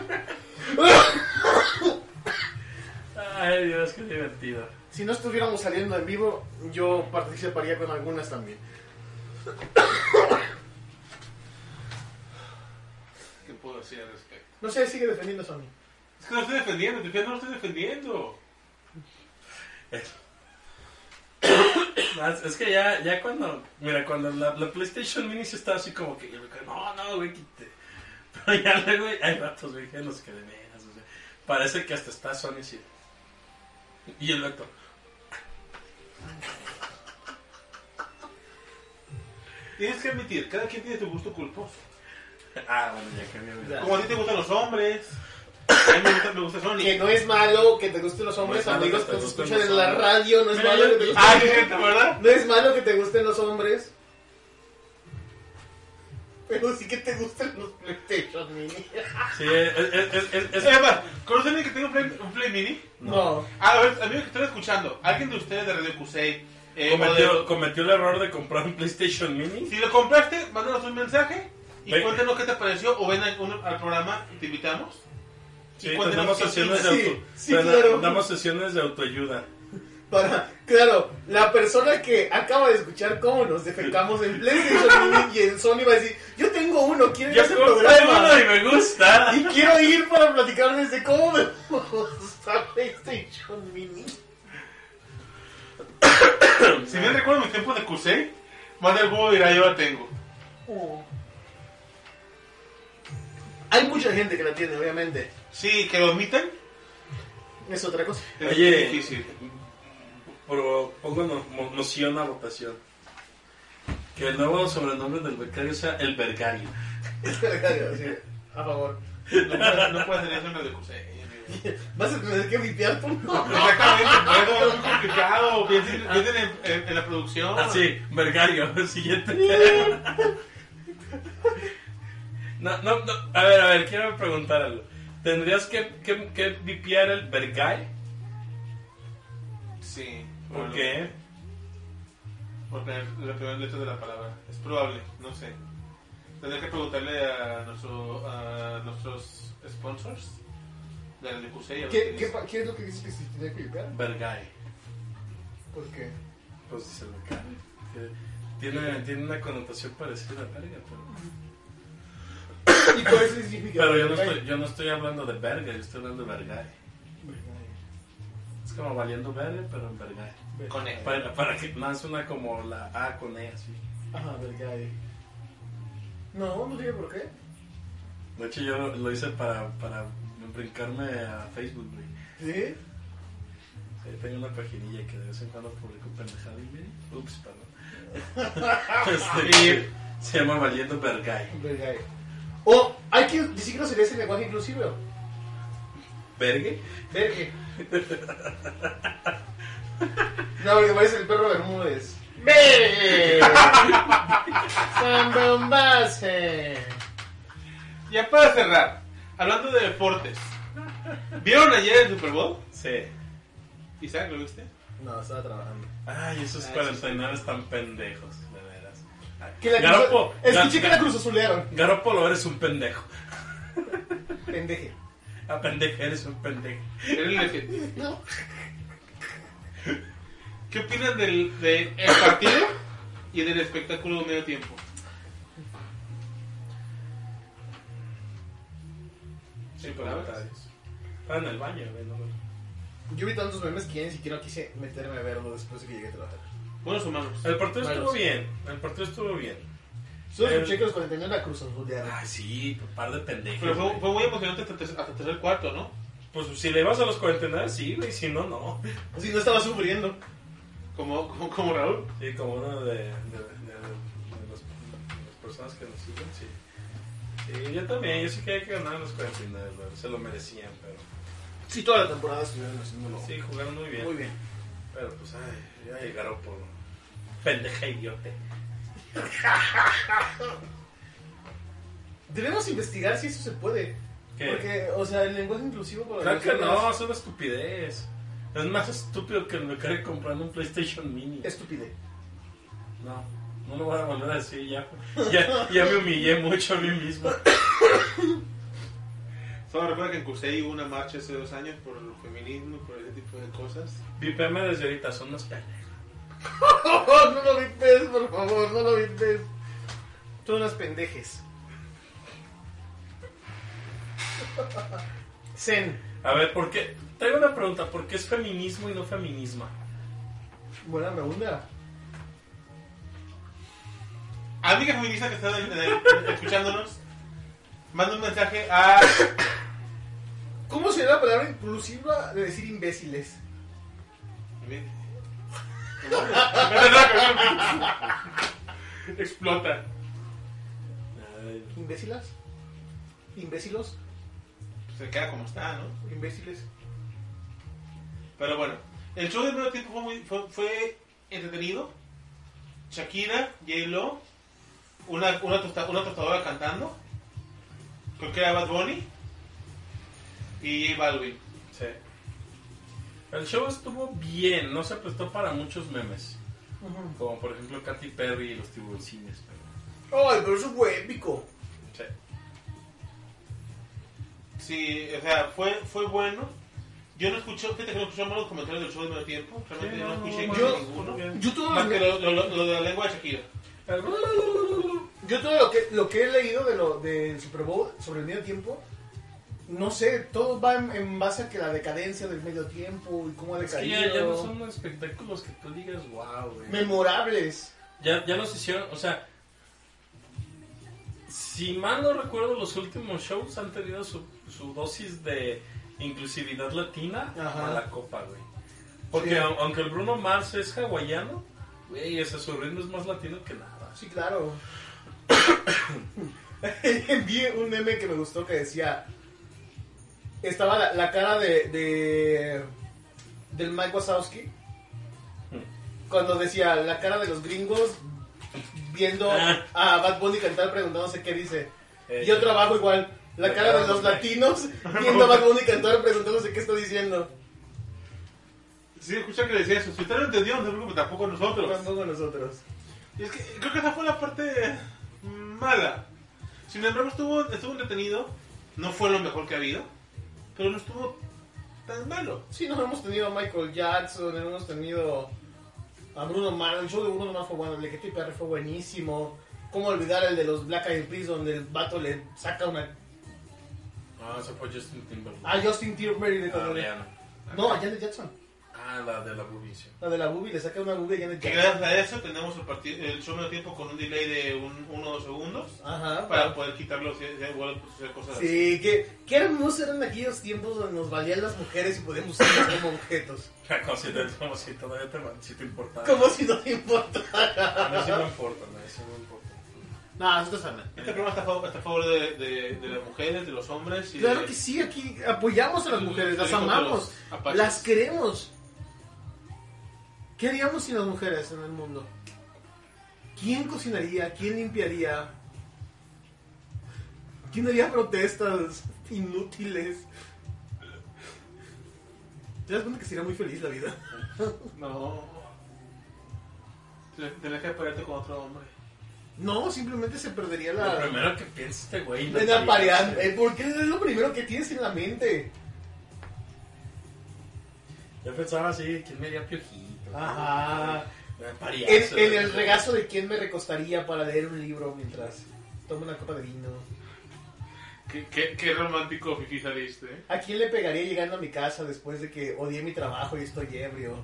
Speaker 4: Ay, Dios, qué divertido.
Speaker 3: Si no estuviéramos saliendo en vivo, yo participaría con algunas también.
Speaker 5: ¿Qué puedo decir al respecto?
Speaker 3: No sé, sigue defendiendo a Sony.
Speaker 5: Es que no estoy defendiendo, te fijas, no lo estoy defendiendo.
Speaker 4: No, Es es que ya, ya cuando, mira, cuando la, la PlayStation Mini se estaba así como que, yo me quedé, no, no, güey, quite. Pero ya luego hay ratos, güey, que nos queden veras, o sea, parece que hasta está Sony así. Y el doctor.
Speaker 5: Tienes que admitir, cada quien tiene su gusto culposo.
Speaker 4: Ah, bueno, ya cambió. güey.
Speaker 5: Como a ti te gustan los hombres, a mí me gusta, me gusta
Speaker 3: Que
Speaker 5: Sony.
Speaker 3: no es malo que te gusten los hombres,
Speaker 4: No es malo
Speaker 3: amigos
Speaker 4: que
Speaker 3: que
Speaker 4: te
Speaker 3: te
Speaker 4: gusten
Speaker 3: escuchan
Speaker 4: los
Speaker 3: en la
Speaker 4: hombres.
Speaker 3: radio. No es
Speaker 4: Mira,
Speaker 3: malo
Speaker 4: yo-
Speaker 3: que te
Speaker 5: Ah,
Speaker 3: gusten
Speaker 5: es cierto, ¿verdad?
Speaker 3: No es malo que te gusten los hombres. Pero sí que te gustan los PlayStation Mini.
Speaker 4: Sí, es, es, es, es-
Speaker 3: Eh,
Speaker 4: es-
Speaker 5: Eva, ¿conoces a alguien que tenga un Play, un Play Mini?
Speaker 3: No.
Speaker 5: Ah, a ver, amigos que están escuchando, ¿alguien de ustedes de Radio Cusei? Eh, o
Speaker 4: cometió,
Speaker 5: de-
Speaker 4: cometió el error de comprar un PlayStation Mini.
Speaker 5: si lo compraste, mándanos un mensaje y
Speaker 4: Ve-
Speaker 5: cuéntanos qué te pareció o ven al, un- al programa y te invitamos.
Speaker 4: Sí,
Speaker 5: cuando
Speaker 4: tenemos
Speaker 5: nos-
Speaker 4: sesiones de
Speaker 3: sí,
Speaker 4: auto,
Speaker 3: sí,
Speaker 4: tena-
Speaker 3: claro.
Speaker 4: damos sesiones de autoayuda.
Speaker 3: Para, claro, la persona que acaba de escuchar cómo nos defecamos en PlayStation Mini y en Sony va a decir, yo tengo uno, quiero ir a
Speaker 4: Yo
Speaker 3: ese
Speaker 4: compré uno y
Speaker 3: programa.
Speaker 4: me gusta.
Speaker 3: Y quiero ir para platicarles de cómo me gusta PlayStation Mini.
Speaker 5: Si bien recuerdo mi tiempo de Cusei, más del juego dirá yo la tengo.
Speaker 3: Hay mucha gente que la tiene, obviamente.
Speaker 5: Sí, que lo omiten
Speaker 3: Es otra cosa.
Speaker 5: es
Speaker 4: Oye.
Speaker 5: difícil.
Speaker 4: Pero pongo no- mo- moción a votación. Que el nuevo sobrenombre del becario sea el Bergario.
Speaker 3: Sí, a favor.
Speaker 5: No puedes, no puedes tener eso en el de Cusey, amigo.
Speaker 3: Vas a tener que vipear tu
Speaker 5: Exactamente, por eso es muy complicado. Piensen, piensen en, en- en la producción.
Speaker 4: Así, Bergario, el Ah, siguiente. No, no, no. A ver, a ver, quiero preguntar algo. ¿Tendrías que, que, que vipiar el Bergay?
Speaker 5: Sí.
Speaker 4: ¿Por
Speaker 5: bueno,
Speaker 4: qué?
Speaker 5: Por tener la primera letra de la palabra. Es probable, no sé. Tendré que preguntarle a, nuestro, a nuestros sponsors del de Cusey. a ver
Speaker 3: ¿Qué,
Speaker 5: qué
Speaker 3: qué,
Speaker 5: dicen.
Speaker 3: pa- qué es lo que dices que se tiene que vipear?
Speaker 4: Bergay.
Speaker 3: ¿Por qué?
Speaker 4: Pues dice el becario. Que Tiene, tiene una connotación parecida a verga, pero...
Speaker 3: ¿Y cuál es el significado?
Speaker 4: Pero yo no, estoy, yo no estoy hablando de verga, yo estoy hablando de Bergay. Es como valiendo verga, pero en Bergay.
Speaker 5: Con él.
Speaker 4: Para, para que más una como la A con E, así.
Speaker 3: Ajá, Vergay. No, no tiene por qué.
Speaker 4: De hecho, yo lo, lo hice para, para brincarme a Facebook, güey.
Speaker 3: ¿Sí?
Speaker 4: Ahí tengo una paginilla que de vez en cuando publico pendejada y miren, ups, perdón. Este, se llama Valiendo Vergay.
Speaker 3: Vergay. O hay que decir groserías en lenguaje inclusivo.
Speaker 4: ¿Vergue?
Speaker 3: Vergue. No, porque parece el perro Bermúdez. ¡Vergue! ¡Zambombase!
Speaker 5: Ya para cerrar, hablando de deportes. ¿Vieron ayer el Super Bowl?
Speaker 4: Sí.
Speaker 5: Isaac, ¿lo viste?
Speaker 3: No, estaba trabajando.
Speaker 4: Ay, esos
Speaker 5: Ay,
Speaker 4: 49 están pendejos, de veras.
Speaker 3: Que la
Speaker 4: Garopo.
Speaker 3: cruz... Escuché
Speaker 4: Gar-
Speaker 3: que la cruz azulearon.
Speaker 4: Garópolo, eres un pendejo.
Speaker 3: Pendeje.
Speaker 4: A pendejo, eres un pendejo.
Speaker 5: Era el elegido.
Speaker 3: No.
Speaker 5: ¿Qué opinan del de el partido y del espectáculo de medio tiempo?
Speaker 4: Sí, Estaba en el baño, güey, no me-
Speaker 3: Yo vi tantos memes que ya ni siquiera quise meterme a verlo después de que llegué a trabajar.
Speaker 5: Buenos o malos.
Speaker 4: El partido estuvo
Speaker 3: Malos.
Speaker 4: bien, el partido estuvo bien.
Speaker 3: Solo
Speaker 4: Eh,
Speaker 3: escuché que los 49 la cruz azulearon.
Speaker 4: Ay, Ah, sí, par de pendejos.
Speaker 5: Pero fue,
Speaker 4: güey.
Speaker 5: fue muy emocionante hasta, ter- hasta tercer cuarto, ¿no?
Speaker 4: Pues si le vas a los 49, sí, güey, si no, no.
Speaker 3: Si no estaba sufriendo.
Speaker 5: Como, como, como Raúl.
Speaker 4: Sí, como uno de, de, de- de los- de las personas que nos siguen, sí. Sí, yo también, yo sí que hay que ganar los 49, güey, se lo merecían, pero
Speaker 3: Sí, toda la temporada estuvieron haciéndolo
Speaker 4: sí, jugaron muy bien.
Speaker 3: muy bien.
Speaker 4: Pero pues, ay, ya llegaron por pendeja idiote.
Speaker 3: Debemos investigar si eso se puede.
Speaker 4: ¿Qué?
Speaker 3: Porque, o sea, el lenguaje inclusivo con
Speaker 4: Claro
Speaker 3: las
Speaker 4: que no,
Speaker 3: personas
Speaker 4: es una estupidez. Es más estúpido que el becario comprando un PlayStation Mini.
Speaker 3: es estúpide.
Speaker 4: No, no lo voy a volver a decir ya. Ya, ya me humillé mucho a mí mismo.
Speaker 5: Solo recuerda que en Cursey hubo una marcha hace dos años por el feminismo, por ese tipo de cosas.
Speaker 4: Vipeme desde ahorita, son unos pendejos.
Speaker 3: no lo vipes, por favor, no lo vipes. Son unas pendejes. Zen.
Speaker 4: A ver, ¿por qué? Tengo una pregunta, ¿por qué es feminismo y no feminisma?
Speaker 3: Buena pregunta.
Speaker 5: Amiga feminista que está en- en- escuchándonos, manda un mensaje a
Speaker 3: ¿Cómo sería la palabra inclusiva de decir imbéciles?
Speaker 5: Explota.
Speaker 3: ¿Imbécilas? ¿Imbécilos?
Speaker 5: Se queda como está, ¿no?
Speaker 3: ¿Imbéciles?
Speaker 5: Pero bueno, el show del primer tiempo fue, muy- fue, fue entretenido. Shakira, J-Lo, una, una, tosta- una tostadora cantando. Creo que era Bad Bunny. Y J Balvin.
Speaker 4: Sí. El show estuvo bien, no se prestó para muchos memes. Como por ejemplo Katy Perry y los tiburoncines. pero-
Speaker 3: Ay, pero eso fue épico.
Speaker 4: Sí.
Speaker 5: Sí, o sea, fue, fue bueno. Yo no escuché, fíjate que no escuché malos comentarios del show del primer tiempo. Realmente
Speaker 4: Sí,
Speaker 5: no,
Speaker 4: no,
Speaker 5: escuché
Speaker 4: no,
Speaker 5: casi
Speaker 3: yo-
Speaker 5: ninguno.
Speaker 3: Yo todo
Speaker 5: Más
Speaker 3: lo
Speaker 5: que
Speaker 3: que,
Speaker 5: lo, lo- lo- lo de la lengua de Shakira.
Speaker 3: yo todo lo que, lo que he leído de lo, del Super Bowl sobre el medio tiempo, no sé, todo va en, en base a que la decadencia del medio tiempo y cómo ha
Speaker 4: Es que
Speaker 3: decaído.
Speaker 4: ya, ya no son espectáculos que tú digas, wow, güey.
Speaker 3: Memorables.
Speaker 4: Ya, ya nos hicieron, o sea, Si mal no recuerdo, los últimos shows han tenido su, su dosis de inclusividad latina
Speaker 3: Ajá.
Speaker 4: a la copa, güey. Porque
Speaker 3: Sí.
Speaker 4: au- aunque el Bruno Mars es hawaiano, güey, ese su ritmo es más latino que nada.
Speaker 3: Sí, claro. Vi un meme que me gustó que decía. Estaba la, la cara de, de. del Mike Wazowski. Cuando decía la cara de los gringos viendo
Speaker 4: Ah.
Speaker 3: a Bad Bunny cantar preguntándose qué dice.
Speaker 4: Eh,
Speaker 3: Yo trabajo igual. La
Speaker 4: la
Speaker 3: cara
Speaker 4: cara
Speaker 3: de los
Speaker 4: de-
Speaker 3: latinos viendo a Bad Bunny cantar preguntándose qué está diciendo.
Speaker 5: Sí, escucha que decía eso. Si usted no entendió, no se preocupe, tampoco nosotros.
Speaker 3: Tampoco nosotros.
Speaker 5: Y es que creo que esa fue la parte mala. Sin embargo, estuvo, estuvo entretenido. No fue lo mejor que ha habido. Pero no estuvo tan malo.
Speaker 3: Sí, no hemos tenido a Michael Jackson, hemos tenido a Bruno Mars. El show de Bruno Mars fue bueno, el de Katy Perry fue buenísimo. ¿Cómo olvidar el de los Black Eyed Peas donde el vato le saca una...
Speaker 4: Ah, se fue Justin Timberlake.
Speaker 3: A Justin Timberlake de
Speaker 4: Ah,
Speaker 3: cuando le-
Speaker 4: Rihanna.
Speaker 3: No, a Janet Jackson.
Speaker 4: Ah, la de la bubicia.
Speaker 3: La de la boobie, le saca una boobie a Janet
Speaker 5: Que
Speaker 3: Jackson.
Speaker 5: gracias a eso tenemos el, parti- el show medio tiempo con un delay de un- uno o dos segundos.
Speaker 3: Ajá.
Speaker 5: Para poder quitarlo si si vuelve a suceder cosas así.
Speaker 3: Sí, que, que hermosos eran aquellos tiempos donde nos valían las mujeres y podíamos usarlas como objetos.
Speaker 4: Como si, te- como si todavía te, si te importara.
Speaker 3: Como si no te importara.
Speaker 4: A mí sí me importa, a mí sí me importa.
Speaker 3: No, nosotros también.
Speaker 5: Este programa está a favor, está a favor de, de- de las mujeres, de los hombres y
Speaker 3: Claro
Speaker 5: de-
Speaker 3: que sí, aquí apoyamos a las mujeres, las amamos,
Speaker 5: Apaches.
Speaker 3: las queremos. ¿Qué haríamos sin las mujeres en el mundo? ¿Quién cocinaría? ¿Quién limpiaría? ¿Quién haría protestas inútiles? Te das cuenta que sería muy feliz la vida.
Speaker 5: No. Te- Tenés que pelearte con otro hombre.
Speaker 3: No, simplemente se perdería
Speaker 4: Lo
Speaker 3: la...
Speaker 4: primero que piensa este güey.
Speaker 3: En
Speaker 4: la
Speaker 3: la pareja, eh, porque es lo primero que tienes en la mente.
Speaker 4: Yo pensaba así, ¿quién me haría piojito?
Speaker 3: Ajá.
Speaker 4: Me paría.
Speaker 3: En, en el regazo de quién me recostaría para leer un libro mientras tomo una copa de vino.
Speaker 5: Qué, qué, qué romántico fifi saliste. ¿eh?
Speaker 3: ¿A quién le pegaría llegando a mi casa después de que odié mi trabajo y estoy ebrio?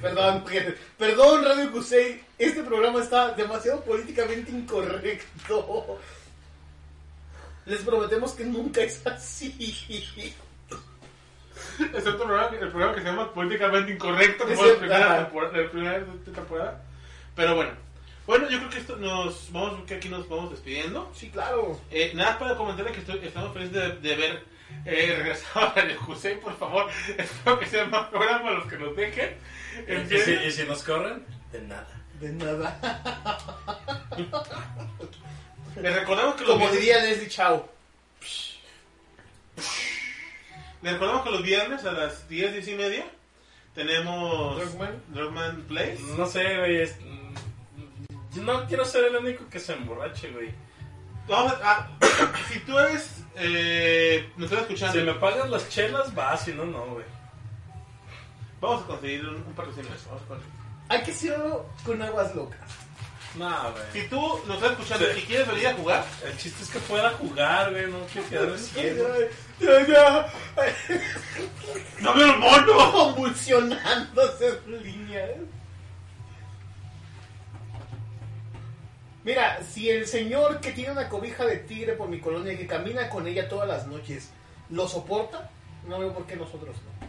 Speaker 3: Perdón, que- perdón Radio Cusey, este programa está demasiado políticamente incorrecto. Les prometemos que nunca es así.
Speaker 5: Excepto el programa, el programa que se llama Políticamente Incorrecto, que
Speaker 3: Es
Speaker 5: fue la
Speaker 3: cierto, ajá.
Speaker 5: primera, temporada, la primera temporada. Pero bueno. Bueno, yo creo que esto nos vamos, que aquí nos vamos despidiendo.
Speaker 3: Sí, claro.
Speaker 5: Eh, nada más para comentarles que estoy, estamos felices de, de ver eh, regresado a Radio José, por favor. Espero que sean más programas los que nos dejen.
Speaker 4: ¿Y
Speaker 5: Empiecen.
Speaker 4: si, y si nos corren, de nada.
Speaker 3: De nada.
Speaker 5: Les recordamos que los
Speaker 3: Como
Speaker 5: viernes-
Speaker 3: diría Leslie Chao.
Speaker 5: Les recordamos que los viernes a las 10, 10 y media tenemos
Speaker 3: Drugman.
Speaker 5: Drugman Place.
Speaker 4: No sé, güey. es- mm, yo no quiero ser el único que se emborrache, güey.
Speaker 5: Vamos a, ah, si tú eres. Eh, me estás escuchando.
Speaker 4: Si me pagas las chelas, va, si no, no, güey.
Speaker 5: Vamos a conseguir un, un patrocinio de eso. Vamos a conseguir.
Speaker 3: Hay que hacerlo con aguas locas.
Speaker 4: No, güey.
Speaker 5: Si tú nos estás escuchando
Speaker 4: Sí.
Speaker 5: y quieres venir a jugar,
Speaker 4: El chiste es que pueda jugar, güey. No quiero quedar ciego.
Speaker 5: ¡No veo el mono!
Speaker 3: Convulsionándose en líneas. Mira, si el señor que tiene una cobija de tigre por mi colonia y que camina con ella todas las noches lo soporta, no veo por qué nosotros no.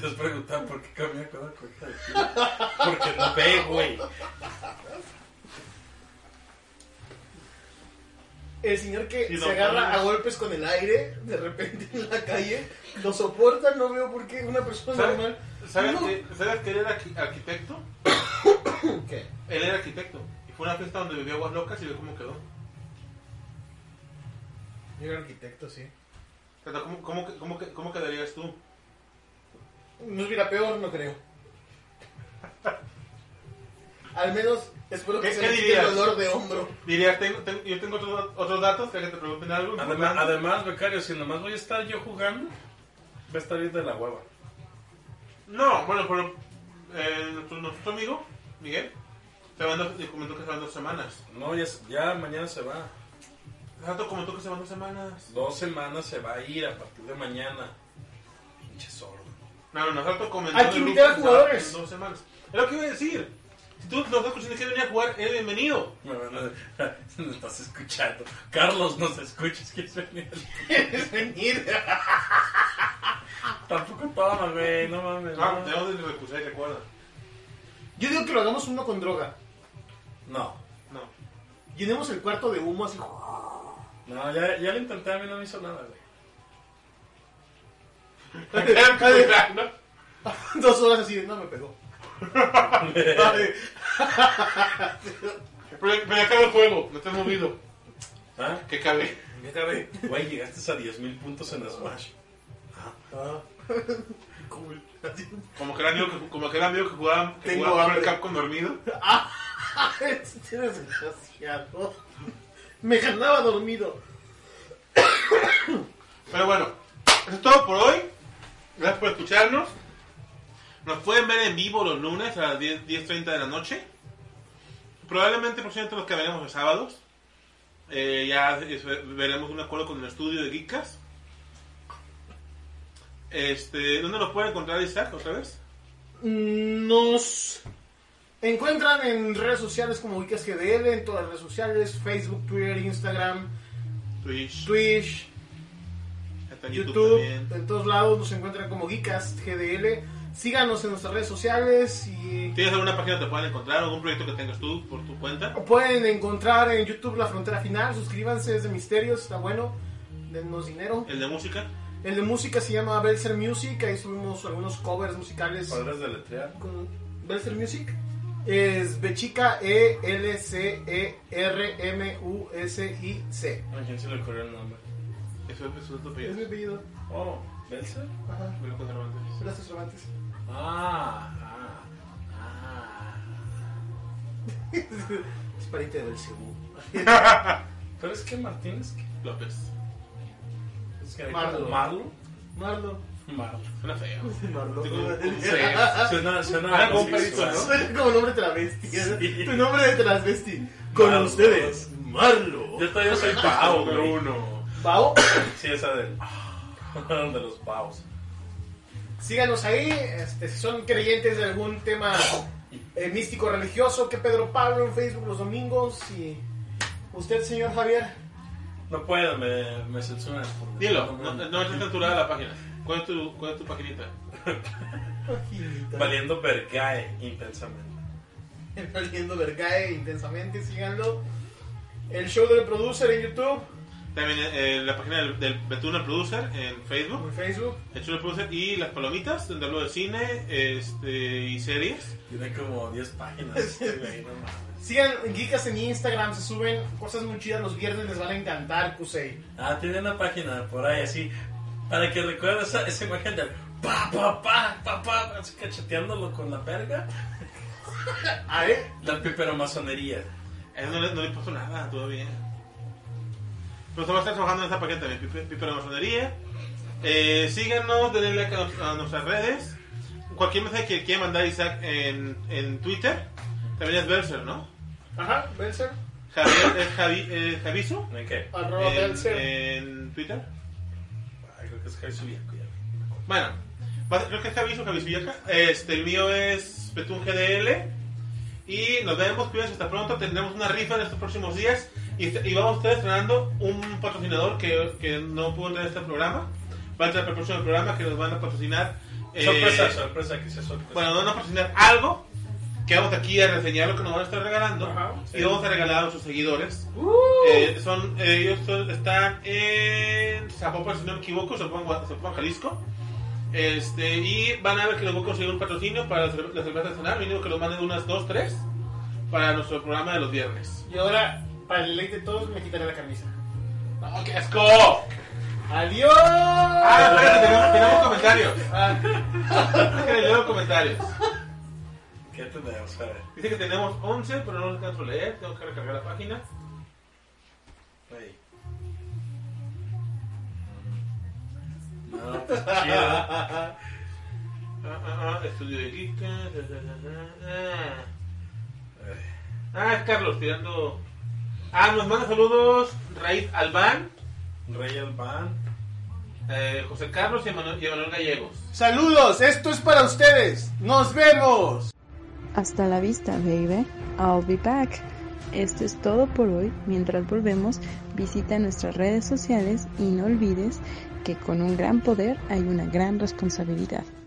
Speaker 4: Te has preguntado por qué comía con la cueca de ti. Porque no ve, güey.
Speaker 3: El señor que
Speaker 5: Sí,
Speaker 3: se
Speaker 5: no,
Speaker 3: agarra
Speaker 5: no.
Speaker 3: a golpes con el aire de repente en la calle lo soporta, no veo por qué una persona
Speaker 5: ¿Sabes?
Speaker 3: normal.
Speaker 5: ¿Sabes,
Speaker 3: No.
Speaker 5: que, ¿Sabes que él era arqui- arquitecto?
Speaker 3: ¿Qué?
Speaker 5: Él era arquitecto. Y fue a una fiesta donde vivió aguas locas y vio cómo quedó.
Speaker 3: Yo era arquitecto, sí.
Speaker 5: O sea, ¿Cómo, cómo, cómo, cómo quedarías tú?
Speaker 3: No hubiera peor, no creo. Al menos espero que
Speaker 5: ¿Qué-
Speaker 3: se
Speaker 5: qué
Speaker 3: me quite el
Speaker 5: dirías?
Speaker 3: dolor de hombro.
Speaker 5: Dirías, tengo, tengo- yo tengo otros otros datos que, que te pregunten algo.
Speaker 4: Además, además, becario, si nomás voy a estar yo jugando, va a estar bien de la hueva.
Speaker 5: No, bueno, pero eh, nuestro, nuestro amigo, Miguel, se van dos- comentó que se van dos semanas.
Speaker 4: No, ya, se- ya mañana se va.
Speaker 5: Rato comentó que se van dos semanas.
Speaker 4: Dos semanas se va a ir a partir de mañana. Pinche sordo.
Speaker 5: No, no, nosotros comentamos.
Speaker 3: Hay que
Speaker 5: el
Speaker 3: invitar
Speaker 5: grupo
Speaker 3: a jugadores.
Speaker 5: hace Dos semanas. Es lo que iba a decir. Si tú nos estás escuchando y quieres venir a jugar, eres bienvenido.
Speaker 4: Me van a- me estás escuchando. Carlos, nos escuchas. ¿Quieres venir?
Speaker 3: ¿Quieres venir?
Speaker 4: Tampoco toma, güey. No mames.
Speaker 5: No,
Speaker 4: No.
Speaker 5: tenemos el recusar, ¿te acuerdas?
Speaker 3: Yo digo que lo hagamos uno con droga.
Speaker 4: No.
Speaker 5: No.
Speaker 3: Llenemos el cuarto de humo así.
Speaker 4: No, ya, ya lo intenté. A mí no me hizo nada, güey.
Speaker 3: Dos horas así de no me pegó.
Speaker 5: Pero, pero ya acaba el juego, no te has movido.
Speaker 4: ¿Ah?
Speaker 5: Que cabe.
Speaker 4: Ya acabé. Güey, llegaste a 10.000 puntos en Smash.
Speaker 3: Ah. Cool. Así.
Speaker 5: Como que era amigo que, como que, era amigo que jugaba, que
Speaker 3: Tengo
Speaker 5: jugaba
Speaker 3: hambre.
Speaker 5: el Capcom dormido.
Speaker 3: Este desgraciado. Me ganaba dormido.
Speaker 5: Pero bueno, eso es todo por hoy. Gracias por escucharnos. Nos pueden ver en vivo los lunes a las 10 10.30 de la noche. Probablemente próximamente los que veremos los sábados. Eh, ya es- veremos un acuerdo con el estudio de Geekas. Este, ¿Dónde nos pueden encontrar Isaac otra vez?
Speaker 3: Nos encuentran en redes sociales como WikasGDL, en todas las redes sociales, Facebook, Twitter, Instagram,
Speaker 5: Twitch,
Speaker 3: Twitch,
Speaker 5: hasta en YouTube,
Speaker 3: YouTube,
Speaker 5: también.
Speaker 3: en todos lados nos encuentran como GDL. Síganos en nuestras redes sociales y
Speaker 5: ¿Tienes alguna página que te puedan encontrar? ¿Algún proyecto que tengas tú por tu cuenta?
Speaker 3: pueden encontrar en YouTube La Frontera Final. Suscríbanse, es de misterios, está bueno. Dennos dinero.
Speaker 5: ¿El de música?
Speaker 3: El de música se llama Belser Music, ahí subimos algunos covers musicales.
Speaker 4: Padres de letrear.
Speaker 3: con Belser Music. Es Bechica E L C E R M U S I C.
Speaker 4: ¿A quién se le ocurrió el nombre?
Speaker 5: Eso es eso es tu
Speaker 3: Es mi
Speaker 5: apellido.
Speaker 3: apellido.
Speaker 4: Oh, ¿Belser?
Speaker 3: Ajá.
Speaker 5: Me lo conservan antes.
Speaker 3: Gracias, Cervantes.
Speaker 4: Ah, ah, ah.
Speaker 3: Es pariente de Belcebú.
Speaker 4: Pero es que Martínez. ¿qué?
Speaker 5: López.
Speaker 4: Es que
Speaker 3: Marlo.
Speaker 4: Marlo.
Speaker 3: Marlo.
Speaker 4: Marlo.
Speaker 5: Suena feo.
Speaker 3: Marlo.
Speaker 4: Sí, suena, suena
Speaker 5: Ah, como un perrito,
Speaker 4: bisexual.
Speaker 5: ¿no?
Speaker 3: Suena como nombre travesti.
Speaker 4: Sí.
Speaker 3: Tu nombre de travesti. Con
Speaker 4: Marlo.
Speaker 3: ustedes, Marlo.
Speaker 4: Yo todavía soy pavo,
Speaker 5: Número
Speaker 4: güey.
Speaker 5: uno.
Speaker 3: Bao,
Speaker 4: Sí, esa del. de los pavos.
Speaker 3: síganos ahí. este, si son creyentes de algún tema eh, místico religioso, que Pedro Pablo en Facebook los domingos. Y usted, señor Javier.
Speaker 4: No puedo, me, me censuran. por-
Speaker 5: Dilo, no, no está censurada la página. ¿Cuál es tu, cuál es tu paginita?
Speaker 4: Valiendo vergae intensamente.
Speaker 3: Valiendo Vergae intensamente, síganlo. El show del producer en YouTube,
Speaker 5: También eh, la página del, del Betuna Producer en Facebook.
Speaker 3: en Facebook.
Speaker 5: El Chulo Producer y Las Palomitas, donde hablo de cine este, y series.
Speaker 4: Tiene como 10 páginas este güey, no mames.
Speaker 3: Sigan Geekas en Instagram, se suben cosas muy chidas los viernes, les van a encantar, Kusei.
Speaker 4: Ah, tiene una página por ahí así. Para que recuerden esa, esa imagen del pa, pa, pa, pa, pa, así cacheteándolo con la verga.
Speaker 3: Ah, ¿eh?
Speaker 4: La piperomasonería.
Speaker 5: A eso no, le- no le pasó nada todavía. Pero se va a estar trabajando en esa página también, Pipe- Pipe de Masonería. Eh, síganos, denle like a, nos- a nuestras redes. Cualquier mensaje que quiera mandar Isaac en, en Twitter, también es Berser, ¿no?
Speaker 3: Ajá, Belser.
Speaker 5: Javier es Javi, eh, Javiso
Speaker 4: ¿En qué?
Speaker 3: Arroba
Speaker 5: en,
Speaker 3: Belser.
Speaker 5: en Twitter.
Speaker 4: Ay, creo que es Jair Zuliaco ya.
Speaker 5: Bueno, va- creo que es Javiso, Javiso Villaca. Este, el mío es Betún GDL. Y nos vemos, cuídense, hasta pronto. Tendremos una rifa en estos próximos días. Y, est- y vamos a estar estrenando un patrocinador que, que no pudo entrar en este programa. Va a entrar para el próximo programa que nos van a patrocinar. eh,
Speaker 4: Sorpresa, sorpresa, que sea sorpresa.
Speaker 5: Bueno, nos van a patrocinar algo que vamos aquí a reseñar lo que nos van a estar regalando.
Speaker 3: Ajá,
Speaker 5: Y vamos a regalar a sus seguidores.
Speaker 3: Uh,
Speaker 5: Eh, son, ellos son- están en Zapopan, si no me equivoco, Zapopan, Gua- Zapopan, Jalisco. Este, y van a ver que les voy a conseguir un patrocinio para la cerve- la cerveza nacional. Mínimo que lo manden unas 2, 3 para nuestro programa de los viernes.
Speaker 3: y ahora, para el ley de todos, me quitaré la camisa.
Speaker 5: ¡No, qué asco!
Speaker 3: ¡Adiós!
Speaker 5: Ah, espérate, tenemos, tenemos comentarios.
Speaker 3: Ah,
Speaker 5: Es que leo comentarios.
Speaker 4: ¿Qué tenemos? A ver.
Speaker 5: Dice que tenemos 11, pero no los alcanzo a leer. Tengo que recargar la página.
Speaker 4: Ahí. No, pues chido. ¿eh?
Speaker 5: Ah, ah, ah, estudio de Geek. Ah, ah, ah. Ah, es Carlos tirando. Ah, nos manda saludos Raid Albán,
Speaker 4: Rey Albán.
Speaker 5: eh, José Carlos y Emanuel, y Emanuel Gallegos.
Speaker 3: Saludos, esto es para ustedes. Nos vemos.
Speaker 2: Hasta la vista, baby. I'll be back. Esto es todo por hoy. Mientras volvemos, visita nuestras redes sociales y no olvides que con un gran poder hay una gran responsabilidad.